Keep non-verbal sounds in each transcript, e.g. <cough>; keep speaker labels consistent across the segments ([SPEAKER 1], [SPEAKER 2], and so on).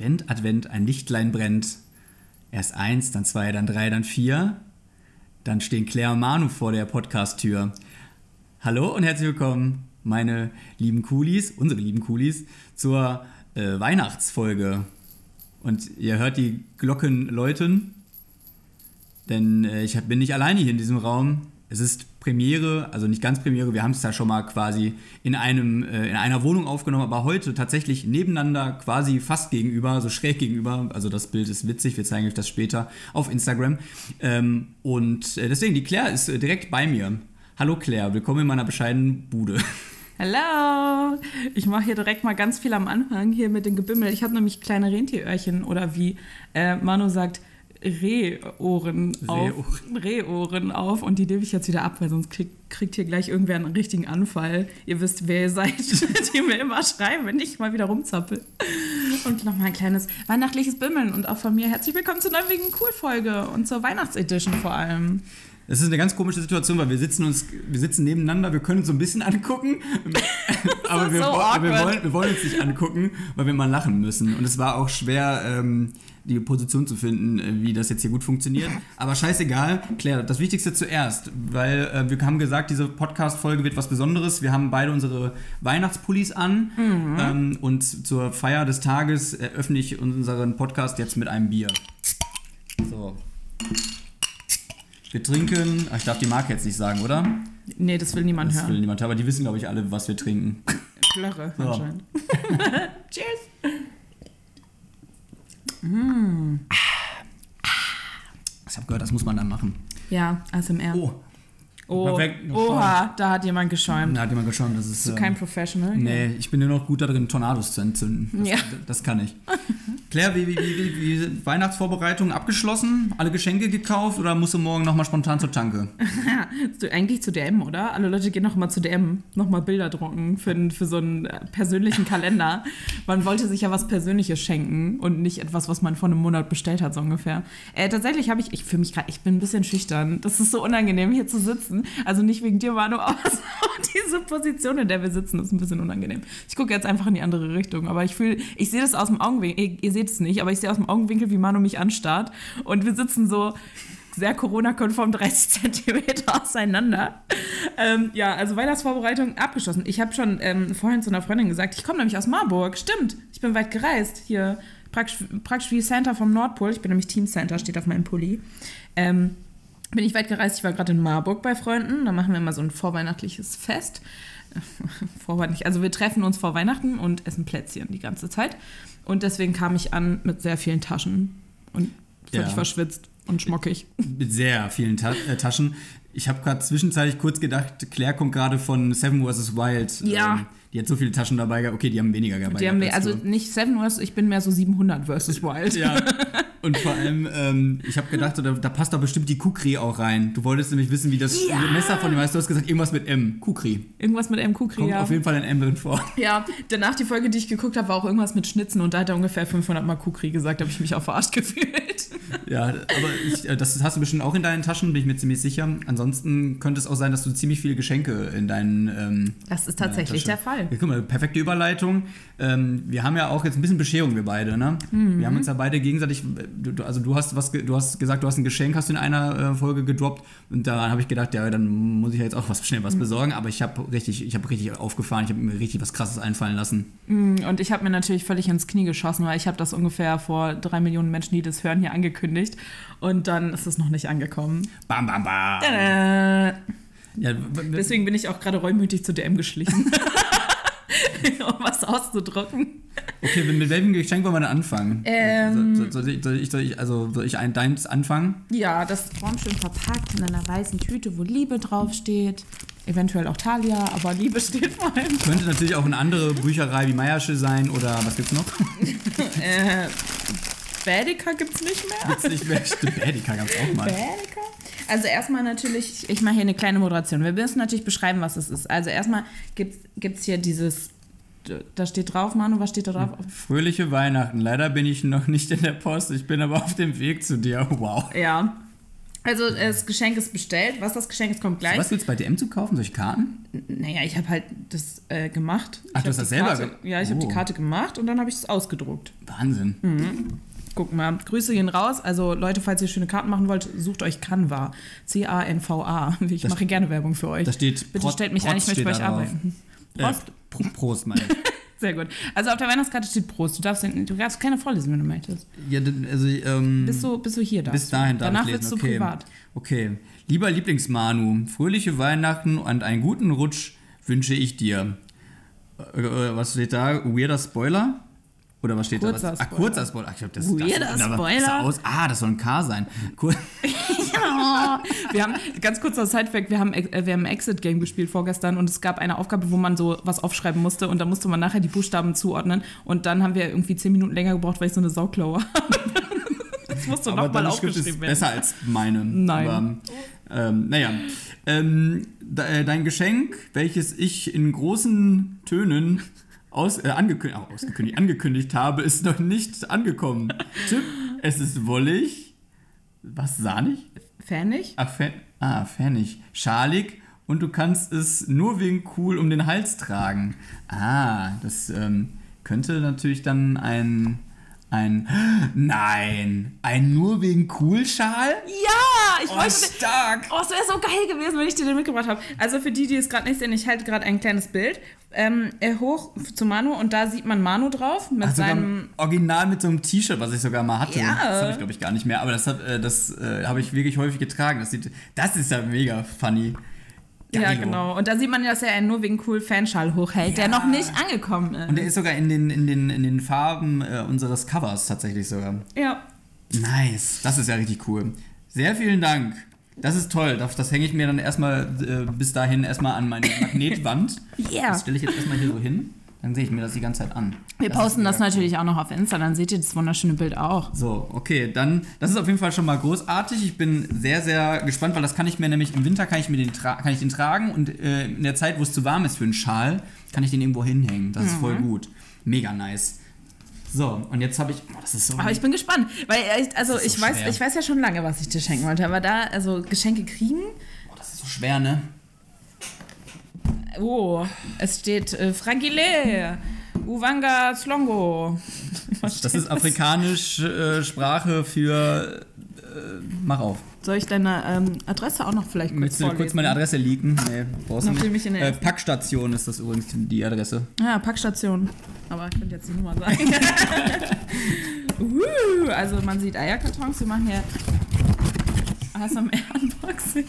[SPEAKER 1] Endadvent ein Lichtlein brennt. Erst eins, dann zwei, dann drei, dann vier. Dann stehen Claire und Manu vor der Podcast-Tür. Hallo und herzlich willkommen, meine lieben Coolies, unsere lieben Coolies, zur äh, Weihnachtsfolge. Und ihr hört die Glocken läuten, denn äh, ich hab- bin nicht alleine hier in diesem Raum. Es ist Premiere, also nicht ganz Premiere, wir haben es da schon mal quasi in, einem, äh, in einer Wohnung aufgenommen, aber heute tatsächlich nebeneinander, quasi fast gegenüber, so schräg gegenüber. Also das Bild ist witzig, wir zeigen euch das später auf Instagram. Ähm, und äh, deswegen, die Claire ist äh, direkt bei mir. Hallo Claire, willkommen in meiner bescheidenen Bude. <laughs>
[SPEAKER 2] Hallo! Ich mache hier direkt mal ganz viel am Anfang hier mit dem Gebimmel. Ich habe nämlich kleine Rentieröhrchen oder wie äh, Manu sagt, Rehohren auf. Rehohren auf und die nehme ich jetzt wieder ab, weil sonst krieg, kriegt hier gleich irgendwer einen richtigen Anfall. Ihr wisst, wer ihr seid, <laughs> die mir immer schreiben, wenn ich mal wieder rumzappel. Und nochmal ein kleines weihnachtliches Bimmeln und auch von mir herzlich willkommen zur neuen Wegen Cool-Folge und zur Weihnachtsedition vor allem.
[SPEAKER 1] Es ist eine ganz komische Situation, weil wir sitzen uns, wir sitzen nebeneinander, wir können uns so ein bisschen
[SPEAKER 2] <laughs>
[SPEAKER 1] angucken, aber wir,
[SPEAKER 2] so
[SPEAKER 1] wo- aber wir,
[SPEAKER 2] awkward.
[SPEAKER 1] wollen, wir wollen uns nicht angucken, weil wir mal lachen müssen. Und es war auch schwer, ähm, die Position zu finden, äh, wie das jetzt hier gut funktioniert. Aber scheißegal, Claire, das Wichtigste zuerst, weil äh, wir haben gesagt, diese Podcast-Folge wird was Besonderes. Wir haben beide unsere Weihnachtspullis an
[SPEAKER 2] Mhm.
[SPEAKER 1] ähm, und zur Feier des Tages eröffne ich unseren Podcast jetzt mit einem Bier. So. Wir trinken, ach, ich darf die Marke jetzt nicht sagen, oder?
[SPEAKER 2] Nee, das will niemand
[SPEAKER 1] Das
[SPEAKER 2] hören.
[SPEAKER 1] will niemand, hören, aber die wissen, glaube ich, alle, was wir trinken.
[SPEAKER 2] Klöre
[SPEAKER 1] So.
[SPEAKER 2] anscheinend. Cheers!
[SPEAKER 1] Ich habe gehört, das muss man dann machen.
[SPEAKER 2] Ja, ASMR.
[SPEAKER 1] Oh,
[SPEAKER 2] Oh,
[SPEAKER 1] perfekt.
[SPEAKER 2] oha, da hat jemand geschäumt.
[SPEAKER 1] da hat jemand geschaut, das ist.
[SPEAKER 2] Kein
[SPEAKER 1] Ähm,
[SPEAKER 2] Professional.
[SPEAKER 1] nee, ich bin nur noch gut darin, Tornados zu entzünden. Das,
[SPEAKER 2] Ja.
[SPEAKER 1] das kann ich. Claire, wie, wie, wie, wie, wie sind Weihnachtsvorbereitungen abgeschlossen? Alle Geschenke gekauft oder musst du morgen nochmal spontan zur Tanke?
[SPEAKER 2] Du, eigentlich zu DM, oder? Alle Leute gehen nochmal zu DM, nochmal Bilder drucken für, n- für so einen äh, persönlichen Kalender. Man wollte sich ja was Persönliches schenken und nicht etwas, was man vor einem Monat bestellt hat, so ungefähr. Äh, tatsächlich habe ich, ich fühle mich gerade, ich bin ein bisschen schüchtern. Das ist so unangenehm, hier zu sitzen. Also nicht wegen dir, Manu, <laughs> aber so diese Position, in der wir sitzen, ist ein bisschen unangenehm. Ich gucke jetzt einfach in die andere Richtung, aber ich fühle, ich sehe das aus dem Augenwinkel, ihr, ihr seht es nicht, aber ich sehe aus dem Augenwinkel, wie Manu mich anstarrt und wir sitzen so sehr Corona-konform 30 <laughs> Zentimeter auseinander. Ähm, ja, also Weihnachtsvorbereitung abgeschlossen. Ich habe schon ähm, vorhin zu einer Freundin gesagt, ich komme nämlich aus Marburg. Stimmt, ich bin weit gereist. Hier praktisch, praktisch wie Santa vom Nordpol. Ich bin nämlich Team Santa, steht auf meinem Pulli. Ähm, bin ich weit gereist. Ich war gerade in Marburg bei Freunden. Da machen wir immer so ein vorweihnachtliches Fest. <laughs> Vorweihnachtlich. Also wir treffen uns vor Weihnachten und essen Plätzchen die ganze Zeit. Und deswegen kam ich an mit sehr vielen Taschen und völlig
[SPEAKER 1] Ja.
[SPEAKER 2] verschwitzt und schmockig.
[SPEAKER 1] Mit sehr vielen Ta äh, Taschen. Ich habe gerade zwischenzeitlich kurz gedacht, Claire kommt gerade von Seven vs. Wild.
[SPEAKER 2] Ja.
[SPEAKER 1] Ähm, die hat so viele Taschen dabei gehabt. Okay, die haben weniger dabei
[SPEAKER 2] Die haben
[SPEAKER 1] gehabt
[SPEAKER 2] wir,
[SPEAKER 1] als
[SPEAKER 2] also
[SPEAKER 1] du.
[SPEAKER 2] nicht Seven versus, ich bin mehr so 700 versus Wild.
[SPEAKER 1] Ja. Und vor allem, ähm, ich habe gedacht, da, da passt doch bestimmt die Kukri auch rein. Du wolltest nämlich wissen, wie das
[SPEAKER 2] Ja.
[SPEAKER 1] Messer von dem heißt. Du hast gesagt, irgendwas mit M. Kukri.
[SPEAKER 2] Irgendwas mit MQ
[SPEAKER 1] Kommt
[SPEAKER 2] Kria.
[SPEAKER 1] auf jeden Fall ein M drin vor.
[SPEAKER 2] Ja, danach die Folge, die ich geguckt habe, war auch irgendwas mit Schnitzen und da hat er ungefähr 500 Mal Kukri gesagt, habe ich mich auch verarscht <laughs> gefühlt.
[SPEAKER 1] Ja, aber ich, äh, das hast du bestimmt auch in deinen Taschen, bin ich mir ziemlich sicher. Ansonsten könnte es auch sein, dass du ziemlich viele Geschenke in deinen. Ähm,
[SPEAKER 2] Das ist
[SPEAKER 1] tatsächlich der ja, guck mal, perfekte Überleitung. Ähm, wir haben ja auch jetzt ein bisschen Bescherung, wir beide, ne? Wir haben uns ja beide gegenseitig, du, du- also du hast was, ge- du hast gesagt, du hast ein Geschenk, hast du in einer äh, Folge gedroppt und da habe ich gedacht, ja, dann muss ich ja jetzt auch was schnell was besorgen, aber ich habe richtig, ich habe richtig aufgefahren, ich habe mir richtig was Krasses einfallen lassen.
[SPEAKER 2] Und ich habe mir natürlich völlig ins Knie geschossen, weil ich habe das ungefähr vor drei Millionen Menschen, die das hören, hier angekündigt und dann ist es noch nicht angekommen.
[SPEAKER 1] Bam, bam, bam.
[SPEAKER 2] Äh,
[SPEAKER 1] Ja, w- w-
[SPEAKER 2] deswegen bin ich auch gerade reumütig zu DM geschlichen. <laughs> um was auszudrucken.
[SPEAKER 1] okay, mit- mit welchem Geschenk wollen wir denn anfangen?
[SPEAKER 2] Ähm.
[SPEAKER 1] soll, soll, soll, ich, soll, ich, soll ich, also soll ich ein deins anfangen?
[SPEAKER 2] Ja, das Traum schön verpackt in einer weißen Tüte, wo Liebe draufsteht. Eventuell auch Thalia, aber Liebe <laughs> steht vor allem.
[SPEAKER 1] Könnte natürlich auch eine andere Bücherei wie Meiersche sein oder was gibt's noch?
[SPEAKER 2] Äh, Baedeker gibt's nicht mehr.
[SPEAKER 1] Gibt's nicht mehr. Stimmt, Bädiker gab's auch mal.
[SPEAKER 2] Baedeker? Also erstmal natürlich, ich mache hier eine kleine Moderation. Wir müssen natürlich beschreiben, was es ist. Also erstmal gibt's, gibt's hier dieses, da steht drauf, Manu, was steht da drauf?
[SPEAKER 1] Hm. Fröhliche Weihnachten. Leider bin ich noch nicht in der Post. Ich bin aber auf dem Weg zu dir. Wow.
[SPEAKER 2] Ja. Also das Geschenk ist bestellt. Was das Geschenk ist, kommt gleich.
[SPEAKER 1] Was willst du bei DM zu kaufen? Solche Karten?
[SPEAKER 2] Naja, ich habe halt das äh, gemacht.
[SPEAKER 1] Ach,
[SPEAKER 2] Ich
[SPEAKER 1] du hast das
[SPEAKER 2] hab die
[SPEAKER 1] selber
[SPEAKER 2] Karte,
[SPEAKER 1] ge-
[SPEAKER 2] Ja, ich habe die
[SPEAKER 1] Oh.
[SPEAKER 2] Karte gemacht und dann habe ich es ausgedruckt.
[SPEAKER 1] Wahnsinn.
[SPEAKER 2] Hm. Guck mal, Grüße gehen raus. Also Leute, falls ihr schöne Karten machen wollt, sucht euch Canva. C-A-N-V-A. <laughs> Ich mache gerne Werbung für euch.
[SPEAKER 1] da steht
[SPEAKER 2] Bitte
[SPEAKER 1] Prot-
[SPEAKER 2] stellt mich ein, ich
[SPEAKER 1] Protz
[SPEAKER 2] möchte bei euch
[SPEAKER 1] steht da drauf.
[SPEAKER 2] arbeiten. <laughs>
[SPEAKER 1] Äh,
[SPEAKER 2] Prost.
[SPEAKER 1] Pro- Prost, meine ich.
[SPEAKER 2] Sehr gut. Also auf der Weihnachtskarte steht Prost. Du darfst, den- du darfst keine vorlesen, wenn du möchtest.
[SPEAKER 1] Ja, dann, also, ähm,
[SPEAKER 2] Bis du, bis du hier darfst.
[SPEAKER 1] bis dahin darf
[SPEAKER 2] Danach
[SPEAKER 1] ich lesen.
[SPEAKER 2] wird's
[SPEAKER 1] okay.
[SPEAKER 2] zu privat. <laughs>
[SPEAKER 1] Okay. Lieber Lieblingsmanu, fröhliche Weihnachten und einen guten Rutsch wünsche ich dir. Äh, äh, was steht da? Weirder Spoiler? Oder was steht da?
[SPEAKER 2] Kurzer
[SPEAKER 1] Was? Ah, kurzer Spoiler. Ach, ich hab das,
[SPEAKER 2] Weirder
[SPEAKER 1] das, aber-
[SPEAKER 2] Spoiler?
[SPEAKER 1] ist da Aus, ah, das soll ein K sein. Kur
[SPEAKER 2] wir haben, ganz kurzer Sidefact, wir haben, äh, wir haben Exit-Game gespielt vorgestern und es gab eine Aufgabe, wo man so was aufschreiben musste und dann musste man nachher die Buchstaben zuordnen und dann haben wir irgendwie zehn Minuten länger gebraucht, weil ich so eine Sauklaue <laughs> habe. Das musste
[SPEAKER 1] aber
[SPEAKER 2] nochmal
[SPEAKER 1] deine Schrift ist
[SPEAKER 2] aufgeschrieben werden.
[SPEAKER 1] besser als meine.
[SPEAKER 2] <laughs> Nein.
[SPEAKER 1] Aber, ähm, naja. Ähm, de, äh, dein Geschenk, welches ich in großen Tönen aus, äh, angekündigt, ausgekündigt, angekündigt habe, ist noch nicht angekommen. Tipp, es ist wollig. Was, sahnig?
[SPEAKER 2] Fernig?
[SPEAKER 1] Ach, fe ah, fernig. Schalig. Und du kannst es nur wegen cool um den Hals tragen. Ah, das ähm, könnte natürlich dann ein. Ein. Nein! Ein nur wegen cool Schal?
[SPEAKER 2] Ja! Ich
[SPEAKER 1] Oh,
[SPEAKER 2] wollte,
[SPEAKER 1] stark!
[SPEAKER 2] Oh, es wäre so geil gewesen, wenn ich dir den mitgebracht habe. Also für die, die es gerade nicht sehen, ich halte gerade ein kleines Bild ähm, äh, hoch zu Manu und da sieht man Manu drauf mit
[SPEAKER 1] Ach, sogar
[SPEAKER 2] seinem...
[SPEAKER 1] original mit so einem T-Shirt, was ich sogar mal hatte.
[SPEAKER 2] Ja.
[SPEAKER 1] Das habe ich, glaube ich, gar nicht mehr. Aber das, hat, äh, das äh, habe ich wirklich häufig getragen. Das, sieht, das ist ja mega funny.
[SPEAKER 2] Ja,
[SPEAKER 1] Geilo.
[SPEAKER 2] genau. Und da sieht man, dass er einen nur wegen cool Fanschal hochhält, der
[SPEAKER 1] Ja.
[SPEAKER 2] noch nicht angekommen ist.
[SPEAKER 1] Und der ist sogar in den, in den, in den Farben äh, unseres Covers tatsächlich sogar.
[SPEAKER 2] ja.
[SPEAKER 1] Nice, das ist ja richtig cool. Sehr vielen Dank. Das ist toll. Das, das hänge ich mir dann erstmal äh, bis dahin erstmal an
[SPEAKER 2] <coughs>
[SPEAKER 1] meine Magnetwand.
[SPEAKER 2] Yeah.
[SPEAKER 1] Das stelle ich jetzt erstmal hier so hin. Dann sehe ich mir das die ganze Zeit an.
[SPEAKER 2] Wir
[SPEAKER 1] ist
[SPEAKER 2] posten das
[SPEAKER 1] mega
[SPEAKER 2] natürlich auch noch auf Insta, dann seht ihr das wunderschöne Bild auch.
[SPEAKER 1] So, okay, dann, das ist auf jeden Fall schon mal großartig. Ich bin sehr, sehr gespannt, weil das kann ich mir nämlich im Winter kann ich mir den, tra kann ich den tragen und äh, in der Zeit, wo es zu warm ist für einen Schal, kann ich den irgendwo hinhängen. Das ist voll
[SPEAKER 2] Mhm.
[SPEAKER 1] gut. Mega nice. So, und jetzt habe ich, oh, das ist so.
[SPEAKER 2] Aber ich bin gespannt, weil ich, also
[SPEAKER 1] ist so
[SPEAKER 2] ich weiß,
[SPEAKER 1] schwer.
[SPEAKER 2] ich weiß ja schon lange, was ich dir schenken wollte, aber da also Geschenke kriegen.
[SPEAKER 1] oh, das ist so schwer, ne?
[SPEAKER 2] Oh, es steht äh, Fragile, Uwanga Slongo.
[SPEAKER 1] Das ist afrikanisch äh, Sprache für. Äh, mach auf.
[SPEAKER 2] Soll ich deine ähm, Adresse auch noch vielleicht kurz
[SPEAKER 1] Willst du
[SPEAKER 2] vorlesen?
[SPEAKER 1] kurz meine Adresse leaken? Nee, brauchst du
[SPEAKER 2] Nachdem
[SPEAKER 1] nicht.
[SPEAKER 2] ich in der
[SPEAKER 1] Äh,
[SPEAKER 2] ersten-
[SPEAKER 1] Packstation ist das übrigens die Adresse.
[SPEAKER 2] Ja, Packstation. Aber ich könnte jetzt die Nummer sagen. uh, also man sieht Eierkartons, wir machen hier ASMR Unboxing.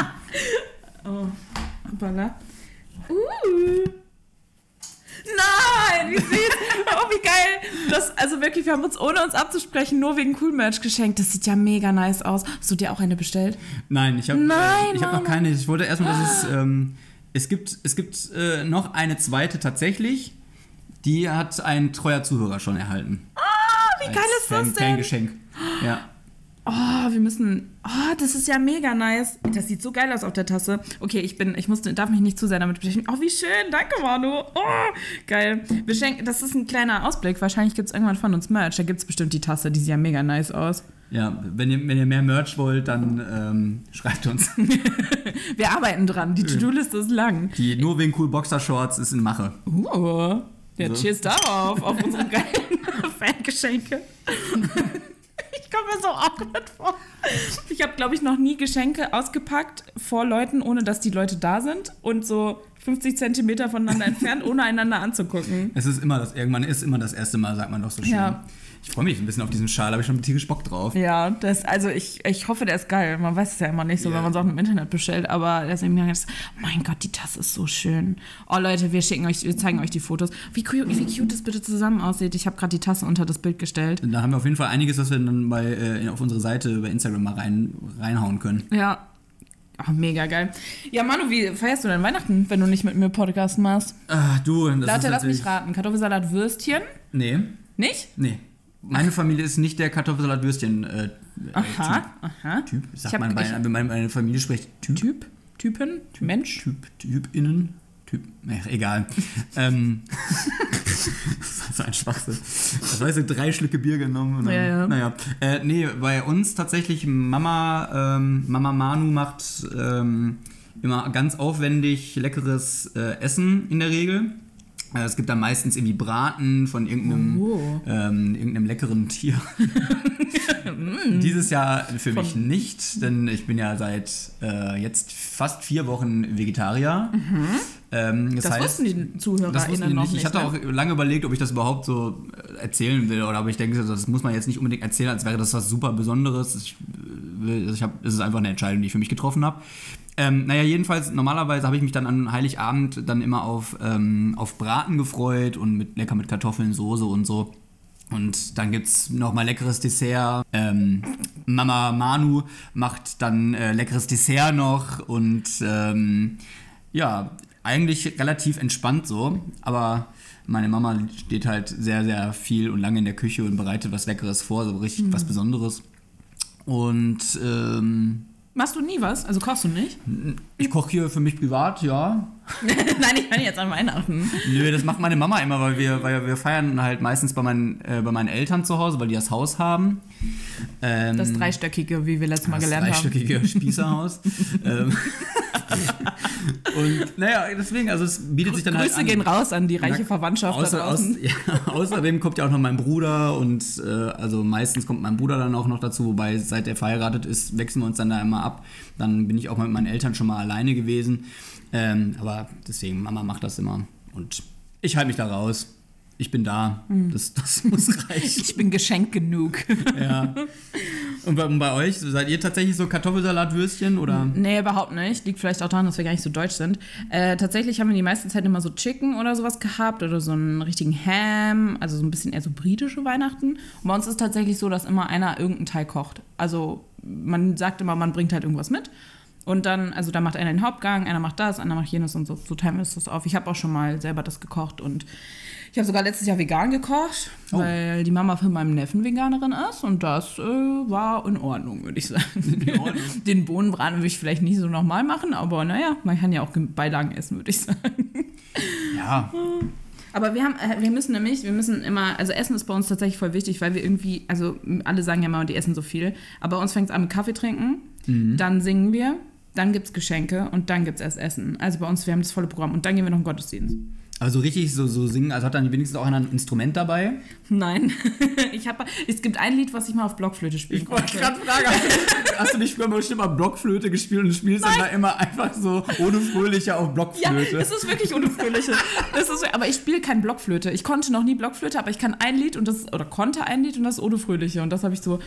[SPEAKER 2] <laughs> oh, hoppala. Uh. Nein, wie süß. Oh, wie geil. Das, also wirklich, wir haben uns ohne uns abzusprechen nur wegen Cool Merch geschenkt. Das sieht ja mega nice aus. Hast du dir auch eine bestellt?
[SPEAKER 1] Nein, ich habe
[SPEAKER 2] Nein,
[SPEAKER 1] äh, ich hab noch
[SPEAKER 2] Mann. Ah.
[SPEAKER 1] keine. Ich wollte erstmal, dass es. Ähm, es gibt, es gibt äh, noch eine zweite tatsächlich. Die hat ein treuer Zuhörer schon erhalten.
[SPEAKER 2] Oh, wie geil ist
[SPEAKER 1] Fan,
[SPEAKER 2] das denn?
[SPEAKER 1] Fangeschenk. Ja.
[SPEAKER 2] Oh, wir müssen. Oh, das ist ja mega nice. Das sieht so geil aus auf der Tasse. Okay, ich bin, ich muss, darf mich nicht zu sehr damit beschäftigen. Oh, wie schön. Danke, Manu. Oh, geil. Wir schenken, das ist ein kleiner Ausblick. Wahrscheinlich gibt es irgendwann von uns Merch. Da gibt es bestimmt die Tasse. Die sieht ja mega nice aus.
[SPEAKER 1] Ja, wenn ihr, wenn ihr mehr Merch wollt, dann ähm, schreibt uns.
[SPEAKER 2] <laughs> Wir arbeiten dran. Die To-Do-Liste ist lang.
[SPEAKER 1] Die nur wegen cool Boxer Shorts ist in Mache.
[SPEAKER 2] Uh, ja,
[SPEAKER 1] So.
[SPEAKER 2] cheers darauf, auf unsere geilen <laughs> Fangeschenke. ich komme mir so awkward vor. Ich habe, glaube ich, noch nie Geschenke ausgepackt vor Leuten, ohne dass die Leute da sind und so 50 Zentimeter voneinander entfernt, ohne einander anzugucken.
[SPEAKER 1] Es ist immer das, irgendwann ist immer das erste Mal, sagt man doch so schön.
[SPEAKER 2] Ja.
[SPEAKER 1] Ich freue mich ein bisschen auf diesen Schal, habe ich schon tierisch Bock drauf.
[SPEAKER 2] Ja, das, also ich, ich hoffe, der ist geil. Man weiß es ja immer nicht so,
[SPEAKER 1] Ja.
[SPEAKER 2] wenn man Sachen im Internet bestellt, aber der ist irgendwie ganz, mein Gott, die Tasse ist so schön. Oh Leute, wir schicken euch, wir zeigen euch die Fotos. Wie cute, wie cute das bitte zusammen aussieht. Ich habe gerade die Tasse unter das Bild gestellt.
[SPEAKER 1] Da haben wir auf jeden Fall einiges, was wir dann bei, äh, auf unsere Seite bei Instagram mal rein, reinhauen können.
[SPEAKER 2] Ja. Ach, mega geil. Ja, Manu, wie feierst du denn Weihnachten, wenn du nicht mit mir Podcast machst?
[SPEAKER 1] Ah, du, das
[SPEAKER 2] Latte,
[SPEAKER 1] ist
[SPEAKER 2] lass mich
[SPEAKER 1] natürlich-
[SPEAKER 2] raten. Kartoffelsalat, Würstchen?
[SPEAKER 1] Nee,
[SPEAKER 2] Nicht?
[SPEAKER 1] nee. Meine Familie ist nicht der Kartoffelsalatwürstchen äh, äh, Typ.
[SPEAKER 2] Aha, aha.
[SPEAKER 1] Typ,
[SPEAKER 2] Ich
[SPEAKER 1] sagt
[SPEAKER 2] hab-
[SPEAKER 1] man, bei,
[SPEAKER 2] ich-
[SPEAKER 1] wenn man meine Familie spricht. Typ,
[SPEAKER 2] Typ? Typen? Mensch?
[SPEAKER 1] Typ, Typinnen, Typ, Ach,
[SPEAKER 2] <laughs>
[SPEAKER 1] egal. ähm, <laughs> das ist so ein Schwachsinn. Das heißt, drei Schlücke Bier genommen. Und dann,
[SPEAKER 2] Ja, ja.
[SPEAKER 1] Naja. Äh, nee, bei uns tatsächlich Mama, ähm, Mama Manu macht ähm, immer ganz aufwendig leckeres äh, Essen in der Regel. Äh, es gibt dann meistens irgendwie Braten von irgendeinem,
[SPEAKER 2] Oh.
[SPEAKER 1] ähm, irgendeinem leckeren Tier.
[SPEAKER 2] Hm.
[SPEAKER 1] Dieses Jahr für mich nicht, denn ich bin ja seit äh, jetzt fast vier Wochen Vegetarier. Ähm, das
[SPEAKER 2] Mhm. Das
[SPEAKER 1] heißt,
[SPEAKER 2] wussten die
[SPEAKER 1] das wussten die
[SPEAKER 2] ZuhörerInnen noch
[SPEAKER 1] nicht.
[SPEAKER 2] nicht.
[SPEAKER 1] Ich hatte
[SPEAKER 2] ne?
[SPEAKER 1] auch lange überlegt, ob ich das überhaupt so äh, erzählen will oder ob ich denke, das muss man jetzt nicht unbedingt erzählen, als wäre das was super Besonderes. Ich, will- also ich hab, es ist einfach eine Entscheidung, die ich für mich getroffen habe. Ähm, naja, jedenfalls, normalerweise habe ich mich dann an Heiligabend dann immer auf, ähm, auf Braten gefreut und mit, lecker mit Kartoffeln, Soße und so. Und dann gibt es nochmal leckeres Dessert. Ähm, Mama Manu macht dann äh, leckeres Dessert noch und ähm, ja, eigentlich relativ entspannt so. Aber meine Mama steht halt sehr, sehr viel und lange in der Küche und bereitet was Leckeres vor, so richtig
[SPEAKER 2] Mhm.
[SPEAKER 1] was Besonderes. Und ähm,
[SPEAKER 2] Machst du nie was? Also kochst du nicht?
[SPEAKER 1] ich koche hier für mich privat, ja.
[SPEAKER 2] <laughs> Nein, ich meine jetzt an Weihnachten.
[SPEAKER 1] Nö, das macht meine Mama immer, weil wir, weil wir feiern halt meistens bei meinen, äh, bei meinen Eltern zu Hause, weil die das Haus haben. Ähm,
[SPEAKER 2] Das dreistöckige, wie wir letztes Mal
[SPEAKER 1] das
[SPEAKER 2] gelernt haben. <laughs>
[SPEAKER 1] dreistöckige Spießerhaus. ähm, <laughs> und naja, deswegen, also es bietet sich dann halt
[SPEAKER 2] Grüße
[SPEAKER 1] an.
[SPEAKER 2] gehen raus an die reiche
[SPEAKER 1] Na,
[SPEAKER 2] Verwandtschaft da
[SPEAKER 1] Außer, aus,
[SPEAKER 2] draußen.
[SPEAKER 1] <laughs> ja, außerdem kommt ja auch noch mein Bruder und äh, also meistens kommt mein Bruder dann auch noch dazu, wobei seit er verheiratet ist, wechseln wir uns dann da immer ab. Dann bin ich auch mal mit meinen Eltern schon mal alleine gewesen. Ähm, aber deswegen, Mama macht das immer und ich halte mich da raus. Ich bin da.
[SPEAKER 2] Mhm.
[SPEAKER 1] Das, <laughs> das muss reichen.
[SPEAKER 2] <laughs> Ich bin geschenkt genug.
[SPEAKER 1] ja. Und bei, und bei euch, seid ihr tatsächlich so Kartoffelsalatwürstchen oder?
[SPEAKER 2] Nee, überhaupt nicht. Liegt vielleicht auch daran, dass wir gar nicht so deutsch sind. Äh, tatsächlich haben wir die meiste Zeit immer so Chicken oder sowas gehabt oder so einen richtigen Ham, also so ein bisschen eher so britische Weihnachten. Und bei uns ist es tatsächlich so, dass immer einer irgendeinen Teil kocht. Also man sagt immer, man bringt halt irgendwas mit. Und dann, also da macht einer den Hauptgang, einer macht das, einer macht jenes und so. So teilen wir es das auf. Ich habe auch schon mal selber das gekocht und ich habe sogar letztes Jahr vegan gekocht,
[SPEAKER 1] Oh.
[SPEAKER 2] weil die Mama von meinem Neffen Veganerin ist und das äh, war in Ordnung, würde ich sagen. <laughs>
[SPEAKER 1] Ordnung.
[SPEAKER 2] Den Bohnenbraten würde ich vielleicht nicht so nochmal machen, aber naja, man kann ja auch Ge- Beilagen essen, würde ich sagen.
[SPEAKER 1] Ja.
[SPEAKER 2] Aber wir haben, äh, wir müssen nämlich, wir müssen immer, also Essen ist bei uns tatsächlich voll wichtig, weil wir irgendwie, also m, alle sagen ja mal, die essen so viel, aber bei uns fängt es an mit Kaffee trinken, dann singen wir, dann gibt es Geschenke und dann gibt es erst Essen. Also bei uns, wir haben das volle Programm und dann gehen wir noch in den Gottesdienst.
[SPEAKER 1] Also richtig so, so singen, also hat dann wenigstens auch einer ein Instrument dabei.
[SPEAKER 2] Nein, <laughs> ich habe, es gibt ein Lied, was ich mal auf Blockflöte spielen konnte.
[SPEAKER 1] fragen, hast du, hast du nicht früher mal bestimmt mal Blockflöte gespielt und spielst dann da immer einfach so ohne Fröhliche auf
[SPEAKER 2] <laughs> Ja,
[SPEAKER 1] Blockflöte?
[SPEAKER 2] es ist wirklich unfröhliche. Es ist, aber ich spiele kein Blockflöte. Ich konnte noch nie Blockflöte, aber ich kann ein Lied und das oder konnte ein Lied und das ist ohne fröhliche und das habe ich so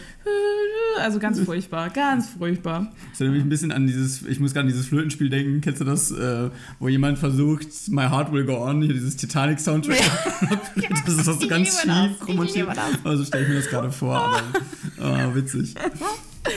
[SPEAKER 2] also ganz furchtbar, ganz furchtbar.
[SPEAKER 1] Das erinnert mich ein bisschen an dieses, ich muss gerade an dieses Flötenspiel denken, kennst du das, äh, wo jemand versucht, My Heart Will Go On, hier dieses Titanic-Soundtrack. <laughs> das ist was so
[SPEAKER 2] Ich
[SPEAKER 1] ganz
[SPEAKER 2] liebe das,
[SPEAKER 1] schief
[SPEAKER 2] ich
[SPEAKER 1] romantisch.
[SPEAKER 2] liebe das.
[SPEAKER 1] Also stelle ich mir das gerade vor, aber ah, witzig.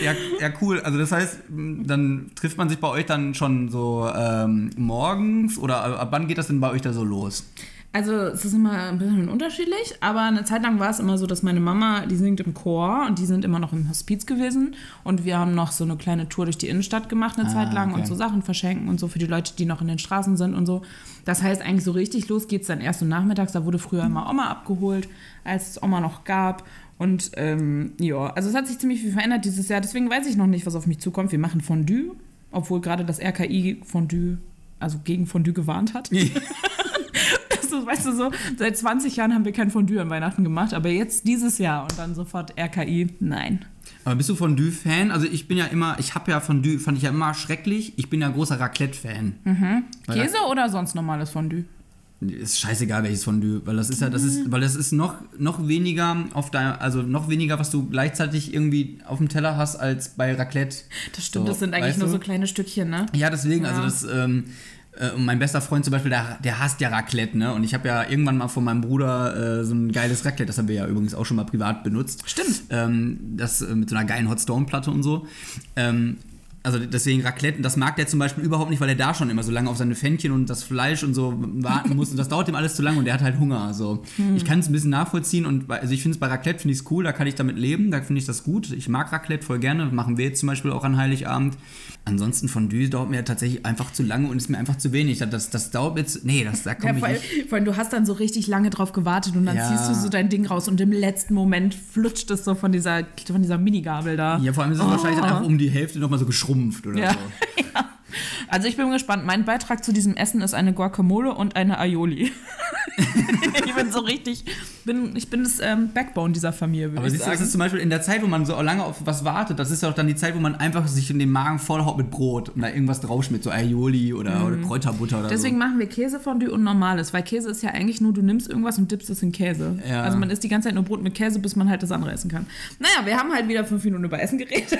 [SPEAKER 1] Ja, ja, cool. Also das heißt, m, dann trifft man sich bei euch dann schon so ähm, morgens oder ab ab wann geht das denn bei euch da so los?
[SPEAKER 2] Also es ist immer ein bisschen unterschiedlich, aber eine Zeit lang war es immer so, dass meine Mama, die singt im Chor und die sind immer noch im Hospiz gewesen und wir haben noch so eine kleine Tour durch die Innenstadt gemacht eine
[SPEAKER 1] Ah,
[SPEAKER 2] Zeit lang
[SPEAKER 1] okay.
[SPEAKER 2] und so Sachen verschenken und so für die Leute, die noch in den Straßen sind und so. Das heißt eigentlich so richtig los geht's dann erst so nachmittags. Da wurde früher immer Oma abgeholt, als es Oma noch gab. Und ähm, ja, also es hat sich ziemlich viel verändert dieses Jahr. Deswegen weiß ich noch nicht, was auf mich zukommt. Wir machen Fondue, obwohl gerade das RKI Fondue, also gegen Fondue gewarnt hat. So, weißt du, so seit 20 Jahren haben wir kein Fondue an Weihnachten gemacht, aber jetzt dieses Jahr und dann sofort RKI. Nein.
[SPEAKER 1] Aber bist du Fondue-Fan? Also ich bin ja immer, ich habe ja Fondue, fand ich ja immer schrecklich. Ich bin ja großer Raclette-Fan. Weil
[SPEAKER 2] Käse oder sonst normales Fondue?
[SPEAKER 1] Ist scheißegal welches Fondue, weil das ist ja, das ist, weil das ist noch, noch weniger auf deiner, also noch weniger, was du gleichzeitig irgendwie auf dem Teller hast als bei Raclette.
[SPEAKER 2] Das stimmt,
[SPEAKER 1] So,
[SPEAKER 2] das sind eigentlich
[SPEAKER 1] weißt
[SPEAKER 2] nur
[SPEAKER 1] du?
[SPEAKER 2] so kleine Stückchen, ne?
[SPEAKER 1] Ja, deswegen, also
[SPEAKER 2] Ja.
[SPEAKER 1] das, ähm, äh, und mein bester Freund zum Beispiel, der, der hasst ja Raclette, ne? Und ich habe ja irgendwann mal von meinem Bruder äh, so ein geiles Raclette, das haben wir ja übrigens auch schon mal privat benutzt.
[SPEAKER 2] Stimmt.
[SPEAKER 1] Ähm, das äh, mit so einer geilen Hot Stone Platte und so. Ähm, also deswegen Raclette, das mag der zum Beispiel überhaupt nicht, weil er da schon immer so lange auf seine Fännchen und das Fleisch und so warten muss und das dauert ihm alles zu lange und der hat halt Hunger. Also
[SPEAKER 2] Hm.
[SPEAKER 1] ich kann es ein bisschen nachvollziehen und bei- also ich finde es bei Raclette finde ich es cool, da kann ich damit leben, da finde ich das gut. Ich mag Raclette voll gerne, machen wir jetzt zum Beispiel auch an Heiligabend. Ansonsten Fondue dauert mir tatsächlich einfach zu lange und ist mir einfach zu wenig. Das, das, das dauert jetzt, nee, das da
[SPEAKER 2] Ja,
[SPEAKER 1] komme ich
[SPEAKER 2] vor, allem,
[SPEAKER 1] nicht.
[SPEAKER 2] vor allem, du hast dann so richtig lange drauf gewartet und dann
[SPEAKER 1] Ja.
[SPEAKER 2] ziehst du so dein Ding raus und im letzten Moment flutscht es so von dieser, von dieser Minigabel da.
[SPEAKER 1] Ja, vor allem ist es
[SPEAKER 2] Oh.
[SPEAKER 1] wahrscheinlich dann auch um die Hälfte nochmal so geschrumpft oder
[SPEAKER 2] Ja.
[SPEAKER 1] so.
[SPEAKER 2] <laughs> Ja. Also ich bin gespannt. Mein Beitrag zu diesem Essen ist eine Guacamole und eine Aioli. <laughs> ich bin so richtig, bin, ich bin das ähm, Backbone dieser Familie, würde
[SPEAKER 1] Aber
[SPEAKER 2] ich
[SPEAKER 1] siehst du, das
[SPEAKER 2] sagen.
[SPEAKER 1] ist zum Beispiel in der Zeit, wo man so lange auf was wartet, das ist ja auch dann die Zeit, wo man einfach sich in den Magen vollhaut mit Brot und da irgendwas draufschmiert, so Aioli oder, oder Kräuterbutter oder
[SPEAKER 2] Mhm. Deswegen machen wir Käsefondue und normales, weil Käse ist ja eigentlich nur, du nimmst irgendwas und dippst es in Käse.
[SPEAKER 1] Ja.
[SPEAKER 2] Also man isst die ganze Zeit nur Brot mit Käse, bis man halt das andere essen kann. Naja, wir haben halt wieder fünf Minuten über
[SPEAKER 1] <laughs>
[SPEAKER 2] Essen geredet.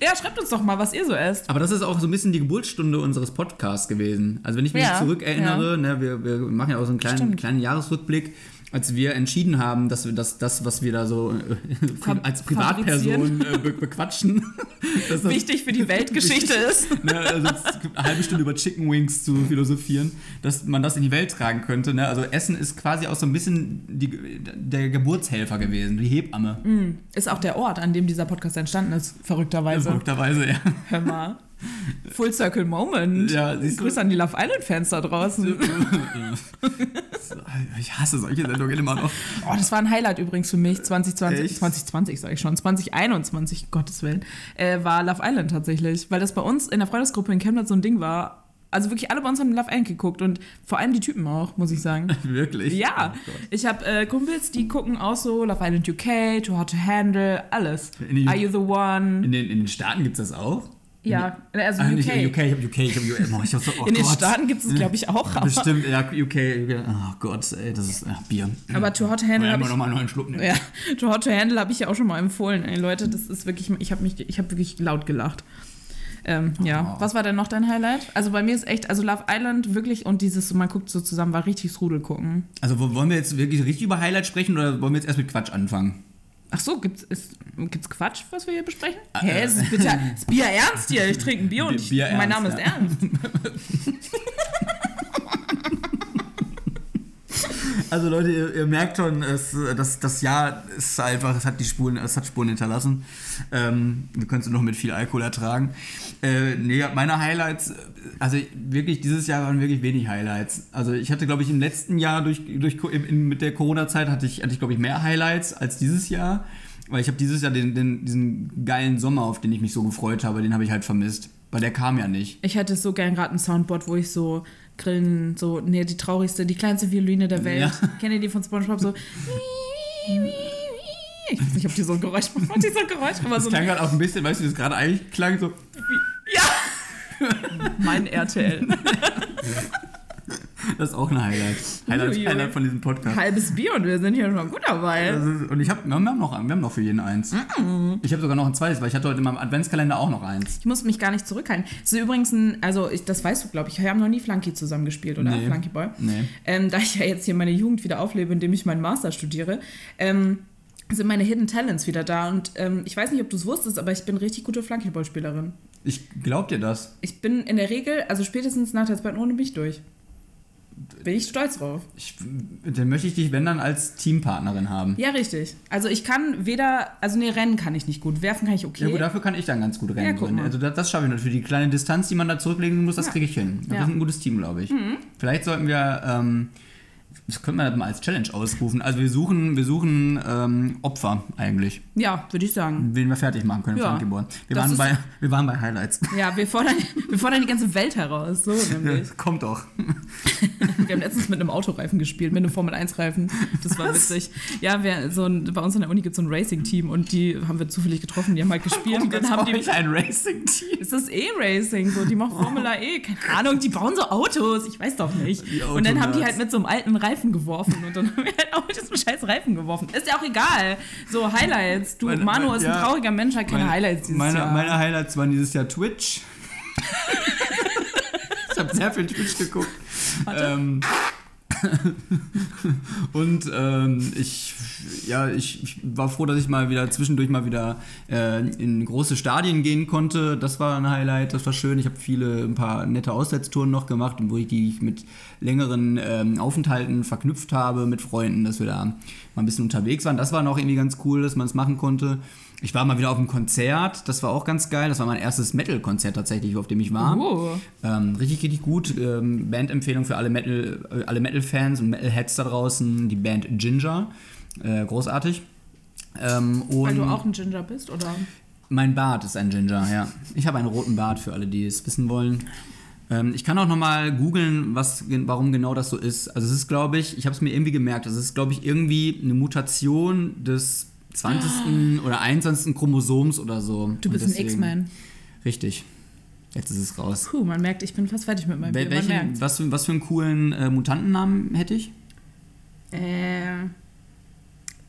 [SPEAKER 2] ja, schreibt uns doch mal, was ihr so esst.
[SPEAKER 1] so. Aber das ist auch so ein bisschen die Geburtsstunde unseres Podcasts gewesen. Also wenn ich mich
[SPEAKER 2] Ja,
[SPEAKER 1] zurückerinnere, ne, wir, wir machen ja auch so einen kleinen,
[SPEAKER 2] Stimmt.
[SPEAKER 1] kleinen Jahresrückblick, als wir entschieden haben, dass wir das, das was wir da so äh,
[SPEAKER 2] Fab-
[SPEAKER 1] als Privatperson äh, be bequatschen, <laughs> dass das <laughs>
[SPEAKER 2] Wichtig für die Weltgeschichte ist.
[SPEAKER 1] ne, also es gibt eine halbe Stunde über Chicken Wings zu philosophieren, dass man das in die Welt tragen könnte. Ne? Also Essen ist quasi auch so ein bisschen die, der Geburtshelfer gewesen, die Hebamme.
[SPEAKER 2] Mhm. Ist auch der Ort, an dem dieser Podcast entstanden ist, verrückterweise.
[SPEAKER 1] Verrückterweise, ja.
[SPEAKER 2] Hör mal. Full Circle Moment.
[SPEAKER 1] Ja, siehst du.
[SPEAKER 2] Grüße an die Love Island-Fans da draußen.
[SPEAKER 1] <laughs> Ich hasse solche Sendungen immer noch.
[SPEAKER 2] Oh, das war ein Highlight übrigens für mich. 2020,
[SPEAKER 1] Echt?
[SPEAKER 2] 2020 sage ich schon, 2021, Gottes Willen, äh, war Love Island tatsächlich. Weil das bei uns in der Freundesgruppe in Chemnitz so ein Ding war. Also wirklich alle bei uns haben Love Island geguckt und vor allem die Typen auch, muss ich
[SPEAKER 1] <laughs>
[SPEAKER 2] sagen.
[SPEAKER 1] Wirklich.
[SPEAKER 2] Ja,
[SPEAKER 1] Oh Gott.
[SPEAKER 2] ich habe äh, Kumpels, die gucken auch so Love Island UK, Too Hot to Handle, alles.
[SPEAKER 1] In die-
[SPEAKER 2] Are You the One?
[SPEAKER 1] In den, in den Staaten gibt es das auch?
[SPEAKER 2] ja, also
[SPEAKER 1] Ah,
[SPEAKER 2] UK.
[SPEAKER 1] nicht UK, ich hab UK, ich hab US. Oh, ich hab so, oh
[SPEAKER 2] In den
[SPEAKER 1] Gott.
[SPEAKER 2] Staaten gibt es, glaube ich, auch. Aber,
[SPEAKER 1] Bestimmt, ja, UK. Oh Gott, ey, das ist ach, Bier.
[SPEAKER 2] aber Too Hot to Handle
[SPEAKER 1] Ja, immer
[SPEAKER 2] habe ich
[SPEAKER 1] noch mal einen neuen Schluck nehmen.
[SPEAKER 2] Ja, <laughs> Too Hot to Handle habe ich ja auch schon mal empfohlen. Ey, Leute, das ist wirklich, ich habe mich, ich habe wirklich laut gelacht. Ähm, ja,
[SPEAKER 1] Oh.
[SPEAKER 2] was war denn noch dein Highlight? Also bei mir ist echt, also Love Island wirklich und dieses, so man guckt so zusammen, war richtiges Rudel gucken.
[SPEAKER 1] Also wo- wollen wir jetzt wirklich richtig über Highlight sprechen oder wollen wir jetzt erst mit Quatsch anfangen?
[SPEAKER 2] Ach so, gibt's, ist, gibt's Quatsch, was wir hier besprechen?
[SPEAKER 1] Ah,
[SPEAKER 2] Hä,
[SPEAKER 1] äh.
[SPEAKER 2] es
[SPEAKER 1] <laughs>
[SPEAKER 2] ist bitter, ist Bier ernst hier, ich trinke ein Bier und
[SPEAKER 1] Bier-
[SPEAKER 2] ich,
[SPEAKER 1] Bier
[SPEAKER 2] mein
[SPEAKER 1] ernst,
[SPEAKER 2] Name ist
[SPEAKER 1] ja.
[SPEAKER 2] Ernst.
[SPEAKER 1] Also Leute, ihr, ihr merkt schon, es, äh, das, das Jahr ist einfach, es hat die Spuren, es hat Spuren hinterlassen. Ähm, wir können es nur noch mit viel Alkohol ertragen. Äh, nee, meine Highlights, äh, also wirklich, dieses Jahr waren wirklich wenig Highlights. Also ich hatte, glaube ich, im letzten Jahr durch, durch Co- im- in, mit der Corona-Zeit hatte ich, hatte ich, glaube ich, mehr Highlights als dieses Jahr. Weil ich habe dieses Jahr den, den, diesen geilen Sommer, auf den ich mich so gefreut habe, den habe ich halt vermisst. Weil der kam ja nicht.
[SPEAKER 2] Ich hätte so gern gerade ein Soundboard, wo ich so grillen, so, nee, die traurigste, die kleinste Violine der Welt.
[SPEAKER 1] Ja.
[SPEAKER 2] <laughs> Kennt ihr die von Spongebob so? <laughs> Ich weiß nicht, ob die so ein Geräusch macht. Macht die so ein Geräusch? Aber
[SPEAKER 1] Das
[SPEAKER 2] so
[SPEAKER 1] klang gerade auch ein bisschen, weißt du, wie es gerade eigentlich klang, so
[SPEAKER 2] mein RTL.
[SPEAKER 1] Das ist auch ein Highlight. Highlight,
[SPEAKER 2] Uiuiui.
[SPEAKER 1] Highlight von diesem Podcast.
[SPEAKER 2] <laughs> Halbes Bier und wir sind hier schon gut dabei.
[SPEAKER 1] Das ist, Äh, und ich hab, wir, haben noch, wir haben noch für jeden eins.
[SPEAKER 2] Mm.
[SPEAKER 1] Ich habe sogar noch ein zweites, weil ich hatte heute in meinem Adventskalender auch noch eins.
[SPEAKER 2] Ich muss mich gar nicht zurückhalten. Das ist übrigens ein, also ich, das weißt du, glaube ich, wir haben noch nie Flunky zusammen gespielt, oder?
[SPEAKER 1] Nee.
[SPEAKER 2] Flunky Boy.
[SPEAKER 1] Nee.
[SPEAKER 2] Ähm, da ich ja jetzt hier meine Jugend wieder auflebe, indem ich meinen Master studiere, ähm, sind meine Hidden Talents wieder da. Und ähm, ich weiß nicht, ob du es wusstest, aber ich bin richtig gute Flankyball-Spielerin.
[SPEAKER 1] Ich glaub dir das.
[SPEAKER 2] Ich bin in der Regel, also spätestens nach der zweiten Runde bin ich durch. Bin ich stolz drauf.
[SPEAKER 1] Ich, dann möchte ich dich, wenn dann, als Teampartnerin haben.
[SPEAKER 2] Ja, richtig. Also ich kann weder, also nee, rennen kann ich nicht gut, werfen kann ich okay.
[SPEAKER 1] Ja gut, dafür kann ich dann ganz gut rennen.
[SPEAKER 2] guck mal.
[SPEAKER 1] also das, das schaffe ich natürlich. Für die kleine Distanz, die man da zurücklegen muss, das
[SPEAKER 2] Ja.
[SPEAKER 1] kriege ich hin. Wir
[SPEAKER 2] Ja. Mhm.
[SPEAKER 1] sind ein gutes Team, glaube ich. Vielleicht sollten wir, ähm, das könnte man mal als Challenge ausrufen. Also wir suchen, wir suchen ähm, Opfer eigentlich,
[SPEAKER 2] ja, würde ich sagen.
[SPEAKER 1] wen wir fertig machen können.
[SPEAKER 2] Ja.
[SPEAKER 1] Frankie Boy. Wir,
[SPEAKER 2] Das
[SPEAKER 1] waren
[SPEAKER 2] ist-
[SPEAKER 1] bei, wir waren bei Highlights.
[SPEAKER 2] Ja, wir fordern, <laughs> wir fordern die ganze Welt
[SPEAKER 1] <laughs>
[SPEAKER 2] heraus. So nämlich.
[SPEAKER 1] Kommt doch.
[SPEAKER 2] Wir haben letztens mit einem Autoreifen gespielt, mit einem Formel-1-Reifen. Das war witzig. Ja, wir, so ein, bei uns an der Uni gibt es so ein Racing-Team und die haben wir zufällig getroffen, die
[SPEAKER 1] <laughs>
[SPEAKER 2] haben halt
[SPEAKER 1] Oh
[SPEAKER 2] gespielt. Und dann haben die,
[SPEAKER 1] nicht ein Racing-Team.
[SPEAKER 2] es ist E-Racing, so, die machen Formula E, keine Ahnung, die bauen so Autos, ich weiß doch nicht.
[SPEAKER 1] Die
[SPEAKER 2] Und dann haben die
[SPEAKER 1] Autonerds.
[SPEAKER 2] halt mit so einem alten Reifen geworfen und dann <laughs> haben wir halt auch mit diesem scheiß Reifen geworfen. Ist ja auch egal. So, Highlights. Du,
[SPEAKER 1] Meine-
[SPEAKER 2] Manu
[SPEAKER 1] meine-
[SPEAKER 2] ist
[SPEAKER 1] ja.
[SPEAKER 2] ein trauriger Mensch, hat keine
[SPEAKER 1] Meine-
[SPEAKER 2] Highlights dieses
[SPEAKER 1] meine,
[SPEAKER 2] Jahr.
[SPEAKER 1] Meine Highlights waren dieses Jahr Twitch. <laughs> ich habe sehr viel Twitch geguckt. Ähm, <laughs> Und ähm, ich, ja, ich, ich war froh, dass ich mal wieder zwischendurch mal wieder äh, in große Stadien gehen konnte. Das war ein Highlight, das war schön. Ich habe viele, ein paar nette Auswärtstouren noch gemacht, wo ich die ich mit längeren ähm, Aufenthalten verknüpft habe mit Freunden, dass wir da mal ein bisschen unterwegs waren. Das war noch irgendwie ganz cool, dass man es machen konnte. Ich war mal wieder auf einem Konzert, das war auch ganz geil. Das war mein erstes Metal-Konzert tatsächlich, auf dem ich war.
[SPEAKER 2] Oh.
[SPEAKER 1] Ähm, richtig, richtig gut. Ähm, Bandempfehlung für alle Metal, äh, alle Metal-Fans und Metal-Heads da draußen, die Band Ginger. Äh, großartig. Ähm, und
[SPEAKER 2] Weil du auch ein Ginger bist, oder?
[SPEAKER 1] mein Bart ist ein Ginger, ja. Ich habe einen roten Bart für alle, die es wissen wollen. Ähm, ich kann auch nochmal googeln, was, gen- warum genau das so ist. Also es ist, glaube ich, ich habe es mir irgendwie gemerkt, es ist, glaube ich, irgendwie eine Mutation des 20. oder 21. Chromosoms oder so.
[SPEAKER 2] Ah. Du
[SPEAKER 1] Und
[SPEAKER 2] bist ein
[SPEAKER 1] deswegen-
[SPEAKER 2] X-Man.
[SPEAKER 1] Richtig. Jetzt ist es raus.
[SPEAKER 2] Puh, man merkt, ich bin fast fertig mit meinem
[SPEAKER 1] Wel
[SPEAKER 2] Bier, man
[SPEAKER 1] welchen,
[SPEAKER 2] merkt.
[SPEAKER 1] was, für, was für einen coolen äh, Mutantennamen hätte ich?
[SPEAKER 2] Äh,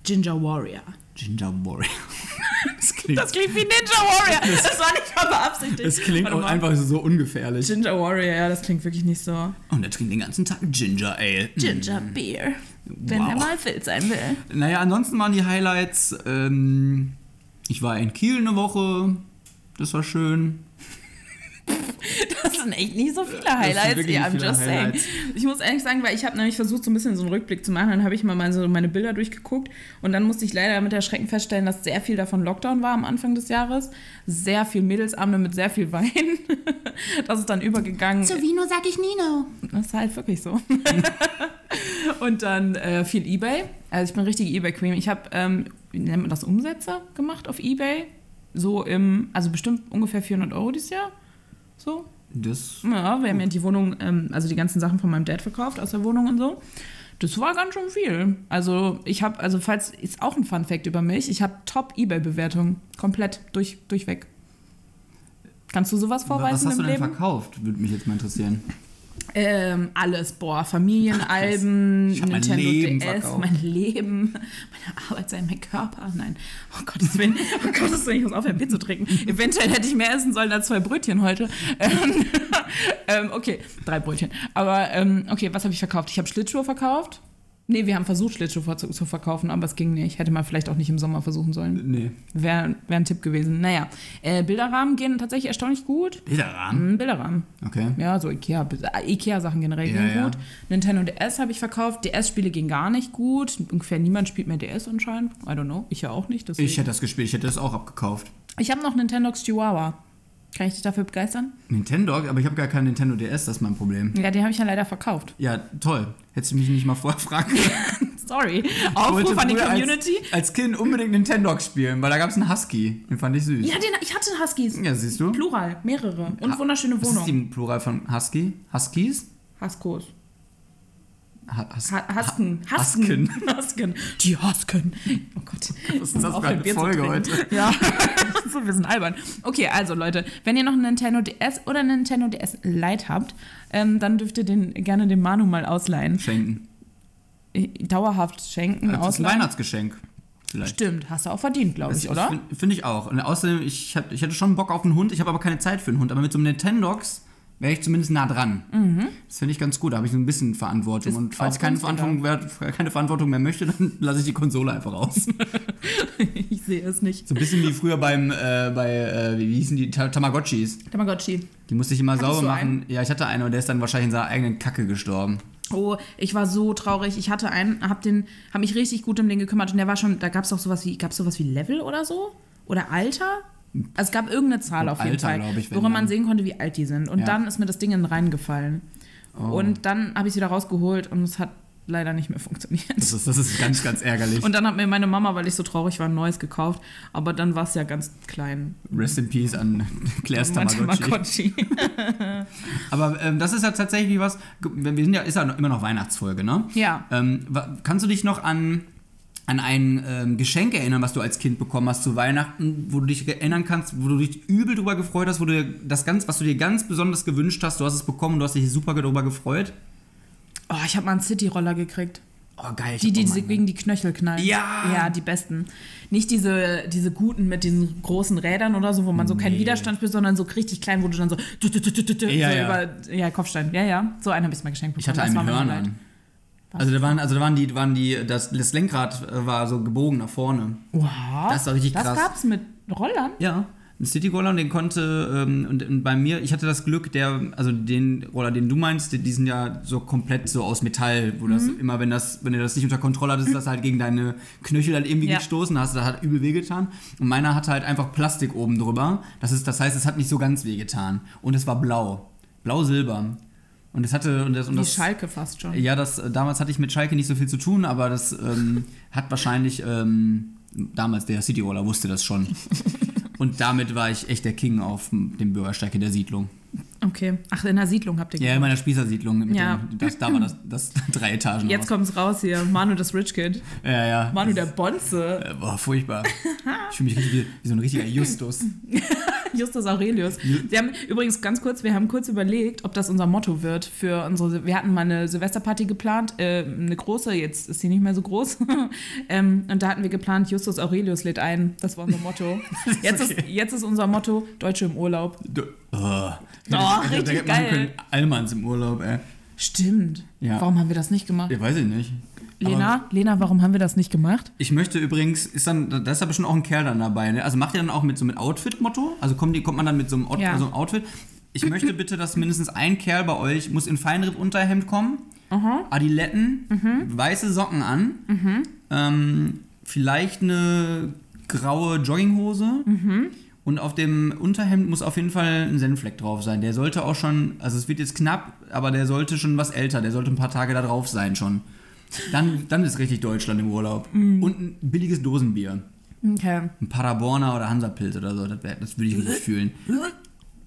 [SPEAKER 2] Ginger Warrior.
[SPEAKER 1] Ginger Warrior. <laughs> das klingt,
[SPEAKER 2] Das klingt wie Ninja Warrior. Das war nicht mal beabsichtigt.
[SPEAKER 1] das klingt
[SPEAKER 2] Warte
[SPEAKER 1] auch
[SPEAKER 2] mal.
[SPEAKER 1] einfach so ungefährlich.
[SPEAKER 2] Ginger Warrior, ja, das klingt wirklich nicht so.
[SPEAKER 1] Und er trinkt den ganzen Tag Ginger Ale. Mm.
[SPEAKER 2] Ginger Beer. Wenn
[SPEAKER 1] Wow.
[SPEAKER 2] er mal fit sein will.
[SPEAKER 1] Hm. Naja, ansonsten waren die Highlights. Ähm, ich war in Kiel eine Woche. Das war schön.
[SPEAKER 2] <laughs> Das sind echt nicht so viele
[SPEAKER 1] sind
[SPEAKER 2] Highlights,
[SPEAKER 1] wirklich
[SPEAKER 2] yeah,
[SPEAKER 1] nicht
[SPEAKER 2] I'm
[SPEAKER 1] viele
[SPEAKER 2] just saying.
[SPEAKER 1] Highlights.
[SPEAKER 2] Ich muss ehrlich sagen, weil ich habe nämlich versucht, so ein bisschen so einen Rückblick zu machen. Dann habe ich mal meine- so meine Bilder durchgeguckt und dann musste ich leider mit Erschrecken feststellen, dass sehr viel davon Lockdown war am Anfang des Jahres. Sehr viel Mädelsabende mit sehr viel Wein. <laughs> Das ist dann übergegangen.
[SPEAKER 3] Zu Vino sag ich Nino.
[SPEAKER 2] Das ist halt wirklich so. <laughs> und dann äh, viel Ebay. Also ich bin richtige Ebay-Queen. Ich habe, ähm, wie nennt man das, Umsätze gemacht auf Ebay. So im, also bestimmt ungefähr 400 Euro dieses Jahr. So,
[SPEAKER 1] Das.
[SPEAKER 2] ja, wir haben ja die Wohnung, ähm, also die ganzen Sachen von meinem Dad verkauft aus der Wohnung und so. Das war ganz schön viel. Also ich habe, also falls, ist auch ein Fun Fact über mich, ich habe top Ebay-Bewertungen. Komplett durch, durchweg. Kannst du sowas
[SPEAKER 1] Was
[SPEAKER 2] vorweisen
[SPEAKER 1] hast du denn
[SPEAKER 2] im Leben?
[SPEAKER 1] verkauft? Würde mich jetzt mal interessieren.
[SPEAKER 2] Ähm, alles, boah, Familienalben,
[SPEAKER 1] Ich hab mein
[SPEAKER 2] Nintendo
[SPEAKER 1] Leben
[SPEAKER 2] DS,
[SPEAKER 1] verkauft.
[SPEAKER 2] mein Leben, meine Arbeit sein, mein Körper. Nein, oh Gottes Willen, oh Gottes Willen, ich muss aufhören, Bier zu trinken. Eventuell hätte ich mehr essen sollen als zwei Brötchen heute. Ähm, <laughs> ähm, okay, drei Brötchen. Aber ähm, okay, was habe ich verkauft? Ich habe Schlittschuhe verkauft. Nee, wir haben versucht, Schlittschuhe vor- zu, zu verkaufen, aber es ging nicht. Hätte man vielleicht auch nicht im Sommer versuchen sollen.
[SPEAKER 1] Nee.
[SPEAKER 2] Wäre wär ein Tipp gewesen. Naja, äh, Bilderrahmen gehen tatsächlich erstaunlich gut.
[SPEAKER 1] Bilderrahmen?
[SPEAKER 2] Hm, Bilderrahmen.
[SPEAKER 1] Okay.
[SPEAKER 2] Ja, so Ikea, Ikea-Sachen generell
[SPEAKER 1] Ja,
[SPEAKER 2] gehen
[SPEAKER 1] ja.
[SPEAKER 2] gut. Nintendo DS habe ich verkauft. DS-Spiele gehen gar nicht gut. Ungefähr niemand spielt mehr DS anscheinend. I don't know. Ich ja auch nicht. Deswegen.
[SPEAKER 1] Ich
[SPEAKER 2] Ich,
[SPEAKER 1] hätte das gespielt, ich hätte das auch abgekauft.
[SPEAKER 2] habe noch Nintendox Chihuahua. Kann ich dich dafür begeistern?
[SPEAKER 1] Nintendo, aber ich habe gar keinen Nintendo DS, das ist mein Problem.
[SPEAKER 2] Ja, den habe ich ja leider verkauft.
[SPEAKER 1] Ja, toll. Hättest du mich nicht mal vorher <laughs> fragen können.
[SPEAKER 2] Sorry.
[SPEAKER 1] Ich
[SPEAKER 2] Aufruf
[SPEAKER 1] wollte
[SPEAKER 2] an die
[SPEAKER 1] früher als-
[SPEAKER 2] Community.
[SPEAKER 1] Als, Kind unbedingt Nintendo spielen, weil da gab es einen Husky. Den fand ich süß.
[SPEAKER 2] Ja, den, ich hatte Huskies.
[SPEAKER 1] Ja, siehst du?
[SPEAKER 2] Plural, mehrere. Und
[SPEAKER 1] Ha-
[SPEAKER 2] wunderschöne
[SPEAKER 1] Was ist
[SPEAKER 2] Wohnung.
[SPEAKER 1] die Plural von Husky? Huskies?
[SPEAKER 2] Huskos.
[SPEAKER 1] Ha- Hus-
[SPEAKER 2] Ha Hasken. Hasken. <laughs> Hasken. Die Hasken. Oh Gott.
[SPEAKER 1] Was ist das
[SPEAKER 2] Auf
[SPEAKER 1] für
[SPEAKER 2] ein
[SPEAKER 1] eine
[SPEAKER 2] Bier zu
[SPEAKER 1] Folge
[SPEAKER 2] trinken.
[SPEAKER 1] heute?
[SPEAKER 2] Ja.
[SPEAKER 1] <laughs>
[SPEAKER 2] <laughs> so, wir sind albern. Okay, also Leute, wenn ihr noch einen Nintendo DS oder einen Nintendo DS Lite habt, ähm, dann dürft ihr den gerne dem Manu mal ausleihen.
[SPEAKER 1] Schenken.
[SPEAKER 2] Äh, Dauerhaft schenken,
[SPEAKER 1] Das ist ein
[SPEAKER 2] ausleihen.
[SPEAKER 1] Weihnachtsgeschenk. Vielleicht.
[SPEAKER 2] Stimmt, hast du auch verdient, glaube ich, oder?
[SPEAKER 1] Finde find ich auch. Und außerdem, ich, hab, ich hätte schon Bock auf einen Hund, ich habe aber keine Zeit für einen Hund. Aber mit so einem Nintendox wäre ich zumindest nah dran. Das finde ich ganz gut. Da habe ich so ein bisschen Verantwortung.
[SPEAKER 2] Mhm. Ist
[SPEAKER 1] Und falls
[SPEAKER 2] auch
[SPEAKER 1] ich keine
[SPEAKER 2] ganz
[SPEAKER 1] Verantwortung, wer, keine Verantwortung mehr möchte, <laughs> dann lasse ich die Konsole einfach aus.
[SPEAKER 2] ich sehe es nicht.
[SPEAKER 1] So ein bisschen wie früher beim, äh, bei, äh, wie hießen die, Ta Tamagotchis.
[SPEAKER 2] Tamagotchi.
[SPEAKER 1] Die musste ich immer
[SPEAKER 2] Hattest
[SPEAKER 1] sauber
[SPEAKER 2] du
[SPEAKER 1] machen. Ja, ich hatte einen und der ist dann wahrscheinlich in seiner eigenen Kacke gestorben.
[SPEAKER 2] Oh, ich war so traurig. Ich hatte einen, hab, den, hab mich richtig gut um den gekümmert und der war schon, da gab es doch sowas wie, gab's sowas wie Level oder so? Oder Alter? Also es gab irgendeine Zahl
[SPEAKER 1] Und
[SPEAKER 2] auf jeden
[SPEAKER 1] Alter,
[SPEAKER 2] Fall,
[SPEAKER 1] glaub ich, wenn
[SPEAKER 2] woran
[SPEAKER 1] dann.
[SPEAKER 2] man sehen konnte, wie alt die sind. Und
[SPEAKER 1] Ja.
[SPEAKER 2] dann ist mir das Ding in den Rhein gefallen.
[SPEAKER 1] Oh.
[SPEAKER 2] Und dann habe ich es wieder rausgeholt und es hat leider nicht mehr <laughs> funktioniert.
[SPEAKER 1] Das ist, das ist ganz, ganz ärgerlich.
[SPEAKER 2] Und dann hat mir meine Mama, weil ich so traurig war, ein neues gekauft. Aber dann war es ja ganz klein.
[SPEAKER 1] Rest in Peace an <laughs> Claire's
[SPEAKER 2] Mein
[SPEAKER 1] Tamagotchi.
[SPEAKER 2] Tamagotchi. <laughs>
[SPEAKER 1] Aber ähm, das ist ja tatsächlich was, wir sind ja, ist ja noch- immer noch Weihnachtsfolge, ne?
[SPEAKER 2] Ja.
[SPEAKER 1] Ähm, wa- kannst du dich noch an, an ein ähm, Geschenk erinnern, was du als Kind bekommen hast zu Weihnachten, wo du dich erinnern kannst, wo du dich übel drüber gefreut hast, wo du dir das ganz, was du dir ganz besonders gewünscht hast, du hast es bekommen, du hast dich super drüber gefreut?
[SPEAKER 2] Oh, ich habe mal einen Cityroller gekriegt.
[SPEAKER 1] Oh, geil. ich
[SPEAKER 2] Die,
[SPEAKER 1] hab
[SPEAKER 2] die
[SPEAKER 1] auch mal
[SPEAKER 2] diese, gegen die Knöchel knallen.
[SPEAKER 1] Ja!
[SPEAKER 2] Ja, die besten. Nicht diese, diese guten mit diesen großen Rädern oder so, wo man so keinen Widerstand spürt, sondern so richtig klein, wo du dann so. tü- tü- tü- tü- tü-
[SPEAKER 1] Ja,
[SPEAKER 2] so
[SPEAKER 1] ja.
[SPEAKER 2] Über, ja, Kopfstein. Ja, ja. So einen habe ich mal geschenkt bekommen.
[SPEAKER 1] Ich hatte
[SPEAKER 2] Das
[SPEAKER 1] einen
[SPEAKER 2] war
[SPEAKER 1] mit
[SPEAKER 2] mein Highlight.
[SPEAKER 1] Hörnern. Also da waren, also da waren die, waren die, das, das Lenkrad äh, war so gebogen nach vorne.
[SPEAKER 2] Wow.
[SPEAKER 1] Das war richtig
[SPEAKER 2] das
[SPEAKER 1] krass.
[SPEAKER 2] Das gab's mit Rollern?
[SPEAKER 1] Ja, ein City Roller und den konnte, ähm, und, und bei mir, ich hatte das Glück, der, also den Roller, den du meinst, die, die sind ja so komplett so aus Metall, wo
[SPEAKER 2] Mhm.
[SPEAKER 1] das immer, wenn das, wenn du das nicht unter Kontrolle hattest, ist das halt gegen deine Knöchel halt irgendwie
[SPEAKER 2] Ja.
[SPEAKER 1] gestoßen, hast das hat übel wehgetan. Und meiner hatte halt einfach Plastik oben drüber. Das ist, das heißt, es hat nicht so ganz wehgetan. Und es war blau. Blau-silber. Und es hatte, und das, und
[SPEAKER 2] Die
[SPEAKER 1] das,
[SPEAKER 2] Schalke fast schon.
[SPEAKER 1] ja, das äh, damals hatte ich mit Schalke nicht so viel zu tun, aber das
[SPEAKER 2] <laughs>
[SPEAKER 1] ähm, hat wahrscheinlich ähm, damals der City Roller wusste das schon. Und damit war ich echt der King auf m- dem Bürgersteig in der Siedlung.
[SPEAKER 2] Okay. Ach, in der Siedlung habt ihr
[SPEAKER 1] Ja, in
[SPEAKER 2] gewohnt.
[SPEAKER 1] meiner Spießersiedlung. Mit
[SPEAKER 2] Ja.
[SPEAKER 1] Dem, das, da war das, das
[SPEAKER 2] <laughs>
[SPEAKER 1] drei Etagen.
[SPEAKER 2] Jetzt kommt's raus hier. Manu das Rich Kid.
[SPEAKER 1] Ja, ja.
[SPEAKER 2] Manu der Bonze.
[SPEAKER 1] Äh, Boah,
[SPEAKER 2] <laughs>
[SPEAKER 1] furchtbar. Ich fühle mich richtig wie, wie so ein richtiger Justus.
[SPEAKER 2] Justus Aurelius. Wir haben übrigens ganz kurz, wir haben kurz überlegt, ob das unser Motto wird für unsere. Wir hatten mal eine Silvesterparty geplant, äh, eine große, jetzt ist sie nicht mehr so groß. <laughs> ähm, und da hatten wir geplant, Justus Aurelius lädt ein. Das war unser
[SPEAKER 1] <laughs>
[SPEAKER 2] Motto. Jetzt, ist, jetzt ist unser Motto Deutsche im Urlaub.
[SPEAKER 1] Du, oh,
[SPEAKER 2] Oh,
[SPEAKER 1] Ich hätte- ich hätte
[SPEAKER 2] richtig
[SPEAKER 1] machen
[SPEAKER 2] geil.
[SPEAKER 1] können, Allmanns im Urlaub, ey.
[SPEAKER 2] Stimmt.
[SPEAKER 1] Ja.
[SPEAKER 2] Warum haben wir das nicht gemacht?
[SPEAKER 1] Ja, weiß ich nicht. Aber
[SPEAKER 2] Lena, Lena, warum haben wir das nicht gemacht?
[SPEAKER 1] ich möchte übrigens, ist dann, da ist ja bestimmt auch ein Kerl dann dabei, ne? Also macht ihr dann auch mit so einem Outfit-Motto? Also kommt, die, kommt man dann mit so einem, Out
[SPEAKER 2] Ja.
[SPEAKER 1] so einem Outfit? Ich möchte bitte, dass mindestens ein Kerl bei euch muss in Feinripp-Unterhemd kommen, Adiletten, weiße Socken an, ähm, vielleicht eine graue Jogginghose und auf dem Unterhemd muss auf jeden Fall ein Senfleck drauf sein. Der sollte auch schon, also es wird jetzt knapp, aber der sollte schon was älter, der sollte ein paar Tage da drauf sein schon. Dann, dann ist richtig Deutschland im Urlaub. Und ein billiges Dosenbier.
[SPEAKER 2] Okay.
[SPEAKER 1] Ein Paderborner oder Hansapilz oder so, das, wär, das würde ich richtig fühlen.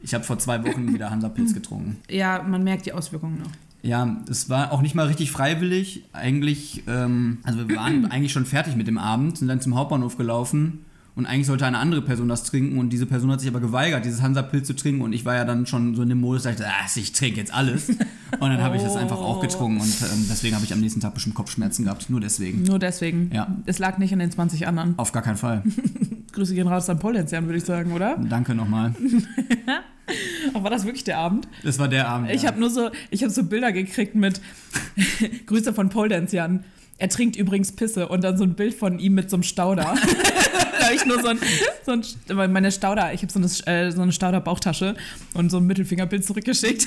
[SPEAKER 1] Ich habe vor zwei Wochen wieder Hansapilz getrunken.
[SPEAKER 2] Ja, man merkt die Auswirkungen noch.
[SPEAKER 1] Ja, es war auch nicht mal richtig freiwillig. Eigentlich, ähm, also wir waren eigentlich schon fertig mit dem Abend, sind dann zum Hauptbahnhof gelaufen und eigentlich sollte eine andere Person das trinken und diese Person hat sich aber geweigert, dieses Hansa-Pilz zu trinken und ich war ja dann schon so in dem Modus, dass ich, dachte, ah, ich trinke jetzt alles. Und dann habe ich das einfach auch getrunken und ähm, deswegen habe ich am nächsten Tag bestimmt Kopfschmerzen gehabt. Nur deswegen.
[SPEAKER 2] Nur deswegen.
[SPEAKER 1] Ja.
[SPEAKER 2] Es lag nicht an den 20 anderen.
[SPEAKER 1] Auf gar keinen Fall.
[SPEAKER 2] Grüße gehen raus an Pollenzian, würde ich sagen, oder?
[SPEAKER 1] Danke nochmal.
[SPEAKER 2] Ach, war das wirklich der Abend?
[SPEAKER 1] Das war der Abend.
[SPEAKER 2] Ich
[SPEAKER 1] ja.
[SPEAKER 2] habe nur so, ich habe so Bilder gekriegt mit <laughs> Grüße von Poldenzian. Er trinkt übrigens Pisse und dann so ein Bild von ihm mit so einem Stauder. <laughs> da habe ich nur so ein, so ein weil meine Stauder, ich habe so, eine- äh, so eine Stauder-Bauchtasche und so ein Mittelfingerbild zurückgeschickt.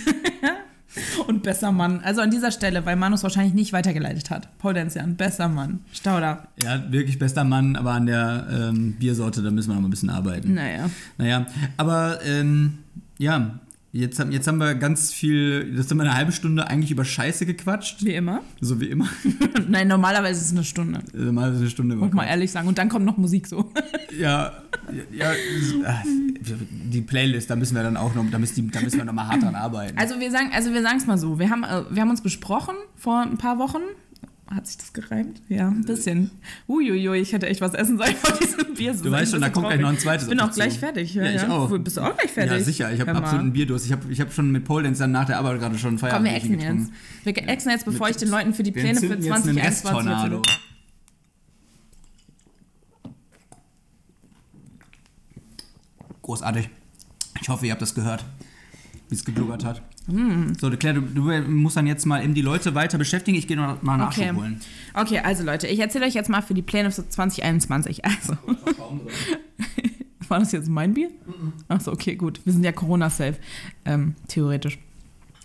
[SPEAKER 2] <laughs> und besser Mann. Also an dieser Stelle, weil Manus wahrscheinlich nicht weitergeleitet hat. Poldenzian, besser Mann. Stauder.
[SPEAKER 1] Ja, wirklich bester Mann, aber an der ähm, Biersorte, da müssen wir noch mal ein bisschen arbeiten.
[SPEAKER 2] Naja.
[SPEAKER 1] Naja, aber ähm, ja, jetzt, haben- jetzt haben wir ganz viel, jetzt haben wir eine halbe Stunde eigentlich über Scheiße gequatscht,
[SPEAKER 2] Wie immer.
[SPEAKER 1] so wie immer.
[SPEAKER 2] <laughs>
[SPEAKER 1] <laughs>
[SPEAKER 2] Nein, normalerweise ist es eine Stunde.
[SPEAKER 1] Also mal so eine Stunde
[SPEAKER 2] Muss
[SPEAKER 1] über.
[SPEAKER 2] mal ehrlich sagen. Und dann kommt noch Musik so.
[SPEAKER 1] Ja, ja, ja, die Playlist, da müssen wir dann auch noch, da müssen, die, da müssen wir noch mal hart dran arbeiten.
[SPEAKER 2] Also wir sagen, also wir sagen es mal so. Wir haben, äh, wir haben uns besprochen vor ein paar Wochen. Hat sich das gereimt? Ja,
[SPEAKER 1] Äh,
[SPEAKER 2] ein bisschen. Uiuiui, ich hätte echt was essen sollen von diesem Bier.
[SPEAKER 1] Du weißt schon, da kommt gleich noch ein zweites.
[SPEAKER 2] Ich bin
[SPEAKER 1] auf
[SPEAKER 2] auch
[SPEAKER 1] dich
[SPEAKER 2] gleich
[SPEAKER 1] zu.
[SPEAKER 2] fertig. Ja,
[SPEAKER 1] Ja, ich
[SPEAKER 2] ja.
[SPEAKER 1] auch.
[SPEAKER 2] Wo- Bist du auch gleich fertig?
[SPEAKER 1] Ja, sicher, ich habe
[SPEAKER 2] Hör mal.
[SPEAKER 1] absolut einen Bierdurst. Ich habe ich hab schon mit Paul Dance dann nach der Arbeit gerade schon
[SPEAKER 2] Komm, wir
[SPEAKER 1] Feierabend
[SPEAKER 2] exen jetzt. Wir exen jetzt, bevor
[SPEAKER 1] Mit
[SPEAKER 2] ich den Leuten für die
[SPEAKER 1] Wir
[SPEAKER 2] Pläne für
[SPEAKER 1] entzünden jetzt
[SPEAKER 2] 2021
[SPEAKER 1] einen Resttornado. Großartig. Ich hoffe, ihr habt das gehört, wie es geblubbert hat.
[SPEAKER 2] Mm.
[SPEAKER 1] So, Claire, du, du musst dann jetzt mal eben die Leute weiter beschäftigen. Ich gehe noch mal Nachschub
[SPEAKER 2] Okay. <laughs>
[SPEAKER 1] holen.
[SPEAKER 2] Okay, also Leute, ich erzähle euch jetzt mal für die Pläne für 2021. Also, war das jetzt mein Bier? Achso, okay, gut. Wir sind ja Corona-safe, ähm, theoretisch.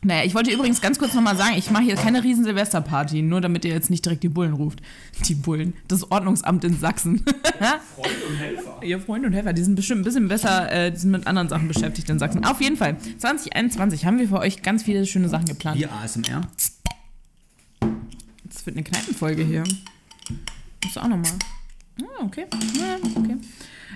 [SPEAKER 2] Naja, ich wollte übrigens ganz kurz nochmal sagen, ich mache hier keine riesen Silvesterparty, nur damit ihr jetzt nicht direkt die Bullen ruft. Die Bullen. Das Ordnungsamt in Sachsen. <laughs>
[SPEAKER 1] Freund und Helfer.
[SPEAKER 2] Ihr Freund und Helfer, die sind bestimmt ein bisschen besser, äh, die sind mit anderen Sachen beschäftigt in Sachsen. Auf jeden Fall, 2021 haben wir für euch ganz viele schöne Sachen geplant.
[SPEAKER 1] Hier ASMR.
[SPEAKER 2] Das wird eine Kneipenfolge hier. Musst du auch nochmal. Ah, okay. Ja, okay.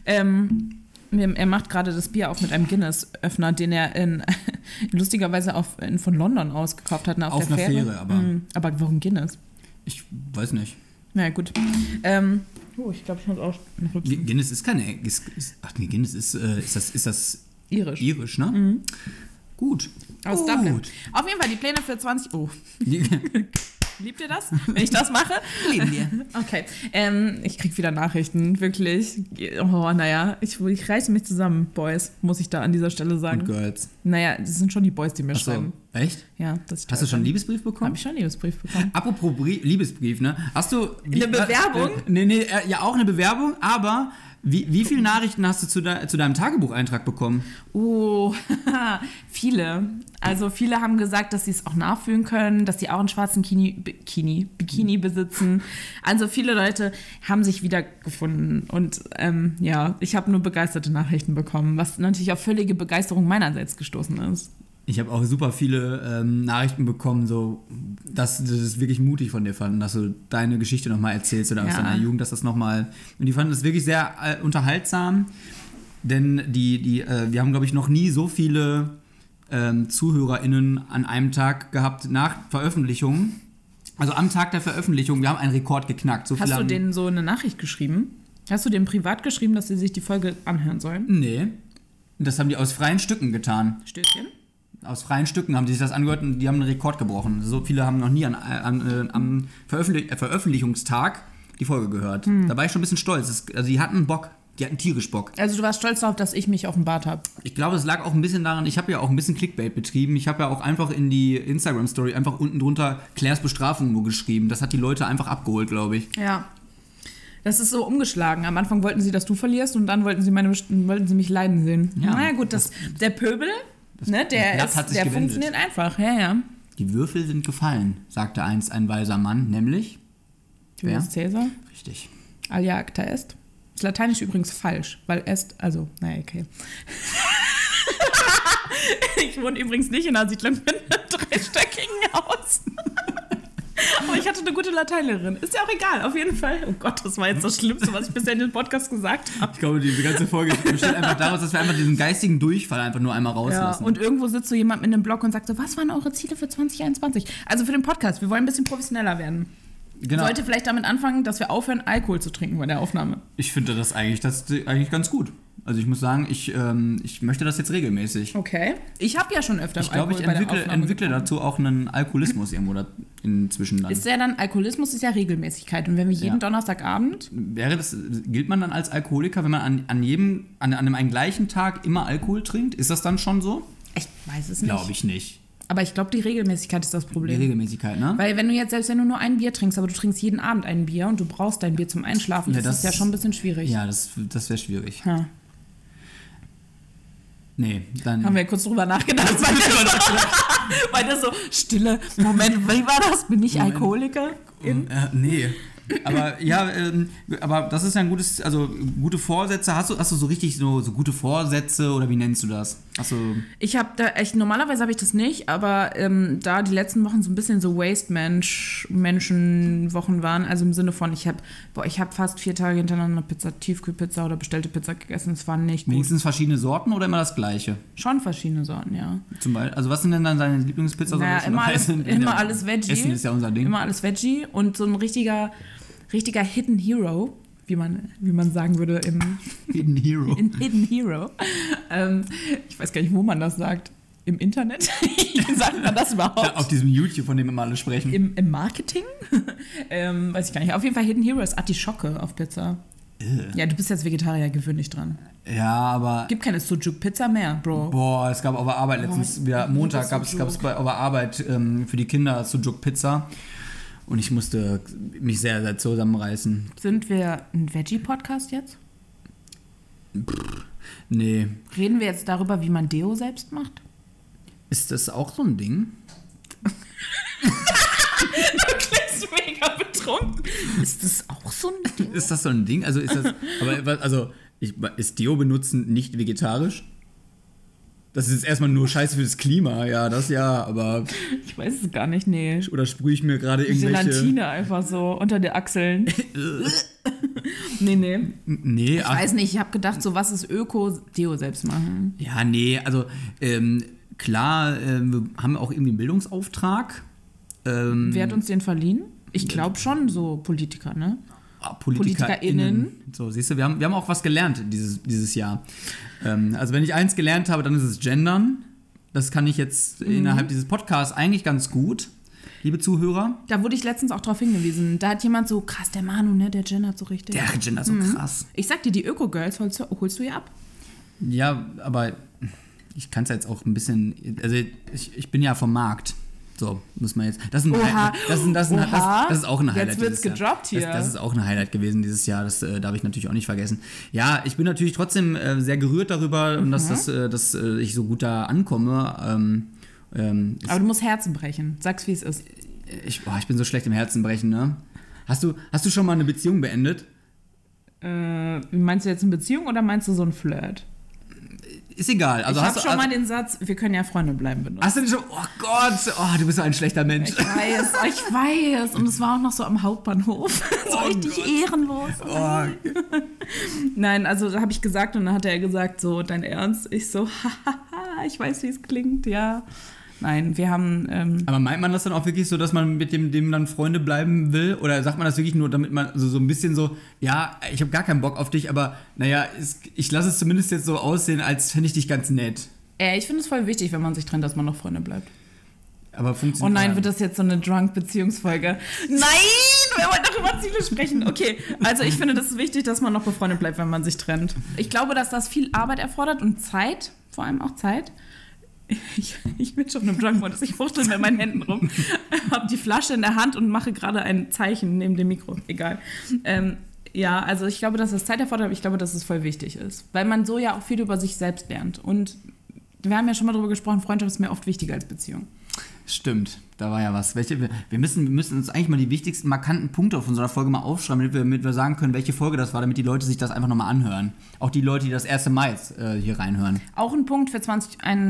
[SPEAKER 2] Ähm, mir- er macht gerade das Bier auf mit einem Guinness-Öffner, den er in, <laughs> lustigerweise auf, in, von London aus gekauft hat. Auf,
[SPEAKER 1] Auf
[SPEAKER 2] der
[SPEAKER 1] einer
[SPEAKER 2] Fähre.
[SPEAKER 1] Fähre, aber-
[SPEAKER 2] Mm, aber warum Guinness?
[SPEAKER 1] Ich weiß nicht.
[SPEAKER 2] Naja, gut. Ähm, oh, ich glaube, ich muss auch einen Rübsen.
[SPEAKER 1] Gu- Guinness ist keine. Ist, ist, ach nee, Guinness ist. Äh, ist, das, ist das
[SPEAKER 2] Irisch. Mhm.
[SPEAKER 1] irisch, ne? Gut.
[SPEAKER 2] Aus
[SPEAKER 1] Gut. <laughs>
[SPEAKER 2] Dublin. Auf jeden Fall die Pläne für 20. Oh. Liebt ihr das, wenn ich das mache?
[SPEAKER 3] Lieben wir.
[SPEAKER 2] <laughs> Okay. Ähm, ich krieg wieder Nachrichten, wirklich. Oh, naja, ich, ich reiße mich zusammen, Boys, muss ich da an dieser Stelle
[SPEAKER 1] Und
[SPEAKER 2] sagen.
[SPEAKER 1] Girls.
[SPEAKER 2] Naja, das sind schon die Boys, die mir
[SPEAKER 1] Achso,
[SPEAKER 2] schreiben.
[SPEAKER 1] echt?
[SPEAKER 2] Ja, das
[SPEAKER 1] Hast du schon einen Liebesbrief bekommen?
[SPEAKER 2] Habe ich schon einen Liebesbrief bekommen.
[SPEAKER 1] Apropos Brie Liebesbrief, ne? Hast du. Wie,
[SPEAKER 2] Bewerbung?
[SPEAKER 1] Äh, nee, nee, äh, ja, auch eine Bewerbung, aber wie, wie viele Nachrichten hast du zu, de zu deinem Tagebucheintrag bekommen?
[SPEAKER 2] Oh, <laughs> viele. Also viele haben gesagt, dass sie es auch nachfühlen können, dass sie auch einen schwarzen Kini, Bikini,
[SPEAKER 1] Hm.
[SPEAKER 2] Bikini besitzen. Also viele Leute haben sich wiedergefunden. Und ähm, ja, ich habe nur begeisterte Nachrichten bekommen, was natürlich auf völlige Begeisterung meinerseits gestoßen ist.
[SPEAKER 1] Ich habe auch super viele ähm, Nachrichten bekommen, so, dass sie das wirklich mutig von dir fanden, dass du deine Geschichte nochmal erzählst oder aus
[SPEAKER 2] Ja.
[SPEAKER 1] deiner Jugend, dass das nochmal. Und die fanden das wirklich sehr äh, unterhaltsam, denn die, die, äh, wir haben, glaube ich, noch nie so viele ähm, ZuhörerInnen an einem Tag gehabt nach Veröffentlichung. Also am Tag der Veröffentlichung, wir haben einen Rekord geknackt. So viele
[SPEAKER 2] Hast du
[SPEAKER 1] haben-
[SPEAKER 2] denen so eine Nachricht geschrieben? Hast du denen privat geschrieben, dass sie sich die Folge anhören sollen?
[SPEAKER 1] Nee. Das haben die aus freien Stücken getan.
[SPEAKER 2] Stößchen?
[SPEAKER 1] Aus freien Stücken haben die sich das angehört und die haben einen Rekord gebrochen. So viele haben noch nie an, an, äh, am Veröffentlich äh, Veröffentlichungstag die Folge gehört. Da war ich schon ein bisschen stolz. Das, also die hatten Bock. Die hatten tierisch Bock.
[SPEAKER 2] Also du warst stolz darauf, dass ich mich offenbart habe.
[SPEAKER 1] Ich glaube, es lag auch ein bisschen daran, ich habe ja auch ein bisschen Clickbait betrieben. Ich habe ja auch einfach in die Instagram-Story einfach unten drunter Claires Bestrafung nur geschrieben. Das hat die Leute einfach abgeholt, glaube ich.
[SPEAKER 2] Ja. Das ist so umgeschlagen. Am Anfang wollten sie, dass du verlierst und dann wollten sie, meine, wollten sie mich leiden sehen. Ja.
[SPEAKER 1] Ja.
[SPEAKER 2] Na ja, gut, das, der Pöbel, ne, der,
[SPEAKER 1] Blatt
[SPEAKER 2] ist,
[SPEAKER 1] hat sich
[SPEAKER 2] der
[SPEAKER 1] gewendet.
[SPEAKER 2] funktioniert einfach. Ja, ja.
[SPEAKER 1] Die Würfel sind gefallen, sagte einst ein weiser Mann, nämlich.
[SPEAKER 2] Julius Caesar,
[SPEAKER 1] Richtig.
[SPEAKER 2] alia acta est. Ist lateinisch übrigens falsch, weil est, also, naja, okay. <laughs> ich wohne übrigens nicht in einer Siedlung mit einem dreistöckigen Haus. Aber ich hatte eine gute Lateinlehrerin. Ist ja auch egal, auf jeden Fall. Oh Gott, das war jetzt das Schlimmste, was ich bisher in dem Podcast gesagt habe.
[SPEAKER 1] Ich glaube, diese ganze <laughs> Folge besteht einfach daraus, dass wir einfach diesen geistigen Durchfall einfach nur einmal
[SPEAKER 2] Ja,
[SPEAKER 1] rauslassen.
[SPEAKER 2] und irgendwo sitzt so jemand mit einem Blog und sagt so, was waren eure Ziele für 2021? Also für den Podcast, wir wollen ein bisschen professioneller werden.
[SPEAKER 1] genau.
[SPEAKER 2] Sollte vielleicht damit anfangen, dass wir aufhören, Alkohol zu trinken bei der Aufnahme.
[SPEAKER 1] Ich finde das eigentlich, das eigentlich ganz gut. Also ich muss sagen, ich, ähm, ich möchte das jetzt regelmäßig.
[SPEAKER 2] Okay. Ich habe ja schon öfter
[SPEAKER 1] Ich glaube, ich entwickle, entwickle
[SPEAKER 2] getrunken.
[SPEAKER 1] dazu auch einen Alkoholismus irgendwo da inzwischen dann.
[SPEAKER 2] Ist ja dann, Alkoholismus ist ja Regelmäßigkeit. Und wenn wir jeden
[SPEAKER 1] Ja.
[SPEAKER 2] Donnerstagabend,
[SPEAKER 1] Wäre das, gilt man dann als Alkoholiker, wenn man an, an jedem, an, an einem einen gleichen Tag immer Alkohol trinkt? Ist das dann schon so?
[SPEAKER 2] ich weiß es nicht,
[SPEAKER 1] Glaube ich nicht.
[SPEAKER 2] aber ich glaube, die Regelmäßigkeit ist das
[SPEAKER 1] Die
[SPEAKER 2] Problem.
[SPEAKER 1] Regelmäßigkeit, ne?
[SPEAKER 2] Weil wenn du jetzt, selbst wenn du nur ein Bier trinkst, aber du trinkst jeden Abend ein Bier und du brauchst dein Bier zum Einschlafen,
[SPEAKER 1] Ja,
[SPEAKER 2] das, ist
[SPEAKER 1] das-
[SPEAKER 2] ja schon ein bisschen schwierig.
[SPEAKER 1] Ja, das, das wäre schwierig.
[SPEAKER 2] Ha.
[SPEAKER 1] Nee, dann.
[SPEAKER 2] Haben wir kurz drüber nachgedacht,
[SPEAKER 1] <laughs>
[SPEAKER 2] weil das, so, weil das so stille, Moment, wie war das? Bin ich
[SPEAKER 1] Moment.
[SPEAKER 2] Alkoholiker?
[SPEAKER 1] Äh, nee. Aber ja, ähm, aber das ist ja ein gutes, also gute Vorsätze. Hast du, hast du so richtig so, so gute Vorsätze oder wie nennst du das? Hast du,
[SPEAKER 2] Ich habe da echt, normalerweise habe ich das nicht, aber ähm, da die letzten Wochen so ein bisschen so Waste-Menschen-Wochen waren, also im Sinne von, ich habe ich hab fast vier Tage hintereinander Pizza, Tiefkühlpizza oder bestellte Pizza gegessen, es war nicht gut.
[SPEAKER 1] wenigstens verschiedene Sorten oder immer das gleiche?
[SPEAKER 2] Schon verschiedene Sorten, ja.
[SPEAKER 1] Zum Beispiel, also was sind denn dann deine Lieblingspizza? so
[SPEAKER 2] Naja,
[SPEAKER 1] welche
[SPEAKER 2] immer
[SPEAKER 1] dabei
[SPEAKER 2] alles,
[SPEAKER 1] sind?
[SPEAKER 2] immer
[SPEAKER 1] Ja,
[SPEAKER 2] alles Veggie.
[SPEAKER 1] Essen ist ja unser Ding.
[SPEAKER 2] Immer alles Veggie und so ein richtiger, richtiger Hidden Hero, wie man, wie man sagen würde im
[SPEAKER 1] Hidden Hero. <laughs>
[SPEAKER 2] in Hidden Hero. Ähm, ich weiß gar nicht, wo man das sagt. Im Internet? <laughs> sagt man das überhaupt?
[SPEAKER 1] Ja, auf diesem YouTube, von dem immer alle sprechen.
[SPEAKER 2] Im, Im Marketing? <laughs> ähm, weiß ich gar nicht. Auf jeden Fall Hidden Hero ist Artischocke auf Pizza. Ja, du bist jetzt Vegetarier, gewöhn dich dran.
[SPEAKER 1] Ja, aber.
[SPEAKER 2] Gibt keine Sujuk-Pizza mehr, Bro.
[SPEAKER 1] Boah, es gab auf der Arbeit letztens wieder, Montag gab es gab's bei auf der Arbeit ähm, für die Kinder Sujuk Pizza. Und ich musste mich sehr, sehr zusammenreißen.
[SPEAKER 2] Sind wir ein Veggie-Podcast jetzt?
[SPEAKER 1] Nee,
[SPEAKER 2] Reden wir jetzt darüber, wie man Deo selbst macht? <laughs>
[SPEAKER 1] Ist das auch so ein Ding?
[SPEAKER 2] Du klingst mega betrunken. Ist das auch so ein Ding?
[SPEAKER 1] Ist das so ein Ding? Also ist das. aber was- also ich, ist Deo benutzen nicht vegetarisch? Das ist jetzt erstmal nur Scheiße fürs Klima, ja, das ja, aber.
[SPEAKER 2] Ich weiß es gar nicht, nee.
[SPEAKER 1] Oder sprühe ich mir gerade irgendwelche.
[SPEAKER 2] Gelatine einfach so unter den Achseln. <laughs> nee, nee.
[SPEAKER 1] Nee,
[SPEAKER 2] Ich
[SPEAKER 1] ach,
[SPEAKER 2] weiß nicht, ich habe gedacht, so was ist Öko-Deo selbst machen.
[SPEAKER 1] ja, nee, also ähm, klar, ähm, wir haben auch irgendwie einen Bildungsauftrag. Ähm,
[SPEAKER 2] Wer hat uns den verliehen? Ich glaube schon, so Politiker, ne?
[SPEAKER 1] Ah, PolitikerInnen. So, siehst du, wir haben, wir haben auch was gelernt dieses, dieses Jahr. Ähm, also, wenn ich eins gelernt habe, dann ist es Gendern. Das kann ich jetzt innerhalb dieses Podcasts eigentlich ganz gut. liebe Zuhörer.
[SPEAKER 2] Da wurde ich letztens auch drauf hingewiesen. Da hat jemand so, krass, der Manu, ne, der gendert so richtig.
[SPEAKER 1] Der Gender so
[SPEAKER 2] Mhm.
[SPEAKER 1] krass.
[SPEAKER 2] Ich sag dir, die Öko-Girls holst, du- holst du ja ab.
[SPEAKER 1] Ja, aber ich kann es jetzt auch ein bisschen. Also ich, ich bin ja vom Markt. So, muss man jetzt. Das ist, ein
[SPEAKER 2] Oha.
[SPEAKER 1] Highlight- das, ist- das, ist- das,
[SPEAKER 2] Oha.
[SPEAKER 1] das ist auch ein
[SPEAKER 2] Jetzt
[SPEAKER 1] Highlight.
[SPEAKER 2] wird's
[SPEAKER 1] dieses
[SPEAKER 2] gedroppt hier.
[SPEAKER 1] Das, das ist auch ein Highlight gewesen dieses Jahr. Das äh, darf ich natürlich auch nicht vergessen. Ja, ich bin natürlich trotzdem äh, sehr gerührt darüber,
[SPEAKER 2] Mhm.
[SPEAKER 1] dass, das, äh, dass äh, ich so gut da ankomme. Ähm, ähm,
[SPEAKER 2] Aber du musst Herzen brechen. Sag's, wie es ist.
[SPEAKER 1] ich, boah, ich bin so schlecht im Herzenbrechen, ne? Hast du, hast du schon mal eine Beziehung beendet?
[SPEAKER 2] Äh, meinst du jetzt eine Beziehung oder meinst du so ein Flirt?
[SPEAKER 1] Ist egal. Also
[SPEAKER 2] ich
[SPEAKER 1] hast
[SPEAKER 2] habe
[SPEAKER 1] du,
[SPEAKER 2] schon mal den Satz, wir können ja Freunde bleiben benutzt.
[SPEAKER 1] Hast du denn schon. Oh Gott, oh, du bist so ein schlechter Mensch.
[SPEAKER 2] Ich weiß, ich weiß. Und es war auch noch so am Hauptbahnhof. <laughs> so
[SPEAKER 1] Oh
[SPEAKER 2] richtig
[SPEAKER 1] Gott.
[SPEAKER 2] ehrenlos.
[SPEAKER 1] Oh,
[SPEAKER 2] Nein, also habe ich gesagt und dann hat er gesagt, so, dein Ernst? Ich so, <laughs> hahaha, ich weiß, wie es klingt, ja. Nein, wir haben, ähm,
[SPEAKER 1] Aber meint man das dann auch wirklich so, dass man mit dem, dem dann Freunde bleiben will? Oder sagt man das wirklich nur, damit man so, so ein bisschen so, ja, ich habe gar keinen Bock auf dich, aber naja, es, ich lasse es zumindest jetzt so aussehen, als fände ich dich ganz nett.
[SPEAKER 2] äh, ich finde es voll wichtig, wenn man sich trennt, dass man noch Freunde bleibt.
[SPEAKER 1] Aber
[SPEAKER 2] Oh
[SPEAKER 1] funktioniert.
[SPEAKER 2] nein, wird das jetzt so eine Drunk-Beziehungsfolge? Nein, wir wollen doch über Ziele sprechen. Okay, also ich finde das ist wichtig, dass man noch befreundet bleibt, wenn man sich trennt. Ich glaube, dass das viel Arbeit erfordert und Zeit, vor allem auch Zeit. Ich, ich bin schon im Drunk-Mode, ich fuchtel mit meinen Händen rum, habe die Flasche in der Hand und mache gerade ein Zeichen neben dem Mikro. Egal. Ähm, ja, also ich glaube, dass das Zeit erfordert, aber ich glaube, dass es voll wichtig ist. Weil man so ja auch viel über sich selbst lernt. Und wir haben ja schon mal darüber gesprochen, Freundschaft ist mir oft wichtiger als Beziehung.
[SPEAKER 1] Stimmt, da war ja was. Welche, wir, wir müssen, wir müssen uns eigentlich mal die wichtigsten markanten Punkte auf unserer Folge mal aufschreiben, damit wir, damit wir sagen können, welche Folge das war, damit die Leute sich das einfach nochmal anhören. Auch die Leute, die das erste Mal jetzt äh, hier
[SPEAKER 2] <laughs>
[SPEAKER 1] reinhören.
[SPEAKER 2] Auch ein Punkt für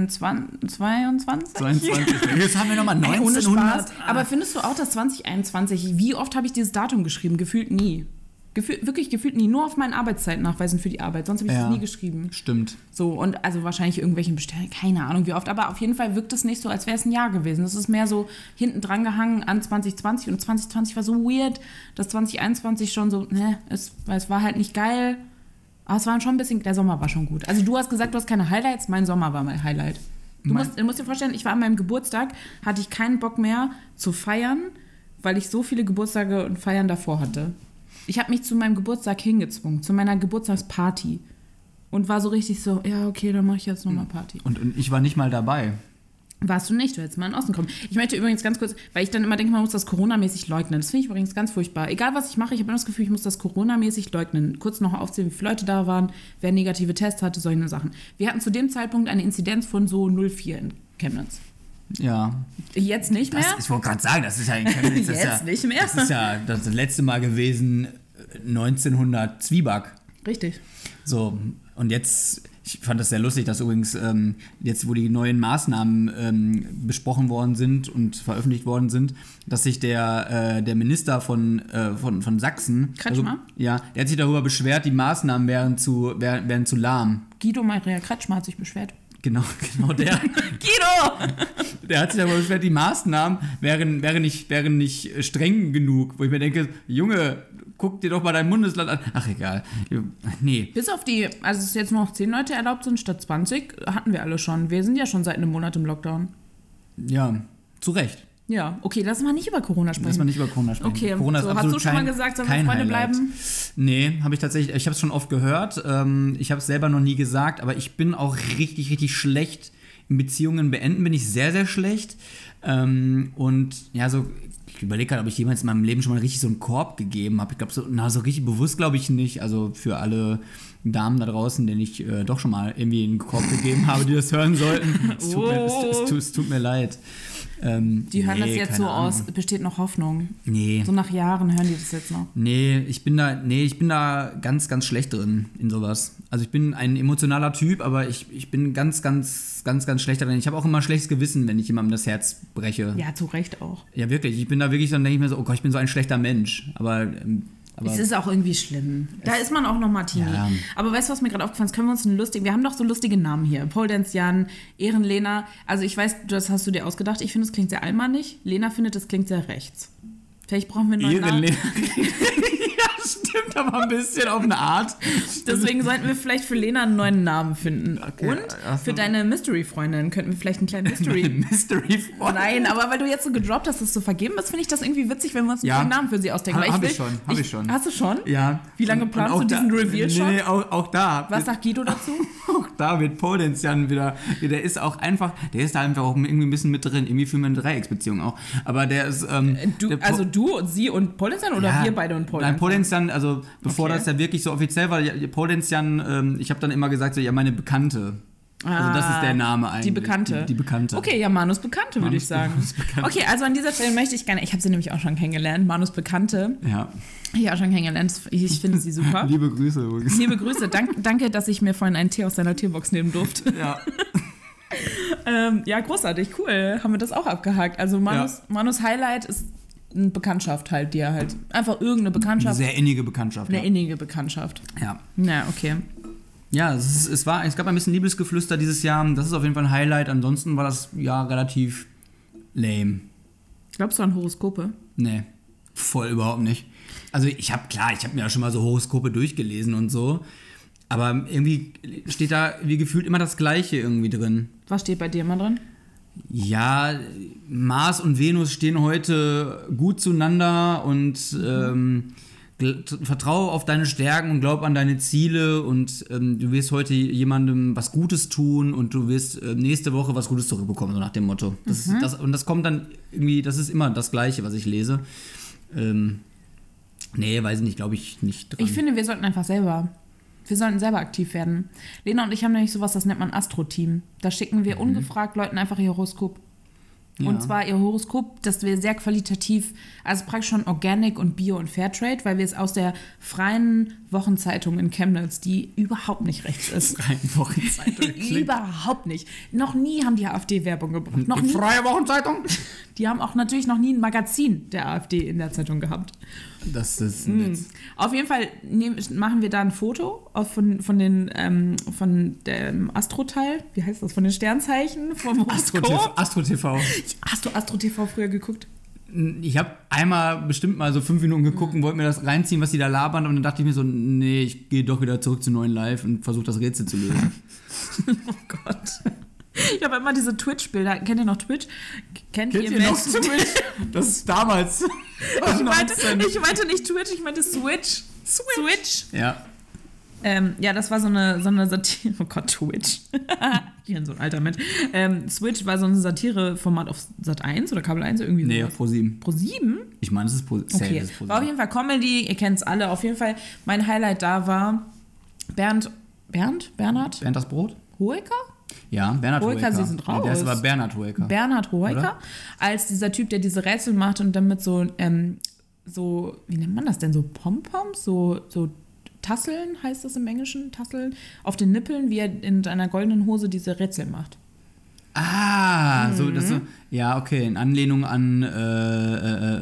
[SPEAKER 2] 2021, 22?
[SPEAKER 1] 22. Jetzt haben wir nochmal
[SPEAKER 2] Ey, ohne Spaß.
[SPEAKER 1] 1900.
[SPEAKER 2] Aber findest du auch, dass 2021, wie oft habe ich dieses Datum geschrieben? Gefühlt nie. Gefühl, wirklich gefühlt nie. Nur auf meinen Arbeitszeitnachweisen für die Arbeit. Sonst habe ich es
[SPEAKER 1] Ja.
[SPEAKER 2] nie geschrieben.
[SPEAKER 1] Stimmt.
[SPEAKER 2] So, und also wahrscheinlich irgendwelchen Bestellungen, keine Ahnung wie oft. Aber auf jeden Fall wirkt es nicht so, als wäre es ein Jahr gewesen. Es ist mehr so hinten dran gehangen an 2020. Und 2020 war so weird, dass 2021 schon so, ne, es, es war halt nicht geil. Aber es war schon ein bisschen, der Sommer war schon gut. Also du hast gesagt, du hast keine Highlights. Mein Sommer war mein Highlight. Du
[SPEAKER 1] Mein-
[SPEAKER 2] musst, du musst dir vorstellen, ich war an meinem Geburtstag, hatte ich keinen Bock mehr zu feiern, weil ich so viele Geburtstage und Feiern davor hatte. Ich habe mich zu meinem Geburtstag hingezwungen, zu meiner Geburtstagsparty. Und war so richtig so, ja, okay, dann mache ich jetzt
[SPEAKER 1] Hm.
[SPEAKER 2] nochmal Party.
[SPEAKER 1] Und, und ich war nicht mal dabei.
[SPEAKER 2] Warst du nicht, du hättest mal in den Osten kommen. Ich möchte übrigens ganz kurz, weil ich dann immer denke, man muss das Corona-mäßig leugnen. Das finde ich übrigens ganz furchtbar. Egal, was ich mache, ich habe immer das Gefühl, ich muss das Corona-mäßig leugnen. Kurz noch aufzählen, wie viele Leute da waren, wer negative Tests hatte, solche Sachen. Wir hatten zu dem Zeitpunkt eine Inzidenz von so 0,4 in Chemnitz.
[SPEAKER 1] Ja.
[SPEAKER 2] Jetzt nicht mehr.
[SPEAKER 1] Das, ich wollte gerade sagen, das ist ja in Chemnitz. das ist
[SPEAKER 2] <laughs> Jetzt
[SPEAKER 1] ja,
[SPEAKER 2] nicht mehr.
[SPEAKER 1] Das ist ja das letzte Mal gewesen, äh, 1900 Zwieback.
[SPEAKER 2] Richtig.
[SPEAKER 1] So, und jetzt, ich fand das sehr lustig, dass übrigens ähm, jetzt, wo die neuen Maßnahmen ähm, besprochen worden sind und veröffentlicht worden sind, dass sich der, äh, der Minister von, äh, von, von Sachsen.
[SPEAKER 2] Kretschmer?
[SPEAKER 1] darüber- ja, der hat sich darüber beschwert, die Maßnahmen wären zu, wären, wären zu lahm.
[SPEAKER 2] Guido Maria Kretschmer hat sich
[SPEAKER 1] <laughs>
[SPEAKER 2] beschwert.
[SPEAKER 1] Genau, genau der.
[SPEAKER 2] Guido!
[SPEAKER 1] Der hat sich aber beschwert, die Maßnahmen wären, wären, nicht, wären nicht äh, streng genug. Wo ich mir denke, Junge, guck dir doch mal dein Bundesland an. Ach, egal. Nee.
[SPEAKER 2] Bis auf die, also es ist jetzt nur noch 10 Leute erlaubt sind statt 20, hatten wir alle schon. Wir sind ja schon seit einem Monat im Lockdown.
[SPEAKER 1] Ja, zu Recht.
[SPEAKER 2] Ja, okay, lass mal nicht über Corona sprechen.
[SPEAKER 1] Lass mal nicht über Corona sprechen.
[SPEAKER 2] Okay,
[SPEAKER 1] Corona
[SPEAKER 2] so, hast
[SPEAKER 1] absolut
[SPEAKER 2] du schon mal
[SPEAKER 1] kein-
[SPEAKER 2] gesagt, sollen wir
[SPEAKER 1] kein
[SPEAKER 2] Freunde
[SPEAKER 1] Highlight.
[SPEAKER 2] bleiben?
[SPEAKER 1] Nee, habe ich tatsächlich, ich habe es schon oft gehört. Ähm, ich habe es selber noch nie gesagt, aber ich bin auch richtig, richtig schlecht. In Beziehungen beenden bin ich sehr, sehr schlecht. Ähm, und ja, so, ich überlege gerade, ob ich jemals in meinem Leben schon mal richtig so einen Korb gegeben habe. Ich glaube, so, na, so richtig bewusst glaube ich nicht. Also für alle Damen da draußen, denen ich äh, doch schon mal irgendwie einen Korb gegeben <laughs> habe, die das hören sollten. Es tut, mir, es, es, tut, es tut mir leid. Ähm,
[SPEAKER 2] Die hören das
[SPEAKER 1] nee,
[SPEAKER 2] jetzt
[SPEAKER 1] keine
[SPEAKER 2] so
[SPEAKER 1] Ahnung.
[SPEAKER 2] aus, besteht noch Hoffnung.
[SPEAKER 1] Nee.
[SPEAKER 2] So nach Jahren hören die das jetzt noch.
[SPEAKER 1] Nee, ich bin da, nee, ich bin da ganz, ganz schlecht drin in sowas. Also ich bin ein emotionaler Typ, aber ich, ich bin ganz, ganz, ganz, ganz schlecht drin. Ich habe auch immer schlechtes Gewissen, wenn ich jemandem das Herz breche. Ja,
[SPEAKER 2] Ja, zu Recht auch.
[SPEAKER 1] wirklich. Ich bin da wirklich, dann denke ich mir so, oh Gott, ich bin so ein schlechter Mensch. Aber, ähm, aber
[SPEAKER 2] es ist auch irgendwie schlimm. Da ist man auch noch mal Teenie.
[SPEAKER 1] Ja.
[SPEAKER 2] Aber weißt du, was mir gerade aufgefallen ist? Können wir uns einen lustigen... Wir haben doch so lustige Namen hier. Pole Dance Jan, Ehrenlena. Also ich weiß, das hast du dir ausgedacht. Ich finde, es klingt
[SPEAKER 1] <laughs>
[SPEAKER 2] sehr almanig. Lena findet, es klingt sehr rechts. Vielleicht brauchen wir einen neuen Namen.
[SPEAKER 1] Ehrenlena. Stimmt aber ein bisschen auf eine Art.
[SPEAKER 2] Deswegen sollten wir vielleicht für Lena einen neuen Namen finden.
[SPEAKER 1] Okay,
[SPEAKER 2] Und
[SPEAKER 1] also-
[SPEAKER 2] für deine Mystery-Freundin könnten wir vielleicht
[SPEAKER 1] <laughs>
[SPEAKER 2] einen kleinen
[SPEAKER 1] Mystery,
[SPEAKER 2] Mystery.
[SPEAKER 1] Mystery Freund.
[SPEAKER 2] Nein, aber weil du jetzt so gedroppt hast, dass du vergeben bist, finde ich das irgendwie witzig, wenn wir uns einen
[SPEAKER 1] Ja.
[SPEAKER 2] neuen Namen für sie ausdenken.
[SPEAKER 1] Ha-
[SPEAKER 2] Weil
[SPEAKER 1] hab ich
[SPEAKER 2] will-
[SPEAKER 1] schon, hab ich schon.
[SPEAKER 2] Hast du schon?
[SPEAKER 1] Ja.
[SPEAKER 2] Wie lange
[SPEAKER 1] Und- und
[SPEAKER 2] planst
[SPEAKER 1] auch
[SPEAKER 2] du diesen
[SPEAKER 1] da-
[SPEAKER 2] Reveal
[SPEAKER 1] nee,
[SPEAKER 2] schon?
[SPEAKER 1] Nee, auch, auch da.
[SPEAKER 2] Was sagt Guido dazu?
[SPEAKER 1] auch da wird Pole Dance Jan wieder. Der ist auch einfach, der ist da einfach auch irgendwie ein bisschen mit drin. Irgendwie fühlt man eine Dreiecksbeziehung auch. Aber der ist. Ähm, der
[SPEAKER 2] Du,
[SPEAKER 1] Po-
[SPEAKER 2] also du und sie und Polensan oder
[SPEAKER 1] Ja.
[SPEAKER 2] wir beide und
[SPEAKER 1] Nein,
[SPEAKER 2] Polensan?
[SPEAKER 1] Polenzian, also bevor
[SPEAKER 2] Okay.
[SPEAKER 1] das ja wirklich so offiziell war, ja, Polenzian, ähm, ich habe dann immer gesagt, so, ja, meine Bekannte. also das ist der Name eigentlich.
[SPEAKER 2] Ah, Die Bekannte.
[SPEAKER 1] Die, die Bekannte.
[SPEAKER 2] Okay, ja, Manus Bekannte, würde
[SPEAKER 1] Manus-
[SPEAKER 2] ich sagen.
[SPEAKER 1] Manus Bekannte.
[SPEAKER 2] Okay, also an dieser Stelle möchte ich gerne, ich habe sie nämlich auch schon kennengelernt, Manus Bekannte.
[SPEAKER 1] Ja.
[SPEAKER 2] Ich auch schon kennengelernt, ich finde sie super.
[SPEAKER 1] <laughs> Liebe Grüße übrigens.
[SPEAKER 2] Liebe Grüße, dank, danke, dass ich mir vorhin einen Tee aus deiner Teebox nehmen durfte. <laughs>
[SPEAKER 1] Ja.
[SPEAKER 2] Ähm, ja, großartig, cool. Haben wir das auch abgehakt. Also Manus,
[SPEAKER 1] Ja.
[SPEAKER 2] Manus Highlight ist eine Bekanntschaft halt, die er halt. Einfach irgendeine
[SPEAKER 1] Eine
[SPEAKER 2] Bekanntschaft,
[SPEAKER 1] sehr innige Bekanntschaft.
[SPEAKER 2] eine
[SPEAKER 1] Ja.
[SPEAKER 2] innige Bekanntschaft.
[SPEAKER 1] ja.
[SPEAKER 2] Na, okay.
[SPEAKER 1] Ja, es, ist, es war, es gab ein bisschen Liebesgeflüster dieses Jahr. Das ist auf jeden Fall ein Highlight. Ansonsten war das Jahr relativ lame.
[SPEAKER 2] Glaubst du an Horoskope?
[SPEAKER 1] Nee, voll überhaupt nicht. Also ich habe klar, ich habe mir ja schon mal so Horoskope durchgelesen und so, aber irgendwie steht da wie gefühlt immer das Gleiche irgendwie drin.
[SPEAKER 2] Was steht bei dir mal drin?
[SPEAKER 1] Ja, Mars und Venus stehen heute gut zueinander und ähm, gl- t- vertraue auf deine Stärken und glaub an deine Ziele und ähm, du wirst heute jemandem was Gutes tun und du wirst äh, nächste Woche was Gutes zurückbekommen, so nach dem Motto. Das
[SPEAKER 2] Mhm.
[SPEAKER 1] ist, das, und das kommt dann irgendwie, das ist immer das Gleiche, was ich lese. Ähm, nee, weiß ich nicht, glaube ich nicht dran.
[SPEAKER 2] Ich finde, wir sollten einfach selber. Wir sollten selber aktiv werden. Lena und ich haben nämlich sowas, das nennt man Astro-Team. Da schicken wir ungefragt Leuten einfach ihr Horoskop.
[SPEAKER 1] Ja.
[SPEAKER 2] Und zwar ihr Horoskop, das wir sehr qualitativ, also praktisch schon Organic und Bio und Fairtrade, weil wir es aus der freien Wochenzeitung in Chemnitz, die überhaupt nicht rechts
[SPEAKER 1] <laughs>
[SPEAKER 2] <laughs> ist.
[SPEAKER 1] Freie
[SPEAKER 2] <laughs>
[SPEAKER 1] Wochenzeitung. klingt-
[SPEAKER 2] überhaupt nicht. Noch nie haben die AfD Werbung gebracht. Noch
[SPEAKER 1] Die
[SPEAKER 2] nie.
[SPEAKER 1] Freie Wochenzeitung?
[SPEAKER 2] Die haben auch natürlich noch nie ein Magazin der AfD in der Zeitung gehabt.
[SPEAKER 1] Das ist ein
[SPEAKER 2] Hm.
[SPEAKER 1] Witz.
[SPEAKER 2] Auf jeden Fall nehm, machen wir da ein Foto auf- von, von, den, ähm, von dem Astro-Teil. Wie heißt das? Von den Sternzeichen? Vom
[SPEAKER 1] Astro
[SPEAKER 2] Horoskop?
[SPEAKER 1] TV. Astro TV.
[SPEAKER 2] Hast du Astro TV früher geguckt?
[SPEAKER 1] Ich habe einmal bestimmt mal so fünf Minuten geguckt und wollte mir das reinziehen, was die da labern. Und dann dachte ich mir so, nee, ich gehe doch wieder zurück zu neuen Live und versuche das Rätsel zu lösen.
[SPEAKER 2] <laughs> Oh Gott. Ich habe immer diese Twitch-Bilder. Kennt ihr noch Twitch? Kennt,
[SPEAKER 1] Kennt ihr noch
[SPEAKER 2] Menschen-
[SPEAKER 1] Twitch? Das ist <laughs> damals.
[SPEAKER 2] Ich meinte, ich meinte nicht Twitch, ich meinte Switch. Switch. Switch.
[SPEAKER 1] ja.
[SPEAKER 2] Ähm, ja, das war so eine, so eine Satire. <laughs> Oh Gott, Twitch. ich bin so ein alter Mensch. Ähm, Switch war so ein Satire-Format auf Sat 1 oder Kabel 1 irgendwie
[SPEAKER 1] Nee,
[SPEAKER 2] sowas.
[SPEAKER 1] Pro 7.
[SPEAKER 2] Pro 7?
[SPEAKER 1] Ich meine, es ist Pro 7.
[SPEAKER 2] Okay,
[SPEAKER 1] Pro
[SPEAKER 2] war auf
[SPEAKER 1] 7.
[SPEAKER 2] jeden Fall Comedy, ihr kennt es alle. Auf jeden Fall, mein Highlight da war Bernd, Bernd, Bernhard
[SPEAKER 1] Bernd das Brot?
[SPEAKER 2] Hoeker?
[SPEAKER 1] Ja, Bernhard
[SPEAKER 2] Hoeker,
[SPEAKER 1] Hoeker.
[SPEAKER 2] Sie sind
[SPEAKER 1] Nee, Der ist
[SPEAKER 2] raus.
[SPEAKER 1] aber Bernhard Hoeker.
[SPEAKER 2] Bernhard Hoeker,
[SPEAKER 1] Oder?
[SPEAKER 2] als dieser Typ, der diese Rätsel macht und damit so, ähm, so, wie nennt man das denn, so Pompoms, so, so Tasseln heißt das im Englischen, Tasseln, auf den Nippeln, wie er in einer goldenen Hose diese Rätsel macht.
[SPEAKER 1] ah, so, das
[SPEAKER 2] Mhm.
[SPEAKER 1] so. Ja, okay, in Anlehnung an. Äh, äh,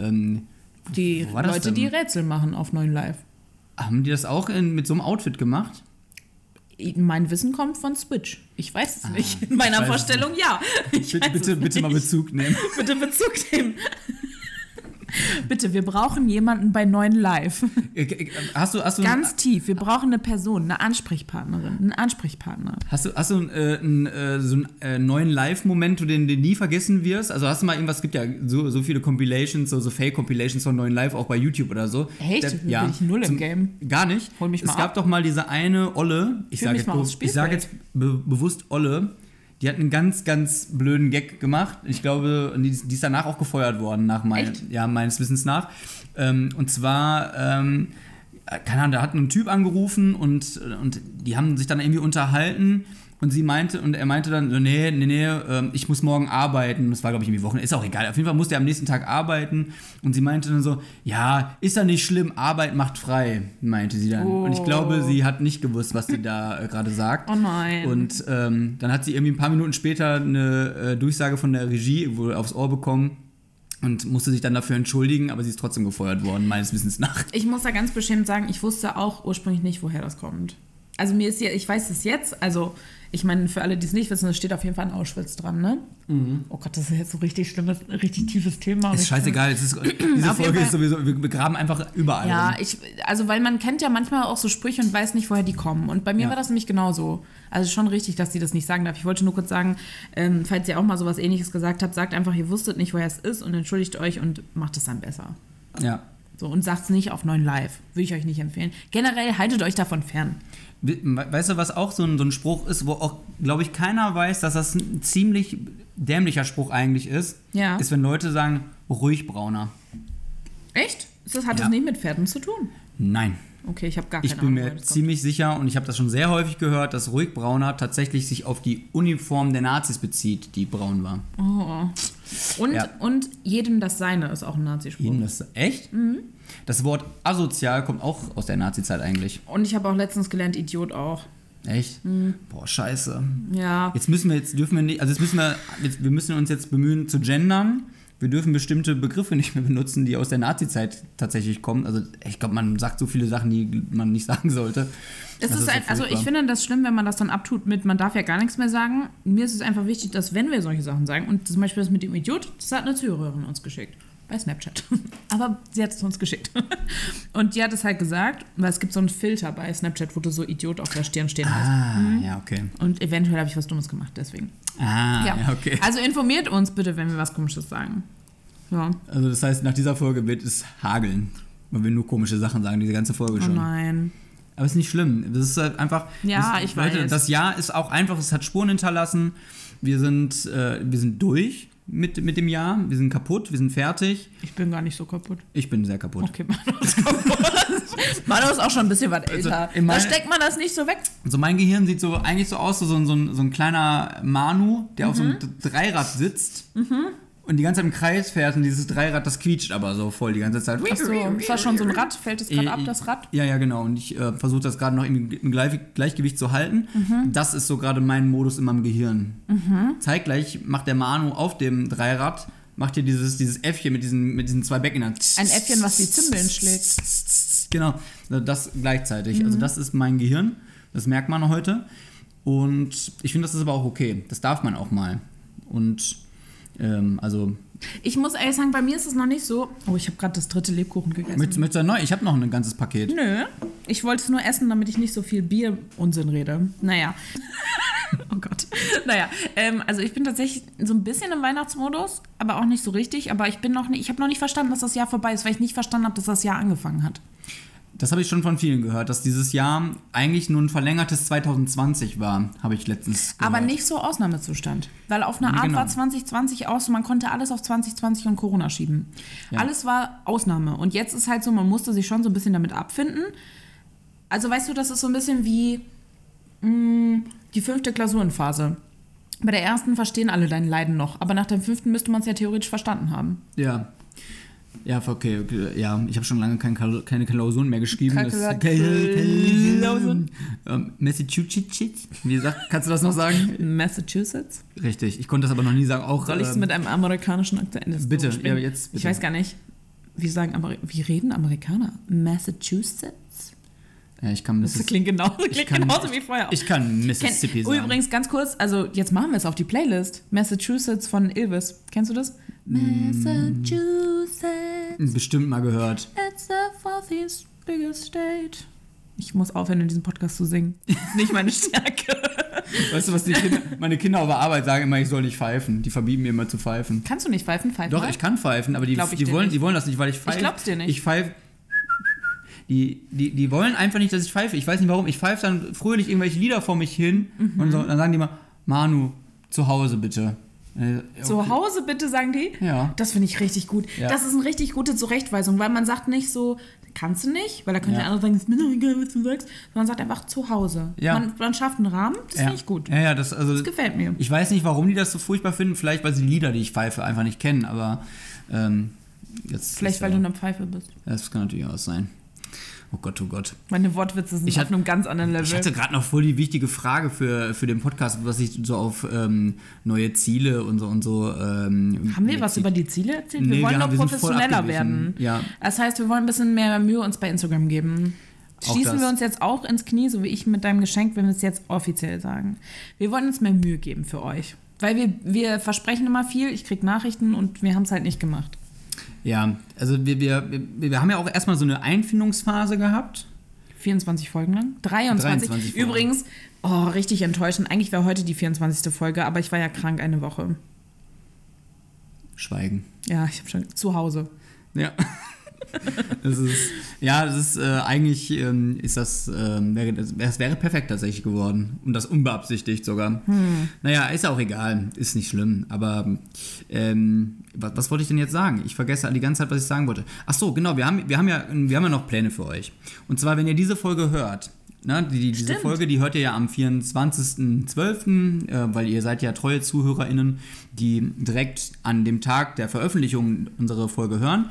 [SPEAKER 1] äh, ähm,
[SPEAKER 2] Die
[SPEAKER 1] Wo war das
[SPEAKER 2] Leute,
[SPEAKER 1] denn?
[SPEAKER 2] die Rätsel machen auf Neuen Live.
[SPEAKER 1] haben die das auch in, mit so einem Outfit gemacht?
[SPEAKER 2] Mein Wissen kommt von Switch. Ich weiß es nicht. In meiner
[SPEAKER 1] Ah, weiß es
[SPEAKER 2] Vorstellung ja. <laughs> Ich
[SPEAKER 1] bitte
[SPEAKER 2] weiß
[SPEAKER 1] bitte,
[SPEAKER 2] es
[SPEAKER 1] bitte mal
[SPEAKER 2] nicht.
[SPEAKER 1] Bezug nehmen.
[SPEAKER 2] Bitte Bezug nehmen. Bitte, wir brauchen jemanden bei neuen Live.
[SPEAKER 1] Äh, Hast du, hast du
[SPEAKER 2] Ganz tief. Wir brauchen eine Person, eine Ansprechpartnerin, einen Ansprechpartner.
[SPEAKER 1] Hast du, hast du äh, einen, äh, so einen äh, neuen Live-Moment, du den, den nie vergessen wirst? Also hast du mal irgendwas, es gibt ja so, so viele Compilations, so, so Fake-Compilations von neuen Live, auch bei YouTube oder so.
[SPEAKER 2] Echt?
[SPEAKER 1] Der-
[SPEAKER 2] Bin ich null im Game.
[SPEAKER 1] Gar nicht.
[SPEAKER 2] Hol mich mal
[SPEAKER 1] es gab
[SPEAKER 2] ab.
[SPEAKER 1] doch mal diese eine Olle, ich
[SPEAKER 2] Führ
[SPEAKER 1] sage
[SPEAKER 2] mich
[SPEAKER 1] jetzt,
[SPEAKER 2] mal
[SPEAKER 1] be
[SPEAKER 2] aufs
[SPEAKER 1] ich sag jetzt
[SPEAKER 2] Spielfeld.
[SPEAKER 1] be bewusst Olle, die hat einen ganz, ganz blöden Gag gemacht. Ich glaube, die, die ist danach auch gefeuert worden, nach mein,
[SPEAKER 2] Echt?
[SPEAKER 1] ja, meines Wissens nach. Ähm, und zwar... Ähm, keine Ahnung, da hat ein Typ angerufen und, und die haben sich dann irgendwie unterhalten und sie meinte, und er meinte dann, so, nee, nee, nee, ähm, ich muss morgen arbeiten. Das war, glaube ich, irgendwie Wochenende, ist auch egal. Auf jeden Fall musste er am nächsten Tag arbeiten und sie meinte dann so, ja, ist ja nicht schlimm, Arbeit macht frei, meinte sie dann. Und ich
[SPEAKER 2] Oh.
[SPEAKER 1] glaube, sie hat nicht gewusst, was sie da äh, gerade sagt.
[SPEAKER 2] Oh nein.
[SPEAKER 1] Und ähm, dann hat sie irgendwie ein paar Minuten später eine äh, Durchsage von der Regie wohl aufs Ohr bekommen und musste sich dann dafür entschuldigen, aber sie ist trotzdem gefeuert worden, meines Wissens nach.
[SPEAKER 2] Ich muss da ganz beschämt sagen, ich wusste auch ursprünglich nicht, woher das kommt. also mir ist ja, ich weiß es jetzt, also ich meine, für alle, die es nicht wissen, es steht auf jeden Fall in Auschwitz dran, ne? Oh Gott, das ist jetzt so richtig schlimmes, richtig tiefes Thema.
[SPEAKER 1] Mhm. Ist scheißegal, es
[SPEAKER 2] <clears throat>
[SPEAKER 1] ist, diese
[SPEAKER 2] Auf jeden
[SPEAKER 1] Folge ist
[SPEAKER 2] Fall.
[SPEAKER 1] sowieso, wir begraben einfach überall.
[SPEAKER 2] Ja, ich, also weil man kennt ja manchmal auch so Sprüche und weiß nicht, woher die kommen. Und bei mir
[SPEAKER 1] Ja.
[SPEAKER 2] war das nämlich genauso. Also schon richtig, dass sie das nicht sagen darf. Ich wollte nur kurz sagen, ähm, falls ihr auch mal sowas ähnliches gesagt habt, sagt einfach, ihr wusstet nicht, woher es ist und entschuldigt euch und macht es dann besser.
[SPEAKER 1] ja.
[SPEAKER 2] So, und sagt es nicht auf 9 Live. Würde ich euch nicht empfehlen. Generell haltet euch davon fern.
[SPEAKER 1] We- Weißt du, was auch so ein, so ein Spruch ist, wo auch, glaube ich, keiner weiß, dass das ein ziemlich dämlicher Spruch eigentlich ist?
[SPEAKER 2] Ja.
[SPEAKER 1] Ist, wenn Leute sagen, ruhig brauner.
[SPEAKER 2] Echt? Ist Das hat
[SPEAKER 1] Ja.
[SPEAKER 2] das nicht mit Pferden zu tun.
[SPEAKER 1] Nein.
[SPEAKER 2] Okay, ich habe gar keine
[SPEAKER 1] Ich bin
[SPEAKER 2] woher
[SPEAKER 1] mir
[SPEAKER 2] das kommt.
[SPEAKER 1] ziemlich sicher und ich habe das schon sehr häufig gehört, dass ruhig brauner tatsächlich sich auf die Uniform der Nazis bezieht, die braun war.
[SPEAKER 2] Oh. Und,
[SPEAKER 1] Ja.
[SPEAKER 2] und jedem das Seine ist auch ein Nazispruch.
[SPEAKER 1] Ihnen das echt?
[SPEAKER 2] Mhm.
[SPEAKER 1] Das Wort asozial kommt auch aus der Nazizeit eigentlich.
[SPEAKER 2] Und ich habe auch letztens gelernt, Idiot auch.
[SPEAKER 1] Echt?
[SPEAKER 2] Mhm.
[SPEAKER 1] Boah, scheiße.
[SPEAKER 2] Ja.
[SPEAKER 1] Jetzt müssen wir jetzt dürfen wir nicht, also jetzt müssen wir jetzt, wir müssen uns jetzt bemühen zu gendern. Wir dürfen bestimmte Begriffe nicht mehr benutzen, die aus der Nazizeit tatsächlich kommen. Also ich glaube, man sagt so viele Sachen, die man nicht <laughs> sagen sollte.
[SPEAKER 2] Es
[SPEAKER 1] Das
[SPEAKER 2] ist
[SPEAKER 1] so
[SPEAKER 2] ein, also ich
[SPEAKER 1] furchtbar.
[SPEAKER 2] finde das schlimm, wenn man das dann abtut mit, man darf ja gar nichts mehr sagen. Mir ist es einfach wichtig, dass wenn wir solche Sachen sagen, und zum Beispiel das mit dem Idiot, das hat eine Zuhörerin uns geschickt. Bei Snapchat. <laughs> Aber sie hat es uns geschickt. <laughs> Und die hat es halt gesagt, weil es gibt so einen Filter bei Snapchat, wo du so Idiot auf der Stirn stehen hast.
[SPEAKER 1] Ah, ja, okay.
[SPEAKER 2] Und eventuell habe ich was Dummes gemacht, deswegen.
[SPEAKER 1] Ah, ja. <laughs> okay.
[SPEAKER 2] Also informiert uns bitte, wenn wir was Komisches sagen. oh Ja.
[SPEAKER 1] Also das heißt, nach dieser Folge wird es hageln. Weil wir nur komische Sachen sagen, diese ganze Folge
[SPEAKER 2] Oh
[SPEAKER 1] schon.
[SPEAKER 2] nein.
[SPEAKER 1] Aber es ist nicht schlimm. Das ist halt einfach.
[SPEAKER 2] Ja,
[SPEAKER 1] das,
[SPEAKER 2] ich
[SPEAKER 1] Leute,
[SPEAKER 2] weiß.
[SPEAKER 1] Das Jahr ist auch einfach, es hat Spuren hinterlassen. Wir sind, äh, wir sind durch mit, mit dem Jahr. Wir sind kaputt, wir sind fertig.
[SPEAKER 2] Ich bin gar nicht so kaputt.
[SPEAKER 1] Ich bin sehr kaputt.
[SPEAKER 2] Okay, <laughs> Manu ist kaputt. Manu ist auch schon ein bisschen was älter.
[SPEAKER 1] Also in
[SPEAKER 2] da
[SPEAKER 1] mein-
[SPEAKER 2] steckt man das nicht so weg.
[SPEAKER 1] So mein Gehirn sieht so eigentlich so aus, so, so, ein- so, ein, so ein kleiner Manu, der auf so
[SPEAKER 2] Mhm.
[SPEAKER 1] einem D- Dreirad sitzt und die ganze Zeit im Kreis fährt und dieses Dreirad, das quietscht aber so voll die ganze Zeit.
[SPEAKER 2] Achso, ist das schon so ein Rad? Fällt es gerade ab, das Rad?
[SPEAKER 1] Ja, ja, genau. Und ich äh, versuche das gerade noch irgendwie im Gleich Gleichgewicht zu halten.
[SPEAKER 2] Mhm.
[SPEAKER 1] Das ist so gerade mein Modus in meinem Gehirn. Zeitgleich macht der Manu auf dem Dreirad, macht hier dieses, dieses Äffchen mit diesen, mit diesen zwei Becken.
[SPEAKER 2] Ein Äffchen, was die Zimbeln schlägt. Mhm.
[SPEAKER 1] Genau, das gleichzeitig. Also das ist mein Gehirn, das merkt man heute. Und ich finde, das ist aber auch okay. Das darf man auch mal. Und ähm, also,
[SPEAKER 2] Ich muss ehrlich sagen, bei mir ist es noch nicht so. Oh, ich habe gerade das dritte Lebkuchen gegessen.
[SPEAKER 1] möchtest, möchtest du neu? Ich habe noch ein ganzes Paket.
[SPEAKER 2] Nö, ich wollte es nur essen, damit ich nicht so viel Bier-Unsinn rede. Naja. <laughs> oh Gott. Naja, ähm, also ich bin tatsächlich so ein bisschen im Weihnachtsmodus, aber auch nicht so richtig. Aber ich bin noch nicht, ich habe noch nicht verstanden, dass das Jahr vorbei ist, weil ich nicht verstanden habe, dass das Jahr angefangen hat.
[SPEAKER 1] Das habe ich schon von vielen gehört, dass dieses Jahr eigentlich nur ein verlängertes 2020 war, habe ich letztens gehört.
[SPEAKER 2] Aber nicht so Ausnahmezustand. Weil auf eine
[SPEAKER 1] Genau. Nee,
[SPEAKER 2] Art
[SPEAKER 1] genau.
[SPEAKER 2] war 2020 aus und man konnte alles auf 2020 und Corona schieben.
[SPEAKER 1] Ja.
[SPEAKER 2] Alles war Ausnahme. Und jetzt ist halt so, man musste sich schon so ein bisschen damit abfinden. Also weißt du, das ist so ein bisschen wie mh, die fünfte Klausurenphase. Bei der ersten verstehen alle dein Leiden noch, aber nach der fünften müsste man es ja theoretisch verstanden haben.
[SPEAKER 1] Ja. Ja, okay, okay. Ja, ich habe schon lange kein, Klau- keine Klausuren mehr geschrieben. Das-
[SPEAKER 2] Kakla-
[SPEAKER 1] Klausuren. Ähm, Massachusetts? Wie sagt, kannst du das noch
[SPEAKER 2] <laughs>
[SPEAKER 1] sagen?
[SPEAKER 2] Massachusetts?
[SPEAKER 1] Richtig, ich konnte das aber noch nie sagen. Auch,
[SPEAKER 2] Soll ich es
[SPEAKER 1] ähm,
[SPEAKER 2] mit einem amerikanischen Akzent? Das ist
[SPEAKER 1] bitte,
[SPEAKER 2] so spannend.
[SPEAKER 1] ja, jetzt
[SPEAKER 2] Ich
[SPEAKER 1] bitte.
[SPEAKER 2] weiß gar nicht. Wie sagen Ameri wie reden Amerikaner? Massachusetts?
[SPEAKER 1] Ja, ich kann,
[SPEAKER 2] Das
[SPEAKER 1] Mississippi,
[SPEAKER 2] klingt genauso, klingt
[SPEAKER 1] kann-
[SPEAKER 2] genauso wie vorher.
[SPEAKER 1] ich kann
[SPEAKER 2] Ken- oh,
[SPEAKER 1] Mississippi sagen.
[SPEAKER 2] Übrigens, ganz kurz, also jetzt machen wir es auf die Playlist. Massachusetts von Ilvis. Kennst du das?
[SPEAKER 1] Mm.
[SPEAKER 2] Massachusetts,
[SPEAKER 1] Bestimmt mal gehört.
[SPEAKER 2] it's the fourth biggest state. Ich muss aufhören, in diesem Podcast zu singen. Ist Nicht meine Stärke.
[SPEAKER 1] <laughs> Weißt du, was die Kinder, meine Kinder auf der Arbeit sagen immer, ich soll nicht pfeifen. Die verbieten mir immer zu pfeifen.
[SPEAKER 2] Kannst du nicht pfeifen? Pfeifen
[SPEAKER 1] Doch,
[SPEAKER 2] mal.
[SPEAKER 1] ich kann pfeifen, aber die,
[SPEAKER 2] Glaub ich
[SPEAKER 1] die,
[SPEAKER 2] dir
[SPEAKER 1] wollen,
[SPEAKER 2] nicht.
[SPEAKER 1] die wollen das nicht, weil ich pfeife.
[SPEAKER 2] glaub's dir nicht.
[SPEAKER 1] Ich pfeife. Die, die, die wollen einfach nicht, dass ich pfeife. Ich weiß nicht warum. Ich pfeife dann fröhlich irgendwelche Lieder vor mich hin
[SPEAKER 2] Mhm.
[SPEAKER 1] und so, dann sagen die immer, Manu, zu Hause bitte. Äh,
[SPEAKER 2] Zu Hause bitte, sagen die.
[SPEAKER 1] Ja.
[SPEAKER 2] Das finde ich richtig gut.
[SPEAKER 1] Ja.
[SPEAKER 2] Das ist eine richtig gute Zurechtweisung, weil man sagt nicht so, kannst du nicht, weil da könnte
[SPEAKER 1] Ja.
[SPEAKER 2] der andere sagen, ist mir doch egal, was du sagst. Sondern man sagt einfach zu Hause.
[SPEAKER 1] Ja.
[SPEAKER 2] Man, man schafft einen Rahmen, das
[SPEAKER 1] ja.
[SPEAKER 2] finde ich gut.
[SPEAKER 1] Ja, ja, das, also,
[SPEAKER 2] Das gefällt mir.
[SPEAKER 1] ich weiß nicht, warum die das so furchtbar finden. Vielleicht, weil sie die Lieder, die ich pfeife, einfach nicht kennen, aber ähm, jetzt.
[SPEAKER 2] Vielleicht,
[SPEAKER 1] ist
[SPEAKER 2] weil
[SPEAKER 1] ja,
[SPEAKER 2] du eine Pfeife bist.
[SPEAKER 1] Das kann natürlich auch sein. Oh Gott, oh Gott.
[SPEAKER 2] Meine Wortwitze sind
[SPEAKER 1] Ich
[SPEAKER 2] auf
[SPEAKER 1] hatte-
[SPEAKER 2] einem ganz anderen
[SPEAKER 1] Ich
[SPEAKER 2] Level.
[SPEAKER 1] hatte gerade noch voll die wichtige Frage für, für den Podcast, was ich so auf ähm, neue Ziele und so und so. Ähm,
[SPEAKER 2] Haben wir was über die Ziele erzählt?
[SPEAKER 1] Nee,
[SPEAKER 2] wir wollen
[SPEAKER 1] wir
[SPEAKER 2] noch
[SPEAKER 1] haben- wir sind voll
[SPEAKER 2] professioneller
[SPEAKER 1] abgewichen.
[SPEAKER 2] werden.
[SPEAKER 1] Ja.
[SPEAKER 2] Das heißt, wir wollen ein bisschen mehr Mühe uns bei Instagram geben.
[SPEAKER 1] Auch
[SPEAKER 2] Schießen
[SPEAKER 1] das.
[SPEAKER 2] wir uns jetzt auch ins Knie, so wie ich mit deinem Geschenk, wenn wir es jetzt offiziell sagen. Wir wollen uns mehr Mühe geben für euch. Weil wir, wir versprechen immer viel, ich krieg Nachrichten und wir haben es halt nicht gemacht.
[SPEAKER 1] Ja, also wir, wir, wir, wir haben ja auch erstmal so eine Einfindungsphase gehabt.
[SPEAKER 2] 24 Folgen lang? 23.
[SPEAKER 1] 23 Folgen.
[SPEAKER 2] Übrigens, oh, richtig enttäuschend. Eigentlich wäre heute die 24. Folge, aber ich war ja krank eine Woche.
[SPEAKER 1] Schweigen.
[SPEAKER 2] Ja, ich habe schon zu Hause.
[SPEAKER 1] Ja. das ist, ja, das ist äh, eigentlich, ähm, ist das, ähm, wäre, das, das wäre perfekt tatsächlich geworden. Und das unbeabsichtigt sogar. Naja, ist auch egal, ist nicht schlimm. Aber ähm, was, was wollte ich denn jetzt sagen? Ich vergesse die ganze Zeit, was ich sagen wollte. Ach so, genau, wir haben, wir haben, ja, wir haben ja noch Pläne für euch. Und zwar, wenn ihr diese Folge hört, ne, die, die, diese
[SPEAKER 2] Stimmt.
[SPEAKER 1] Folge, die hört ihr ja am 24.12., äh, weil ihr seid ja treue ZuhörerInnen, die direkt an dem Tag der Veröffentlichung unsere Folge hören.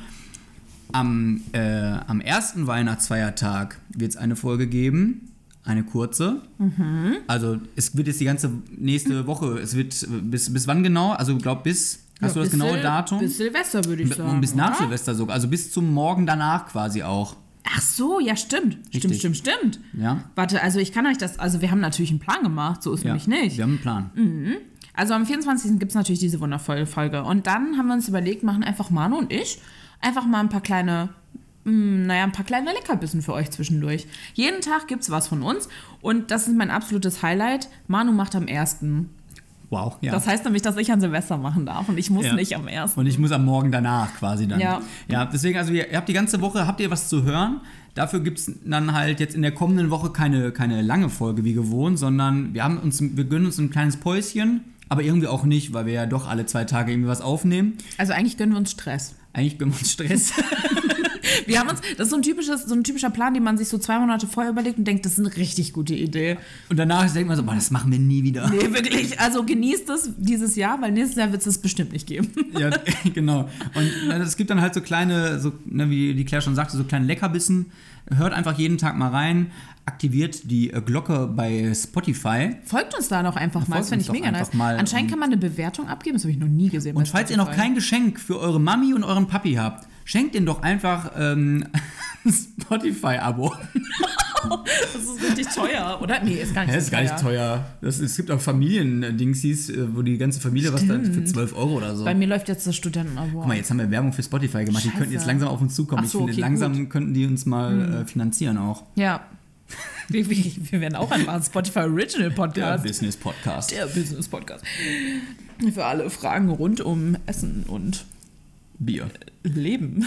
[SPEAKER 1] Am, äh, am ersten Weihnachtsfeiertag wird es eine Folge geben, eine kurze.
[SPEAKER 2] Mhm.
[SPEAKER 1] Also es wird jetzt die ganze nächste Woche, es wird äh, bis, bis wann genau? Also glaub bis, hast du das
[SPEAKER 2] bis
[SPEAKER 1] genaue
[SPEAKER 2] Sil-
[SPEAKER 1] Datum?
[SPEAKER 2] Bis Silvester würde ich
[SPEAKER 1] Bis-
[SPEAKER 2] sagen.
[SPEAKER 1] bis nach
[SPEAKER 2] oder?
[SPEAKER 1] Silvester sogar, also bis zum Morgen danach quasi auch.
[SPEAKER 2] Ach so, ja, stimmt. Stimmt,
[SPEAKER 1] Richtig.
[SPEAKER 2] stimmt, stimmt.
[SPEAKER 1] Ja,
[SPEAKER 2] Warte, also ich kann euch das, also wir haben natürlich einen Plan gemacht, so ist
[SPEAKER 1] ja.
[SPEAKER 2] nämlich nicht.
[SPEAKER 1] Wir haben einen Plan.
[SPEAKER 2] Also am 24. gibt es natürlich diese wundervolle Folge. Und dann haben wir uns überlegt, machen einfach Manu und ich einfach mal ein paar kleine, mh, naja, ein paar kleine Leckerbissen für euch zwischendurch. Jeden Tag gibt es was von uns. Und das ist mein absolutes Highlight. Manu macht am 1.
[SPEAKER 1] Wow, ja.
[SPEAKER 2] Das heißt nämlich, dass ich an Silvester machen darf und ich muss
[SPEAKER 1] Ja.
[SPEAKER 2] nicht am 1.
[SPEAKER 1] Und ich muss am Morgen danach quasi dann.
[SPEAKER 2] Ja.
[SPEAKER 1] ja deswegen, also ihr ihr habt die ganze Woche, habt ihr was zu hören. Dafür gibt es dann halt jetzt in der kommenden Woche keine, keine lange Folge wie gewohnt, sondern wir haben uns, wir gönnen uns ein kleines Päuschen, aber irgendwie auch nicht, weil wir ja doch alle zwei Tage irgendwie was aufnehmen.
[SPEAKER 2] Also eigentlich gönnen wir uns Stress.
[SPEAKER 1] Eigentlich bin ich Stress. <laughs>
[SPEAKER 2] Wir haben uns, das ist so ein, typisches, so ein typischer Plan, den man sich so zwei Monate vorher überlegt und denkt, das ist eine richtig gute Idee.
[SPEAKER 1] Und danach denkt man so, boah, das machen wir nie wieder.
[SPEAKER 2] <laughs> Nee, wirklich. Also genießt es dieses Jahr, weil nächstes Jahr wird es das bestimmt nicht geben. <laughs>
[SPEAKER 1] Ja, genau. Und na, es gibt dann halt so kleine, so, ne, wie die Claire schon sagte, so kleine Leckerbissen. Hört einfach jeden Tag mal rein, aktiviert die äh, Glocke bei Spotify.
[SPEAKER 2] Folgt uns da doch einfach
[SPEAKER 1] folgt
[SPEAKER 2] mal. Das finde
[SPEAKER 1] uns
[SPEAKER 2] ich
[SPEAKER 1] doch
[SPEAKER 2] mega
[SPEAKER 1] einfach
[SPEAKER 2] nice.
[SPEAKER 1] mal,
[SPEAKER 2] Anscheinend
[SPEAKER 1] ähm,
[SPEAKER 2] kann man eine Bewertung abgeben. Das habe ich noch nie gesehen.
[SPEAKER 1] Und falls ihr noch
[SPEAKER 2] keinen
[SPEAKER 1] kein Geschenk für eure Mami und euren Papi habt, schenkt ihnen doch einfach ähm, <laughs> ein Spotify-Abo.
[SPEAKER 2] Das ist richtig teuer, oder? Nee, ist gar nicht,
[SPEAKER 1] Das ist gar nicht teuer. Das, es gibt auch Familien-Dingsies, äh, wo die ganze Familie was da für 12 Euro oder so.
[SPEAKER 2] Bei mir läuft jetzt das Studentenabo.
[SPEAKER 1] Guck mal, jetzt haben wir Werbung für Spotify gemacht. Die könnten
[SPEAKER 2] Scheiße.
[SPEAKER 1] jetzt langsam auf uns zukommen.
[SPEAKER 2] Ach so,
[SPEAKER 1] ich finde,
[SPEAKER 2] okay,
[SPEAKER 1] langsam könnten die uns mal äh, finanzieren auch.
[SPEAKER 2] Ja. <laughs> Wir, wir, wir werden auch einmal ein Spotify Original
[SPEAKER 1] Der
[SPEAKER 2] Podcast.
[SPEAKER 1] Business Podcast.
[SPEAKER 2] Der Business Podcast. Für alle Fragen rund um Essen und
[SPEAKER 1] Bier.
[SPEAKER 2] Leben.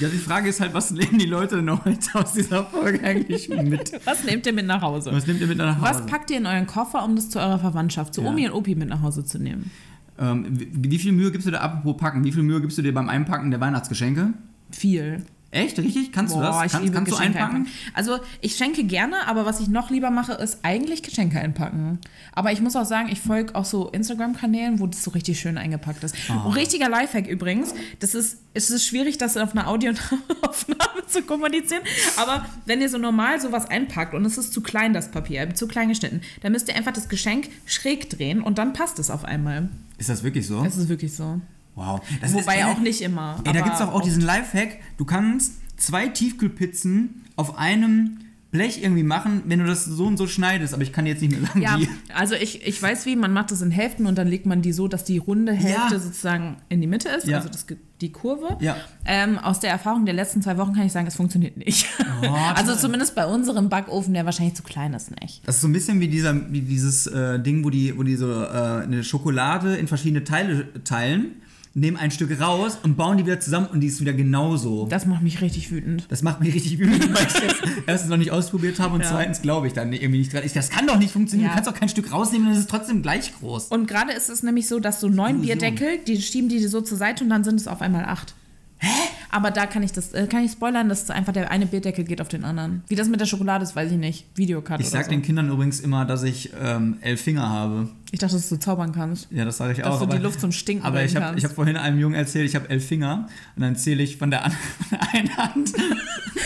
[SPEAKER 1] Ja, die Frage ist halt, was nehmen die Leute denn heute aus dieser Folge eigentlich mit?
[SPEAKER 2] Was nehmt ihr mit nach Hause?
[SPEAKER 1] Was nehmt ihr mit nach Hause?
[SPEAKER 2] Was packt ihr in euren Koffer, um das zu eurer Verwandtschaft, zu
[SPEAKER 1] Ja.
[SPEAKER 2] Omi und Opi mit nach Hause zu nehmen?
[SPEAKER 1] Ähm, wie, wie viel Mühe gibst du dir apropos packen? Wie viel Mühe gibst du dir beim Einpacken der Weihnachtsgeschenke?
[SPEAKER 2] Viel.
[SPEAKER 1] Echt? Richtig? Kannst du das?
[SPEAKER 2] ich
[SPEAKER 1] kannst
[SPEAKER 2] liebe
[SPEAKER 1] kannst du
[SPEAKER 2] Geschenke
[SPEAKER 1] einpacken?
[SPEAKER 2] einpacken. Also ich schenke gerne, aber was ich noch lieber mache, ist eigentlich Geschenke einpacken. Aber ich muss auch sagen, ich folge auch so Instagram-Kanälen, wo das so richtig schön eingepackt ist.
[SPEAKER 1] Ah.
[SPEAKER 2] Ein Richtiger Lifehack übrigens. Das ist, es ist schwierig, das auf einer <laughs> Audioaufnahme zu kommunizieren. Aber wenn ihr so normal sowas einpackt und es ist zu klein, das Papier, äh, zu klein geschnitten, dann müsst ihr einfach das Geschenk schräg drehen und dann passt es auf einmal.
[SPEAKER 1] Ist das wirklich so?
[SPEAKER 2] Es ist wirklich so.
[SPEAKER 1] Wow. Das
[SPEAKER 2] Wobei
[SPEAKER 1] ist,
[SPEAKER 2] auch nicht immer.
[SPEAKER 1] Ey, da
[SPEAKER 2] aber
[SPEAKER 1] gibt es auch diesen Lifehack. Du kannst zwei Tiefkühlpizzen auf einem Blech irgendwie machen, wenn du das so und so schneidest. Aber ich kann dir jetzt nicht mehr sagen,
[SPEAKER 2] Ja,
[SPEAKER 1] wie.
[SPEAKER 2] also ich, ich weiß wie, man macht das in Hälften und dann legt man die so, dass die runde Hälfte
[SPEAKER 1] Ja.
[SPEAKER 2] sozusagen in die Mitte ist,
[SPEAKER 1] Ja.
[SPEAKER 2] also das, die Kurve.
[SPEAKER 1] Ja.
[SPEAKER 2] Ähm, aus der Erfahrung der letzten zwei Wochen kann ich sagen, es funktioniert nicht. <laughs> also
[SPEAKER 1] Oh, toll.
[SPEAKER 2] zumindest bei unserem Backofen, der wahrscheinlich zu klein ist, nicht.
[SPEAKER 1] Das ist so ein bisschen wie, dieser, wie dieses äh, Ding, wo die, wo die so äh, eine Schokolade in verschiedene Teile teilen, nehmen ein Stück raus und bauen die wieder zusammen und die ist wieder genauso.
[SPEAKER 2] Das macht mich richtig wütend.
[SPEAKER 1] Das macht mich richtig wütend, <laughs> weil ich das erstens noch nicht ausprobiert habe und
[SPEAKER 2] Ja.
[SPEAKER 1] zweitens glaube ich dann irgendwie nicht dran. Ich, das kann doch nicht funktionieren.
[SPEAKER 2] Ja.
[SPEAKER 1] Du kannst doch kein Stück rausnehmen, dann ist es trotzdem gleich groß.
[SPEAKER 2] Und gerade ist es nämlich so, dass so neun Bierdeckel, die schieben die so zur Seite und dann sind es auf einmal acht. Hä? Aber da kann ich das, äh, kann ich spoilern, dass einfach der eine Bierdeckel geht auf den anderen. Wie das mit der Schokolade ist, weiß ich nicht. Videocut
[SPEAKER 1] Ich
[SPEAKER 2] oder
[SPEAKER 1] sag
[SPEAKER 2] so.
[SPEAKER 1] den Kindern übrigens immer, dass ich ähm, elf Finger habe.
[SPEAKER 2] ich dachte, dass du zaubern kannst.
[SPEAKER 1] Ja, das sage ich
[SPEAKER 2] Dass
[SPEAKER 1] auch.
[SPEAKER 2] du die Luft zum Stinken
[SPEAKER 1] Aber
[SPEAKER 2] bringen
[SPEAKER 1] ich habe
[SPEAKER 2] kannst.
[SPEAKER 1] ich hab vorhin einem Jungen erzählt, ich habe elf Finger und dann zähle ich von der, an <laughs> von der einen Hand.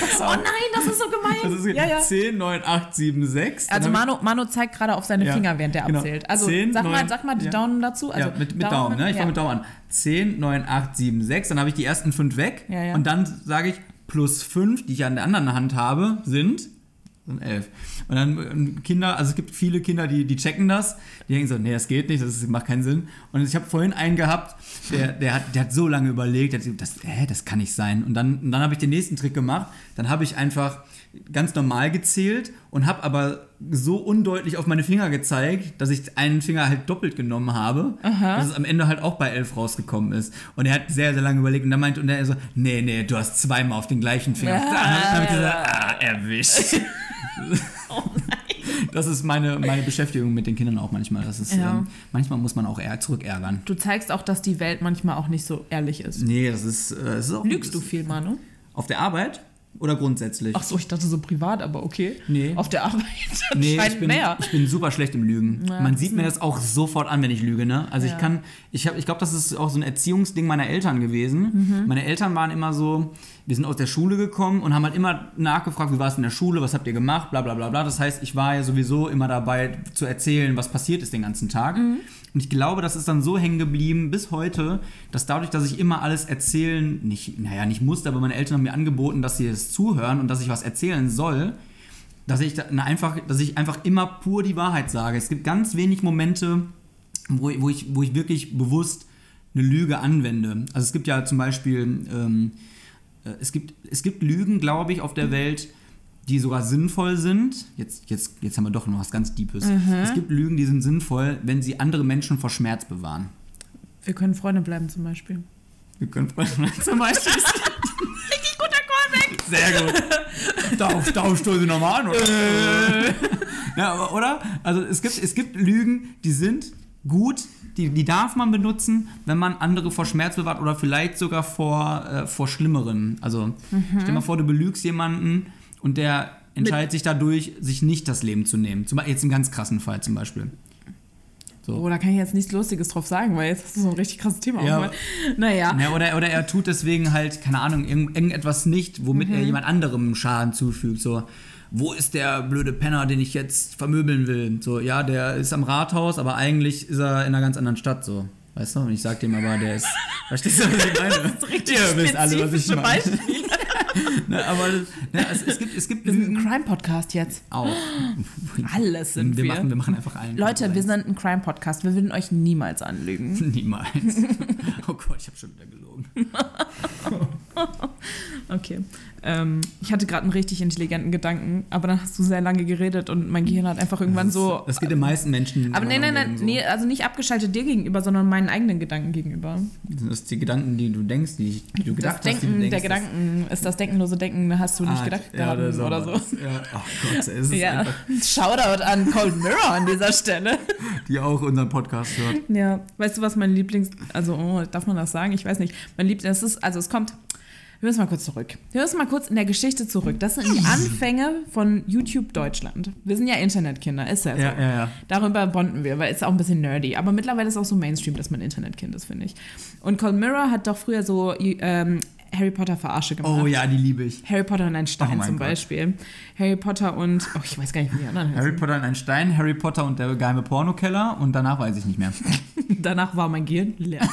[SPEAKER 1] Pass
[SPEAKER 2] <laughs> Oh
[SPEAKER 1] auf.
[SPEAKER 2] nein, das ist so gemein.
[SPEAKER 1] Das ist
[SPEAKER 2] ja, ja.
[SPEAKER 1] 10, 9, 8, 7, 6.
[SPEAKER 2] Also Manu, Manu zeigt gerade auf seine
[SPEAKER 1] Ja,
[SPEAKER 2] Finger, während der
[SPEAKER 1] genau.
[SPEAKER 2] abzählt. Also
[SPEAKER 1] Zehn,
[SPEAKER 2] sag, mal,
[SPEAKER 1] neun,
[SPEAKER 2] sag mal die
[SPEAKER 1] ja.
[SPEAKER 2] Daumen dazu. Also
[SPEAKER 1] ja, mit, mit Daumen, ne? Ich fange mit Daumen an. 10, 9, 8, 7, 6. Dann habe ich die ersten fünf weg.
[SPEAKER 2] Ja, ja.
[SPEAKER 1] Und dann sage ich plus 5, die ich an der anderen Hand habe, sind sind 11. um Und dann ähm, Kinder, also es gibt viele Kinder, die, die checken das. Die denken so, nee, das geht nicht, das ist, macht keinen Sinn. Und ich habe vorhin einen gehabt, der, der, hat, der hat so lange überlegt, der hat gesagt, das, äh, das kann nicht sein. Und dann, und dann habe ich den nächsten Trick gemacht. Dann habe ich einfach ganz normal gezählt und habe aber so undeutlich auf meine Finger gezeigt, dass ich einen Finger halt doppelt genommen habe, dass es am Ende halt auch bei elf rausgekommen ist. Und er hat sehr, sehr lange überlegt und dann meinte und er so, nee, nee, du hast zweimal auf den gleichen Finger.
[SPEAKER 2] Ja.
[SPEAKER 1] Da habe ich gesagt, ah, erwischt. Das ist meine, meine Beschäftigung mit den Kindern auch manchmal. Das ist,
[SPEAKER 2] Ja.
[SPEAKER 1] ähm, manchmal muss man auch eher zurückärgern.
[SPEAKER 2] Du zeigst auch, dass die Welt manchmal auch nicht so ehrlich ist.
[SPEAKER 1] Nee, das ist, äh, es ist auch.
[SPEAKER 2] Lügst du viel, Manu?
[SPEAKER 1] Auf der Arbeit oder grundsätzlich?
[SPEAKER 2] Ach so, ich dachte so privat, aber okay.
[SPEAKER 1] Nee.
[SPEAKER 2] Auf der Arbeit <laughs>
[SPEAKER 1] Nee,
[SPEAKER 2] anscheinend
[SPEAKER 1] ich bin,
[SPEAKER 2] mehr.
[SPEAKER 1] ich bin super schlecht im Lügen.
[SPEAKER 2] Ja,
[SPEAKER 1] Man
[SPEAKER 2] das
[SPEAKER 1] sieht mir das auch sofort an, wenn ich lüge. Ne? Also
[SPEAKER 2] Ja.
[SPEAKER 1] ich kann, ich habe, ich glaube, das ist auch so ein Erziehungsding meiner Eltern
[SPEAKER 2] Mhm.
[SPEAKER 1] gewesen. Meine Eltern waren immer so, wir sind aus der Schule gekommen und haben halt immer nachgefragt, wie war es in der Schule, was habt ihr gemacht, bla bla bla bla. Das heißt, ich war ja sowieso immer dabei zu erzählen, was passiert ist den ganzen Tag.
[SPEAKER 2] Mhm.
[SPEAKER 1] Und ich glaube, das ist dann so hängen geblieben bis heute, dass dadurch, dass ich immer alles erzählen, nicht, naja, nicht musste, aber meine Eltern haben mir angeboten, dass sie es zuhören und dass ich was erzählen soll, dass ich, da, na, einfach, dass ich einfach immer pur die Wahrheit sage. Es gibt ganz wenig Momente, wo, ich- wo, ich, wo ich wirklich bewusst eine Lüge anwende. Also es gibt ja zum Beispiel, ähm, äh, es, gibt, es gibt Lügen, glaube ich, auf der Welt, die sogar sinnvoll sind. Jetzt, jetzt, jetzt haben wir doch noch was ganz Deepes. Es gibt Lügen, die sind sinnvoll, wenn sie andere Menschen vor Schmerz bewahren.
[SPEAKER 2] Wir können Freunde bleiben
[SPEAKER 1] <laughs>
[SPEAKER 2] zum Beispiel.
[SPEAKER 1] Wir können
[SPEAKER 2] Zum Beispiel. <laughs> Richtig guter Callback.
[SPEAKER 1] Sehr gut. Darauf, darauf stoßen sie nochmal an, oder? ja, aber, oder? Also es gibt, es gibt Lügen, die sind gut, die, die darf man benutzen, wenn man andere vor Schmerz bewahrt oder vielleicht sogar vor, äh, vor Schlimmeren. Also stell mal vor, du belügst jemanden und der entscheidet sich dadurch, sich nicht das Leben zu nehmen. Zum, Beispiel- jetzt im ganz krassen Fall zum Beispiel. So.
[SPEAKER 2] Oh, da kann ich jetzt nichts Lustiges drauf sagen, weil jetzt hast du so ein richtig krasses Thema
[SPEAKER 1] Ja.
[SPEAKER 2] aufgemacht. Naja.
[SPEAKER 1] Ja, Ne, oder, oder er tut deswegen halt, keine Ahnung, irgend- irgendetwas nicht, womit
[SPEAKER 2] Mhm.
[SPEAKER 1] er jemand anderem Schaden zufügt. So, wo ist der blöde Penner, den ich jetzt vermöbeln will? So, ja, der ist am Rathaus, aber eigentlich ist er in einer ganz anderen Stadt. So, weißt du? Und ich sag dem aber,
[SPEAKER 2] <laughs>
[SPEAKER 1] der ist. Verstehst du, was ich meine?
[SPEAKER 2] Das ist richtig
[SPEAKER 1] Ihr wisst alle, was ich
[SPEAKER 2] spezifische
[SPEAKER 1] meine.
[SPEAKER 2] Beispiele.
[SPEAKER 1] <laughs> Ne, aber ne, es, es gibt, es gibt
[SPEAKER 2] Wir sind
[SPEAKER 1] Lügen
[SPEAKER 2] ein Crime-Podcast jetzt.
[SPEAKER 1] auch. <laughs>
[SPEAKER 2] Alles sind
[SPEAKER 1] wir.
[SPEAKER 2] wir.
[SPEAKER 1] Machen, wir machen einfach allen.
[SPEAKER 2] Leute, wir sind ein Crime-Podcast. Wir würden euch niemals anlügen.
[SPEAKER 1] Niemals. Oh Gott, ich habe schon wieder gelogen.
[SPEAKER 2] <laughs> Okay. Ähm, ich hatte gerade einen richtig intelligenten Gedanken, aber dann hast du sehr lange geredet und mein Gehirn hat einfach irgendwann so.
[SPEAKER 1] Das geht den meisten Menschen.
[SPEAKER 2] Aber nein, nein, nein,
[SPEAKER 1] so.
[SPEAKER 2] nee, also nicht abgeschaltet dir gegenüber, sondern meinen eigenen Gedanken gegenüber.
[SPEAKER 1] Sind das die Gedanken, die du denkst, die, ich- die du gedacht
[SPEAKER 2] das Denken
[SPEAKER 1] hast, die du denkst,
[SPEAKER 2] der
[SPEAKER 1] dass-
[SPEAKER 2] Gedanken ist das denkenlose Denken, da hast du nicht
[SPEAKER 1] Ah,
[SPEAKER 2] gedacht
[SPEAKER 1] ja,
[SPEAKER 2] daran
[SPEAKER 1] das ist
[SPEAKER 2] oder
[SPEAKER 1] aber-
[SPEAKER 2] so. <laughs>
[SPEAKER 1] Ja, ach Gott, es ist
[SPEAKER 2] Ja.
[SPEAKER 1] einfach,
[SPEAKER 2] Shoutout an Cold Mirror an dieser Stelle.
[SPEAKER 1] die auch unseren Podcast hört.
[SPEAKER 2] Ja, weißt du, was mein Lieblings. Also, oh, darf man das sagen? Ich weiß nicht. Mein Lieblings. Es ist, also, es kommt. Wir müssen mal kurz zurück. Wir müssen mal kurz in der Geschichte zurück. Das sind die Anfänge von YouTube Deutschland. Wir sind ja Internetkinder, ist ja so.
[SPEAKER 1] Ja, ja, ja.
[SPEAKER 2] Darüber bonden wir, weil es ist auch ein bisschen nerdy. Aber mittlerweile ist es auch so Mainstream, dass man Internetkind ist, finde ich. Und Colin Mirror hat doch früher so ähm, Harry Potter Verarsche gemacht.
[SPEAKER 1] Oh ja, die liebe ich.
[SPEAKER 2] Harry Potter und ein
[SPEAKER 1] Oh
[SPEAKER 2] Stein
[SPEAKER 1] mein
[SPEAKER 2] zum
[SPEAKER 1] Gott.
[SPEAKER 2] Beispiel. Harry Potter und. Oh, ich weiß gar nicht, wie die anderen heißen.
[SPEAKER 1] Harry Potter und ein Stein, Harry Potter und der geheime Pornokeller und danach weiß ich nicht
[SPEAKER 2] <laughs>
[SPEAKER 1] mehr.
[SPEAKER 2] Danach war mein Gehirn leer. <laughs>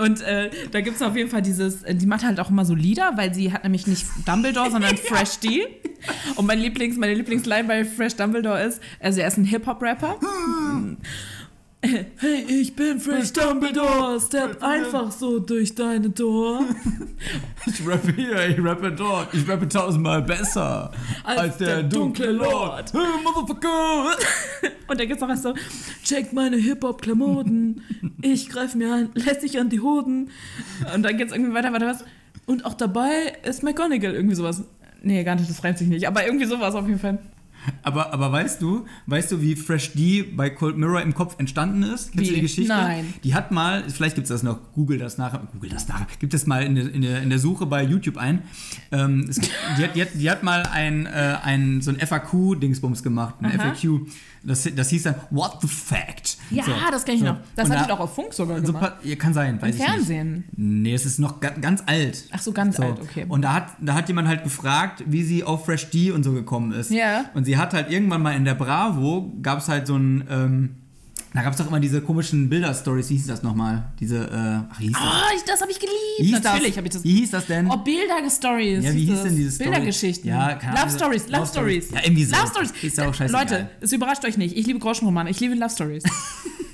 [SPEAKER 2] Und äh, da gibt es auf jeden Fall dieses, äh, die macht halt auch immer so Lieder, weil sie hat nämlich nicht Dumbledore, <laughs> sondern Fresh D. Und mein Lieblings, meine Lieblingsline bei Fresh Dumbledore ist, also er ist ein Hip-Hop-Rapper. Hm. Äh, Hey, ich bin Fresh Dumbledore, step einfach so durch deine Door.
[SPEAKER 1] Ich rappe hier, ich rappe dort, ich rappe tausendmal besser
[SPEAKER 2] Als der dunkle Lord.
[SPEAKER 1] Hey, Motherfucker!
[SPEAKER 2] Und da gibt's auch erst so, check meine Hip-Hop-Klamotten, ich greife mir an, lässig an die Hoden. Und dann geht's irgendwie weiter, weiter, was. Und auch dabei ist McGonagall irgendwie sowas. Nee, gar nicht, das reimt sich nicht, aber irgendwie sowas auf jeden Fall.
[SPEAKER 1] Aber, aber weißt du, weißt du, wie Fresh D bei Cold Mirror im Kopf entstanden ist? Kennst
[SPEAKER 2] Wie?
[SPEAKER 1] du die Geschichte?
[SPEAKER 2] Nein.
[SPEAKER 1] Die hat mal, vielleicht gibt es das noch, google das nachher, google das nachher, gibt es mal in, der- in, der, in der Suche bei YouTube ein. Ähm, es, die, hat, die, hat, die hat mal ein, äh, ein, so ein FAQ-Dingsbums gemacht, ein
[SPEAKER 2] Aha.
[SPEAKER 1] FAQ. Das, das hieß dann What the Fact. so.
[SPEAKER 2] das kenne ich
[SPEAKER 1] noch. Das
[SPEAKER 2] Das
[SPEAKER 1] Und
[SPEAKER 2] hatte
[SPEAKER 1] hatte
[SPEAKER 2] ich
[SPEAKER 1] ich
[SPEAKER 2] doch auf Funk sogar
[SPEAKER 1] So,
[SPEAKER 2] gemacht.
[SPEAKER 1] pa- ja, kann sein, weiß
[SPEAKER 2] Im
[SPEAKER 1] ich nicht.
[SPEAKER 2] Fernsehen.
[SPEAKER 1] Nee, es ist noch ga- ganz alt.
[SPEAKER 2] Ach so, ganz
[SPEAKER 1] So.
[SPEAKER 2] alt, okay.
[SPEAKER 1] Und da hat, da hat jemand halt gefragt, wie sie auf Fresh D und so gekommen ist.
[SPEAKER 2] Ja.
[SPEAKER 1] Und sie hat halt irgendwann mal in der Bravo, gab es halt so ein, ähm, Da gab es doch immer diese komischen Bilder-Stories, wie hieß das nochmal? Diese, äh, ach, wie hieß das?
[SPEAKER 2] Oh, ich, das habe ich geliebt.
[SPEAKER 1] Wie hieß
[SPEAKER 2] Natürlich
[SPEAKER 1] das?
[SPEAKER 2] habe ich das.
[SPEAKER 1] Wie hieß das denn?
[SPEAKER 2] Oh, Bilder-Stories.
[SPEAKER 1] Ja, wie hieß
[SPEAKER 2] das.
[SPEAKER 1] denn diese Story?
[SPEAKER 2] Bildergeschichten.
[SPEAKER 1] Ja, keine Ahnung.
[SPEAKER 2] Love Stories, Love,
[SPEAKER 1] Love Stories.
[SPEAKER 2] Stories.
[SPEAKER 1] Ja, irgendwie so.
[SPEAKER 2] Love Stories.
[SPEAKER 1] Ist ja auch
[SPEAKER 2] Äh,
[SPEAKER 1] scheißegal.
[SPEAKER 2] Leute, es überrascht euch nicht. Ich liebe Groschenromane. Ich liebe
[SPEAKER 1] <laughs>
[SPEAKER 2] Love Stories.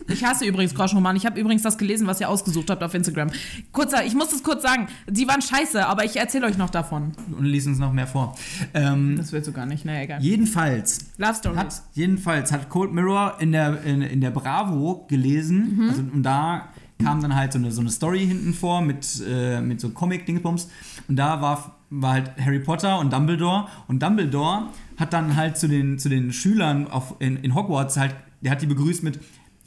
[SPEAKER 2] ich hasse übrigens Groschenromane. Ich habe übrigens das gelesen, was ihr ausgesucht habt auf Instagram. Kurzer, ich muss es kurz sagen. Die waren scheiße, aber ich erzähle euch noch davon.
[SPEAKER 1] Und lies uns noch mehr vor. Ähm,
[SPEAKER 2] Das willst du gar nicht. Naja, egal.
[SPEAKER 1] jedenfalls
[SPEAKER 2] Love Stories.
[SPEAKER 1] hat, jedenfalls hat Cold Mirror in der, in, in der Bravo gelesen. Also, und da kam dann halt so eine, so eine Story hinten vor mit, äh, mit so Comic-Dingsbums. Und da war, war halt Harry Potter und Dumbledore. Und Dumbledore hat dann halt zu den, zu den Schülern auf, in, in Hogwarts halt, der hat die begrüßt mit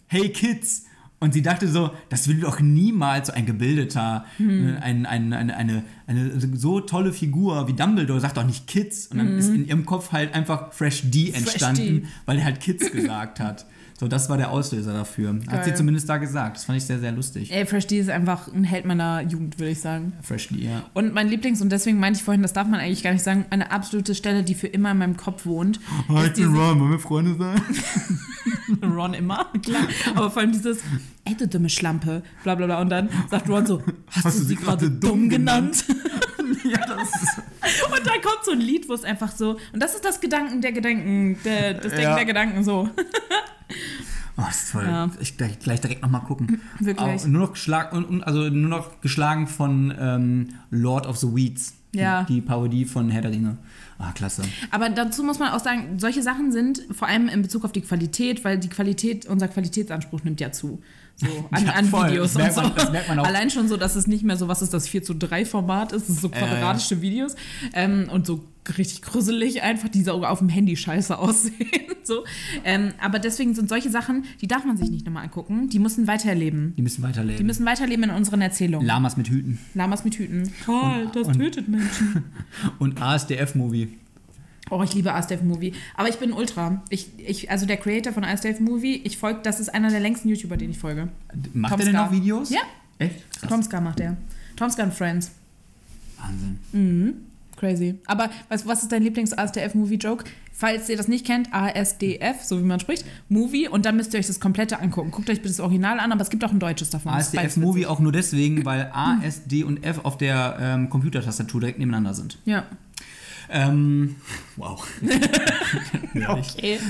[SPEAKER 1] Hey Kids! Und sie dachte so, das will doch niemals so ein gebildeter, äh, ein, ein, eine, eine, eine so tolle Figur wie Dumbledore sagt doch nicht Kids. Und dann ist in ihrem Kopf halt einfach Fresh D entstanden,
[SPEAKER 2] D.
[SPEAKER 1] weil er halt
[SPEAKER 2] <laughs>
[SPEAKER 1] Kids gesagt hat. So, das war der Auslöser dafür. Hat sie
[SPEAKER 2] Geil.
[SPEAKER 1] zumindest da gesagt. Das fand ich sehr, sehr lustig.
[SPEAKER 2] Ey, Fresh D ist einfach ein Held meiner Jugend, würde ich sagen.
[SPEAKER 1] Fresh D, ja.
[SPEAKER 2] Und mein Lieblings, und deswegen meinte ich vorhin, das darf man eigentlich gar nicht sagen, eine absolute Stelle, die für immer in meinem Kopf wohnt. ist diese-
[SPEAKER 1] Ron, wollen wir Freunde sein?
[SPEAKER 2] Ron immer, <laughs> klar. Aber vor allem dieses, ey, du dumme Schlampe, bla bla bla. Und dann sagt Ron so, hast, du sie gerade dumm genannt? <laughs>
[SPEAKER 1] ja, das ist.
[SPEAKER 2] Und dann kommt so ein Lied, wo es einfach so, und das ist das Gedanken der Gedanken, der, das Denken
[SPEAKER 1] Ja.
[SPEAKER 2] der Gedanken so.
[SPEAKER 1] Oh, das ist toll.
[SPEAKER 2] Ja.
[SPEAKER 1] Ich gleich, gleich direkt nochmal gucken.
[SPEAKER 2] Wirklich.
[SPEAKER 1] Auch nur noch geschlagen, und- und- also nur noch geschlagen von ähm, Lord of the Weeds.
[SPEAKER 2] Ja.
[SPEAKER 1] Die, die Parodie von Herr der Ringe. Ah, klasse.
[SPEAKER 2] Aber dazu muss man auch sagen, solche Sachen sind vor allem in Bezug auf die Qualität, weil die Qualität, unser Qualitätsanspruch nimmt ja zu.
[SPEAKER 1] <laughs>
[SPEAKER 2] So, an,
[SPEAKER 1] Ja,
[SPEAKER 2] an
[SPEAKER 1] voll.
[SPEAKER 2] Videos
[SPEAKER 1] Das merkt
[SPEAKER 2] und so.
[SPEAKER 1] man- das merkt man auch.
[SPEAKER 2] Allein schon so, dass es nicht mehr so, was ist das 4 zu 3 Format ist, es ist so
[SPEAKER 1] Ja, ja.
[SPEAKER 2] quadratische Videos ähm, und so richtig gruselig einfach, die sogar auf dem Handy scheiße <laughs> aussehen. So. Ähm, aber deswegen sind solche Sachen, die darf man sich nicht nochmal angucken, die müssen weiterleben.
[SPEAKER 1] Die müssen weiterleben.
[SPEAKER 2] Die müssen weiterleben in unseren Erzählungen.
[SPEAKER 1] Lamas mit Hüten.
[SPEAKER 2] Lamas mit Hüten. Toll,
[SPEAKER 1] das und-
[SPEAKER 2] tötet Menschen.
[SPEAKER 1] Und ASDF-Movie.
[SPEAKER 2] Oh, ich liebe ASDF Movie. Aber ich bin Ultra. Ich, ich, also der Creator von ASDF Movie, ich folge, das ist einer der längsten YouTuber, den ich folge.
[SPEAKER 1] Macht
[SPEAKER 2] Tom
[SPEAKER 1] er denn
[SPEAKER 2] Scar.
[SPEAKER 1] noch Videos?
[SPEAKER 2] Ja.
[SPEAKER 1] Echt? Krass.
[SPEAKER 2] Tom Scar macht der. Tom Scar and Friends.
[SPEAKER 1] Wahnsinn.
[SPEAKER 2] Crazy. Aber was, was ist dein Lieblings-ASDF-Movie-Joke? Falls ihr das nicht kennt, ASDF, so wie man spricht, Movie. Und dann müsst ihr euch das komplette angucken. Guckt euch bitte das Original an, aber es gibt auch ein deutsches davon. Das ist beides
[SPEAKER 1] ASDF-Movie auch nur <clears throat> deswegen, weil A, S, D und F auf der ähm, Computertastatur direkt nebeneinander sind.
[SPEAKER 2] witzig. Ja.
[SPEAKER 1] Ähm, <laughs> wow. Ehrlich.
[SPEAKER 2] Okay.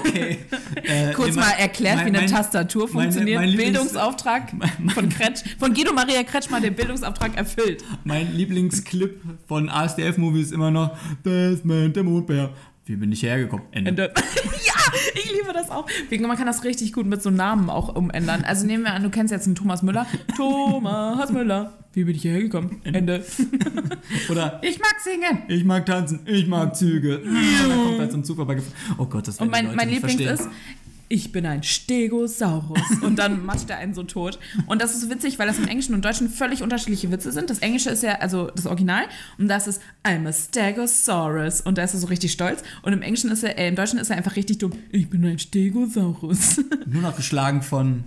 [SPEAKER 1] <laughs> okay. Äh,
[SPEAKER 2] Kurz
[SPEAKER 1] immer-
[SPEAKER 2] mal erklärt,
[SPEAKER 1] mein-
[SPEAKER 2] wie eine
[SPEAKER 1] mein-
[SPEAKER 2] Tastatur funktioniert.
[SPEAKER 1] mein Lieblings- <laughs>
[SPEAKER 2] Bildungsauftrag von Kretsch, von Guido Maria Kretschmann, der Bildungsauftrag erfüllt.
[SPEAKER 1] Mein Lieblingsclip von ASDF-Movie ist immer noch Das Mann, der Mondbär. Wie bin ich hergekommen? Ende.
[SPEAKER 2] Ende. uh, <laughs> ja, ich liebe das auch. Wegen, man kann das richtig gut mit so Namen auch umändern. Also nehmen wir an, du kennst jetzt einen
[SPEAKER 1] <laughs>
[SPEAKER 2] Thomas Müller. Thomas Müller. Wie bin ich hierher gekommen? Ende.
[SPEAKER 1] Oder
[SPEAKER 2] Ich mag singen.
[SPEAKER 1] Ich mag tanzen, ich mag Züge. Und dann kommt halt zum Zug vorbei. Oh Gott, das werden
[SPEAKER 2] Und
[SPEAKER 1] die
[SPEAKER 2] mein,
[SPEAKER 1] Leute
[SPEAKER 2] mein
[SPEAKER 1] nicht
[SPEAKER 2] Lieblings ist,
[SPEAKER 1] verstehen.
[SPEAKER 2] ich bin
[SPEAKER 1] <laughs>
[SPEAKER 2] ein Stegosaurus. Und dann macht er einen so tot. Und das ist witzig, weil das im Englischen und Deutschen völlig unterschiedliche Witze sind. Das Englische ist ja, also das Original. Und das ist, I'm a Stegosaurus. Und da ist er so richtig stolz. Und im Englischen ist er, äh, im Deutschen ist er einfach richtig dumm. Ich bin ein Stegosaurus. <laughs>
[SPEAKER 1] Nur noch geschlagen von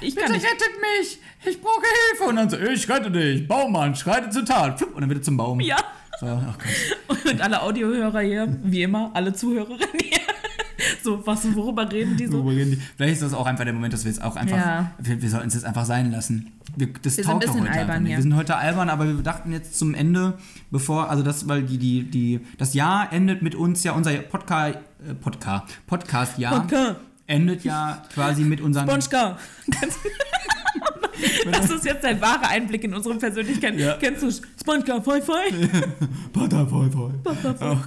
[SPEAKER 2] Ich kann
[SPEAKER 1] Bitte
[SPEAKER 2] nicht.
[SPEAKER 1] rettet mich, ich brauche Hilfe. Und dann so, ich rette dich, Baumann, schreite zur Tat. Pfiup, Und dann wird er zum Baum.
[SPEAKER 2] Ja.
[SPEAKER 1] So, oh Gott.
[SPEAKER 2] Und alle Audiohörer hier, wie immer, alle Zuhörerinnen hier. So, was, worüber reden die so?
[SPEAKER 1] Worüber reden die? Vielleicht ist das auch einfach der Moment, dass wir jetzt auch einfach,
[SPEAKER 2] Ja.
[SPEAKER 1] wir, wir sollten es jetzt einfach sein lassen. Wir, das
[SPEAKER 2] Wir sind ein
[SPEAKER 1] taugt doch
[SPEAKER 2] bisschen
[SPEAKER 1] heute einfach
[SPEAKER 2] albern
[SPEAKER 1] nicht.
[SPEAKER 2] hier.
[SPEAKER 1] Wir sind heute albern, aber wir dachten jetzt zum Ende, bevor, also das, weil die, die, die, das Jahr endet mit uns ja, unser Podcast, äh, Podcast, Podcast-Jahr
[SPEAKER 2] Wodka,
[SPEAKER 1] endet ja quasi mit unseren
[SPEAKER 2] Bonschka. Das ist jetzt ein wahrer Einblick in unsere Persönlichkeit.
[SPEAKER 1] Ja.
[SPEAKER 2] Kennst du Sponka, Foi Foi?
[SPEAKER 1] Butter, voll, voll. Oh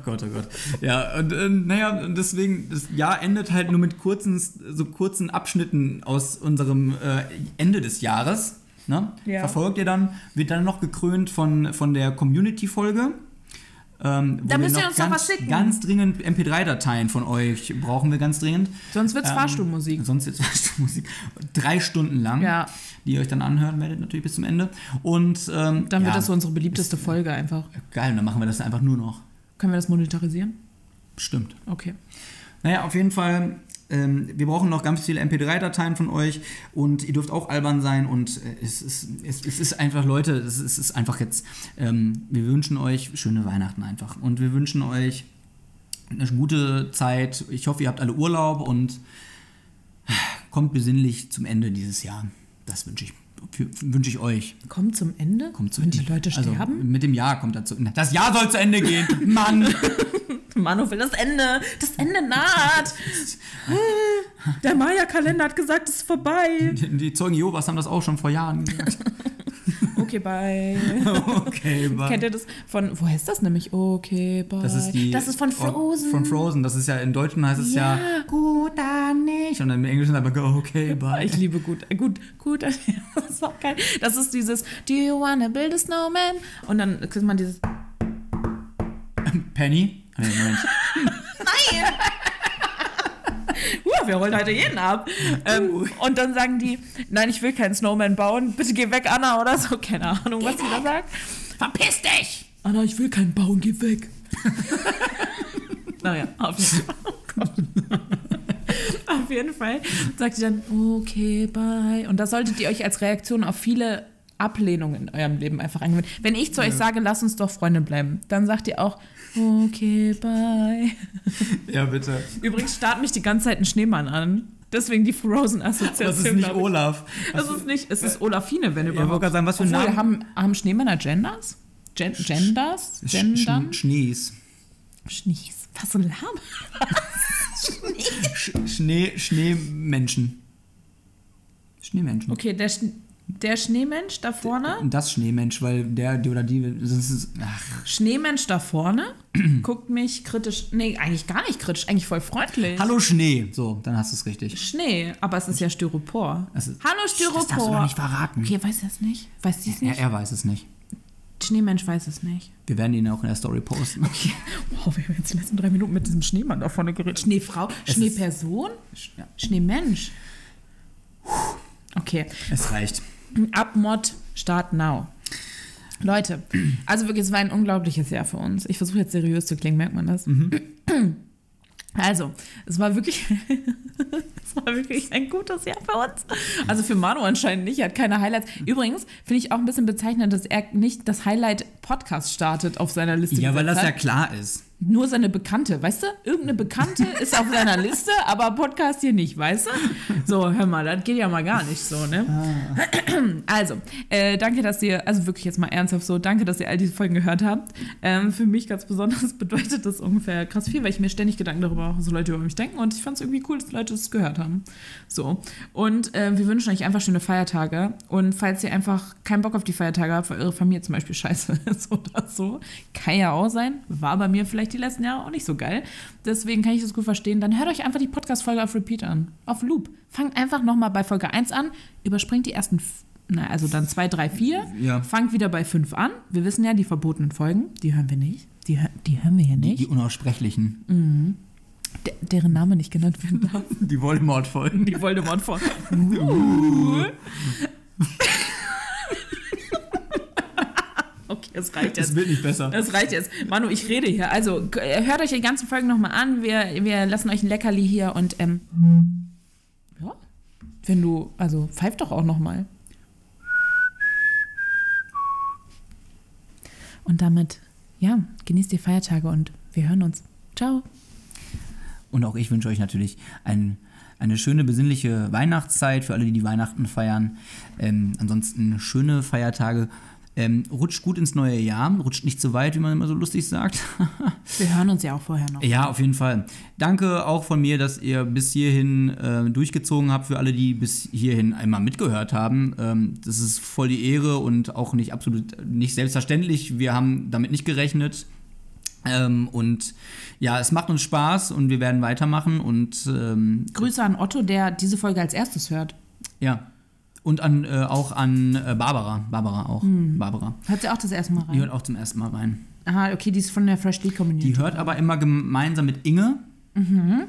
[SPEAKER 1] Gott, oh Gott. Ja, und äh, naja, und deswegen, das Jahr endet halt nur mit kurzen, so kurzen Abschnitten aus unserem äh, Ende des Jahres. Ne?
[SPEAKER 2] Ja.
[SPEAKER 1] Verfolgt ihr dann, wird dann noch gekrönt von, von der Community-Folge. Ähm, wo
[SPEAKER 2] Da
[SPEAKER 1] wir
[SPEAKER 2] müsst ihr uns noch
[SPEAKER 1] ganz,
[SPEAKER 2] was schicken.
[SPEAKER 1] Ganz dringend MP3-Dateien von euch brauchen wir ganz dringend.
[SPEAKER 2] Sonst wird's
[SPEAKER 1] Ähm,
[SPEAKER 2] Fahrstuhlmusik.
[SPEAKER 1] Sonst jetzt <laughs> Musik. Drei Stunden lang,
[SPEAKER 2] Ja.
[SPEAKER 1] die ihr euch dann anhören werdet, natürlich bis zum Ende. Und ähm,
[SPEAKER 2] Dann
[SPEAKER 1] ja,
[SPEAKER 2] wird das so unsere beliebteste Folge einfach.
[SPEAKER 1] Geil, und dann machen wir das einfach nur noch.
[SPEAKER 2] Können wir das monetarisieren?
[SPEAKER 1] Bestimmt.
[SPEAKER 2] Okay.
[SPEAKER 1] Naja, auf jeden Fall. Ähm, wir brauchen noch ganz viele MP3-Dateien von euch und ihr dürft auch albern sein und äh, es ist, es, es ist einfach, Leute, es ist, es ist einfach jetzt, ähm, wir wünschen euch schöne Weihnachten einfach und wir wünschen euch eine gute Zeit. Ich hoffe, ihr habt alle Urlaub und äh, Kommt besinnlich zum Ende dieses Jahr. Das wünsche ich, für- wünsche ich euch.
[SPEAKER 2] Kommt zum Ende?
[SPEAKER 1] Kommt zum
[SPEAKER 2] Wenn die
[SPEAKER 1] Ende.
[SPEAKER 2] Leute
[SPEAKER 1] Also,
[SPEAKER 2] sterben?
[SPEAKER 1] mit dem Jahr kommt dazu. Das Jahr soll zu Ende gehen. <laughs> Mann!
[SPEAKER 2] Manu will das Ende. Das Ende naht.
[SPEAKER 1] <laughs>
[SPEAKER 2] Äh, Der Maya-Kalender hat gesagt, es ist vorbei.
[SPEAKER 1] Die die Zeugen Jehovas haben das auch schon vor Jahren gesagt.
[SPEAKER 2] Okay, bye.
[SPEAKER 1] <laughs> Okay, wa-
[SPEAKER 2] Kennt ihr das von, woher ist das nämlich? Okay, bye.
[SPEAKER 1] das ist die.
[SPEAKER 2] das ist von Frozen.
[SPEAKER 1] Von Frozen. Das ist ja in Deutschen heißt es ja.
[SPEAKER 2] Ja.
[SPEAKER 1] Gut, dann nicht. Und im Englischen aber go,
[SPEAKER 2] <laughs>
[SPEAKER 1] okay, bye.
[SPEAKER 2] ich liebe gut, äh, gut, gut. <laughs> Das ist auch geil. Das ist dieses Do you wanna build a snowman? Und dann kriegt man dieses
[SPEAKER 1] Penny? Nee, Moment.
[SPEAKER 2] Huh, wir holen heute jeden ab.
[SPEAKER 1] Uh.
[SPEAKER 2] Ähm, und dann sagen die, nein, ich will keinen Snowman bauen. Bitte geh weg, Anna, oder so. Keine Ahnung, was sie da sagt.
[SPEAKER 1] Verpiss dich!
[SPEAKER 2] Anna, ich will keinen bauen, geh weg. naja, auf jeden Fall. Oh
[SPEAKER 1] <laughs>
[SPEAKER 2] Gott. auf jeden Fall sagt sie dann, okay, bye. Und das solltet ihr euch als Reaktion auf viele Ablehnungen in eurem Leben einfach angewöhnen. Wenn ich zu euch sage, lass uns doch Freunde bleiben, dann sagt ihr auch, okay, bye.
[SPEAKER 1] Ja,
[SPEAKER 2] <laughs>
[SPEAKER 1] bitte.
[SPEAKER 2] Übrigens starrt mich die ganze Zeit ein Schneemann an. Deswegen die Frozen-Assoziation.
[SPEAKER 1] Das ist nicht
[SPEAKER 2] glaub ich.
[SPEAKER 1] Olaf.
[SPEAKER 2] Das ist nicht, es ist Olafine, wenn
[SPEAKER 1] Ja, ich wollte
[SPEAKER 2] überhaupt.
[SPEAKER 1] gerade sagen, was für einen
[SPEAKER 2] Obwohl,
[SPEAKER 1] Namen.
[SPEAKER 2] haben, haben Schneemänner Genders? Gen Genders?
[SPEAKER 1] Sch-
[SPEAKER 2] Gendern?
[SPEAKER 1] Schn- Schnees.
[SPEAKER 2] Schnees. Was so ein Lamm?
[SPEAKER 1] Sch- Schnee, Schneemenschen. Schneemenschen.
[SPEAKER 2] Okay, der, Schn- der Schneemensch da vorne.
[SPEAKER 1] Das Schneemensch, weil der, die oder die. Das ist, ach.
[SPEAKER 2] Schneemensch da vorne <clears throat> guckt mich kritisch. Nee, eigentlich gar nicht kritisch, eigentlich voll freundlich.
[SPEAKER 1] Hallo Schnee. So, dann hast du es richtig.
[SPEAKER 2] Schnee, aber es ist ja Styropor.
[SPEAKER 1] Das ist-
[SPEAKER 2] Hallo Styropor.
[SPEAKER 1] Das darfst du doch nicht verraten.
[SPEAKER 2] Okay, weiß er es nicht? Weiß sie es
[SPEAKER 1] Ja,
[SPEAKER 2] nicht?
[SPEAKER 1] er weiß es nicht.
[SPEAKER 2] Schneemensch weiß es nicht.
[SPEAKER 1] Wir werden ihn auch in der Story posten.
[SPEAKER 2] Wow, wir haben jetzt die letzten drei Minuten mit diesem Schneemann da vorne geredet. Schneefrau, Schneeperson,
[SPEAKER 1] Ja,
[SPEAKER 2] Schneemensch. Okay,
[SPEAKER 1] es reicht.
[SPEAKER 2] Abmod, Start Now. Leute, also wirklich, es war ein unglaubliches Jahr für uns. Ich versuche jetzt seriös zu klingen, merkt man das? Also, es war wirklich, <laughs> es war wirklich ein gutes Jahr für uns. Also für Manu anscheinend nicht, er hat keine Highlights. Übrigens finde ich auch ein bisschen bezeichnend, dass er nicht das Highlight Podcast startet auf seiner Liste.
[SPEAKER 1] Ja, weil
[SPEAKER 2] gesetzt
[SPEAKER 1] das
[SPEAKER 2] hat
[SPEAKER 1] ja klar ist.
[SPEAKER 2] nur seine Bekannte, weißt du? Irgendeine Bekannte ist auf seiner Liste, aber Podcast hier nicht, weißt du? So, hör mal, das geht ja mal gar nicht so, ne? Also, äh, danke, dass ihr, also wirklich jetzt mal ernsthaft so, danke, dass ihr all diese Folgen gehört habt. Ähm, für mich ganz besonders <laughs> bedeutet das ungefähr krass viel, weil ich mir ständig Gedanken darüber mache, was so Leute über mich denken und ich fand es irgendwie cool, dass Leute es gehört haben. So, und äh, wir wünschen euch einfach schöne Feiertage und falls ihr einfach keinen Bock auf die Feiertage habt, weil eure Familie zum Beispiel scheiße <laughs> ist oder so, kann ja auch sein, war bei mir vielleicht die letzten Jahre auch nicht so geil, deswegen kann ich das gut verstehen, dann hört euch einfach die Podcast-Folge auf Repeat an, auf Loop. Fangt einfach nochmal bei Folge 1 an, überspringt die ersten, f- na also dann 2, 3, 4,
[SPEAKER 1] Ja.
[SPEAKER 2] fangt wieder bei 5 an, wir wissen ja, die verbotenen Folgen, die hören wir nicht, die, hö- die hören wir hier
[SPEAKER 1] Die,
[SPEAKER 2] nicht,
[SPEAKER 1] die unaussprechlichen.
[SPEAKER 2] D deren Name nicht genannt werden darf.
[SPEAKER 1] Die Voldemort-Folgen.
[SPEAKER 2] <laughs> Die Voldemort vor. Uh. <laughs> okay, es reicht
[SPEAKER 1] Das
[SPEAKER 2] jetzt.
[SPEAKER 1] wird nicht besser.
[SPEAKER 2] Es reicht jetzt. Manu, ich rede hier. Also g- hört euch die ganzen Folgen nochmal an. Wir, wir lassen euch ein Leckerli hier und ähm, ja, wenn du, also pfeift doch auch nochmal. Und damit, ja, genießt die Feiertage und wir hören uns. Ciao.
[SPEAKER 1] Und auch ich wünsche euch natürlich ein, eine schöne, besinnliche Weihnachtszeit für alle, die die Weihnachten feiern. Ähm, ansonsten schöne Feiertage. Ähm, rutscht gut ins neue Jahr, rutscht nicht zu weit, wie man immer so lustig sagt. <laughs>
[SPEAKER 2] Wir hören uns ja auch vorher noch.
[SPEAKER 1] Ja, auf jeden Fall. Danke auch von mir, dass ihr bis hierhin äh, durchgezogen habt, für alle, die bis hierhin einmal mitgehört haben. Ähm, das ist voll die Ehre und auch nicht absolut nicht selbstverständlich. Wir haben damit nicht gerechnet. Ähm, und ja, es macht uns Spaß und wir werden weitermachen und ähm,
[SPEAKER 2] Grüße an Otto, der diese Folge als erstes hört.
[SPEAKER 1] ja. Und an, äh, auch an äh, Barbara. Barbara auch. Barbara.
[SPEAKER 2] Hört sie auch das erste Mal
[SPEAKER 1] Die
[SPEAKER 2] rein?
[SPEAKER 1] hört auch zum ersten Mal rein.
[SPEAKER 2] Aha, okay, die ist von der Fresh Lee Community.
[SPEAKER 1] Die hört aber immer gemeinsam mit Inge.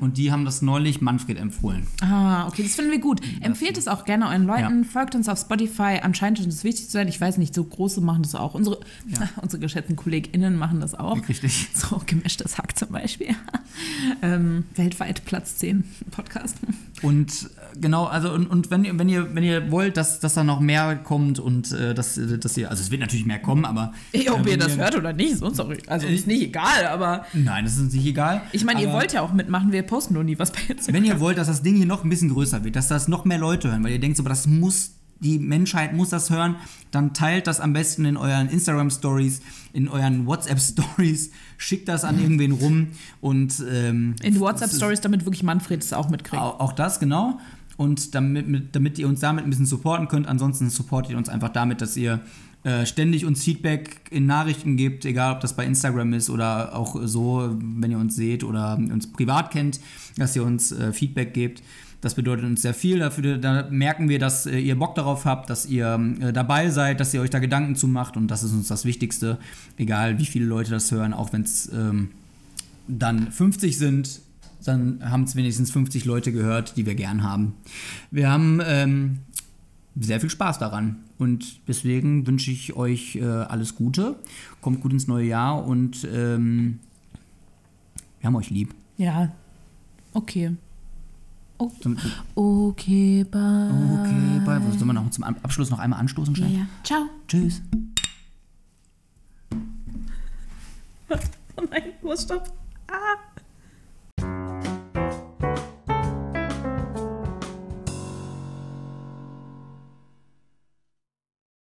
[SPEAKER 1] Und die haben das neulich Manfred empfohlen.
[SPEAKER 2] ah, okay, das finden wir gut. Empfehlt es auch gerne euren Leuten. Folgt uns auf Spotify. Anscheinend scheint es wichtig zu sein. Ich weiß nicht, so große machen das auch. Unsere, <laughs> unsere geschätzten KollegInnen machen das auch.
[SPEAKER 1] Richtig.
[SPEAKER 2] So gemischtes Hack zum Beispiel. <laughs> ähm, weltweit Platz 10 Podcast.
[SPEAKER 1] Und äh, genau, also und, und wenn, ihr- wenn, ihr, wenn ihr wollt, dass, dass da noch mehr kommt und äh, dass, dass ihr, also es wird natürlich mehr kommen, aber.
[SPEAKER 2] Ey,
[SPEAKER 1] äh,
[SPEAKER 2] Ob
[SPEAKER 1] wenn
[SPEAKER 2] ihr das hört oder nicht, ist uns auch, also ist nicht egal, aber
[SPEAKER 1] Nein, das ist uns nicht egal.
[SPEAKER 2] ich meine, ihr
[SPEAKER 1] Aber
[SPEAKER 2] wollt ja auch mitmachen. Wir posten nur nie was bei Instagram.
[SPEAKER 1] Wenn ihr wollt, dass das Ding hier noch ein bisschen größer wird, dass das noch mehr Leute hören, weil ihr denkt, so, aber das muss, die Menschheit muss das hören, dann teilt das am besten in euren Instagram-Stories, in euren WhatsApp-Stories, schickt das an irgendwen rum und ähm,
[SPEAKER 2] In WhatsApp-Stories, damit wirklich Manfred es auch mitkriegt.
[SPEAKER 1] Au- Auch das, genau. Und damit, mit, damit ihr uns damit ein bisschen supporten könnt. Ansonsten supportet ihr uns einfach damit, dass ihr äh, ständig uns Feedback in Nachrichten gebt, egal ob das bei Instagram ist oder auch so, wenn ihr uns seht oder uns privat kennt, dass ihr uns äh, Feedback gebt. Das bedeutet uns sehr viel. Dafür da merken wir, dass äh, ihr Bock darauf habt, dass ihr äh, dabei seid, dass ihr euch da Gedanken zu macht. Und das ist uns das Wichtigste. Egal wie viele Leute das hören, auch wenn es ähm, dann 50 sind, dann haben es wenigstens 50 Leute gehört, die wir gern haben. Wir haben ähm, sehr viel Spaß daran. Und deswegen wünsche ich euch äh, alles Gute. Kommt gut ins neue Jahr und ähm, wir haben euch lieb.
[SPEAKER 2] Ja. Okay. Oh.
[SPEAKER 1] Zum-
[SPEAKER 2] Okay, bye.
[SPEAKER 1] Oh, Okay, bye. Sollen wir noch zum Ab- Abschluss noch einmal anstoßen?
[SPEAKER 2] Ja,
[SPEAKER 1] schnell?
[SPEAKER 2] ja. Ciao.
[SPEAKER 1] Tschüss.
[SPEAKER 2] <laughs> Oh nein, wo stopp? Ah.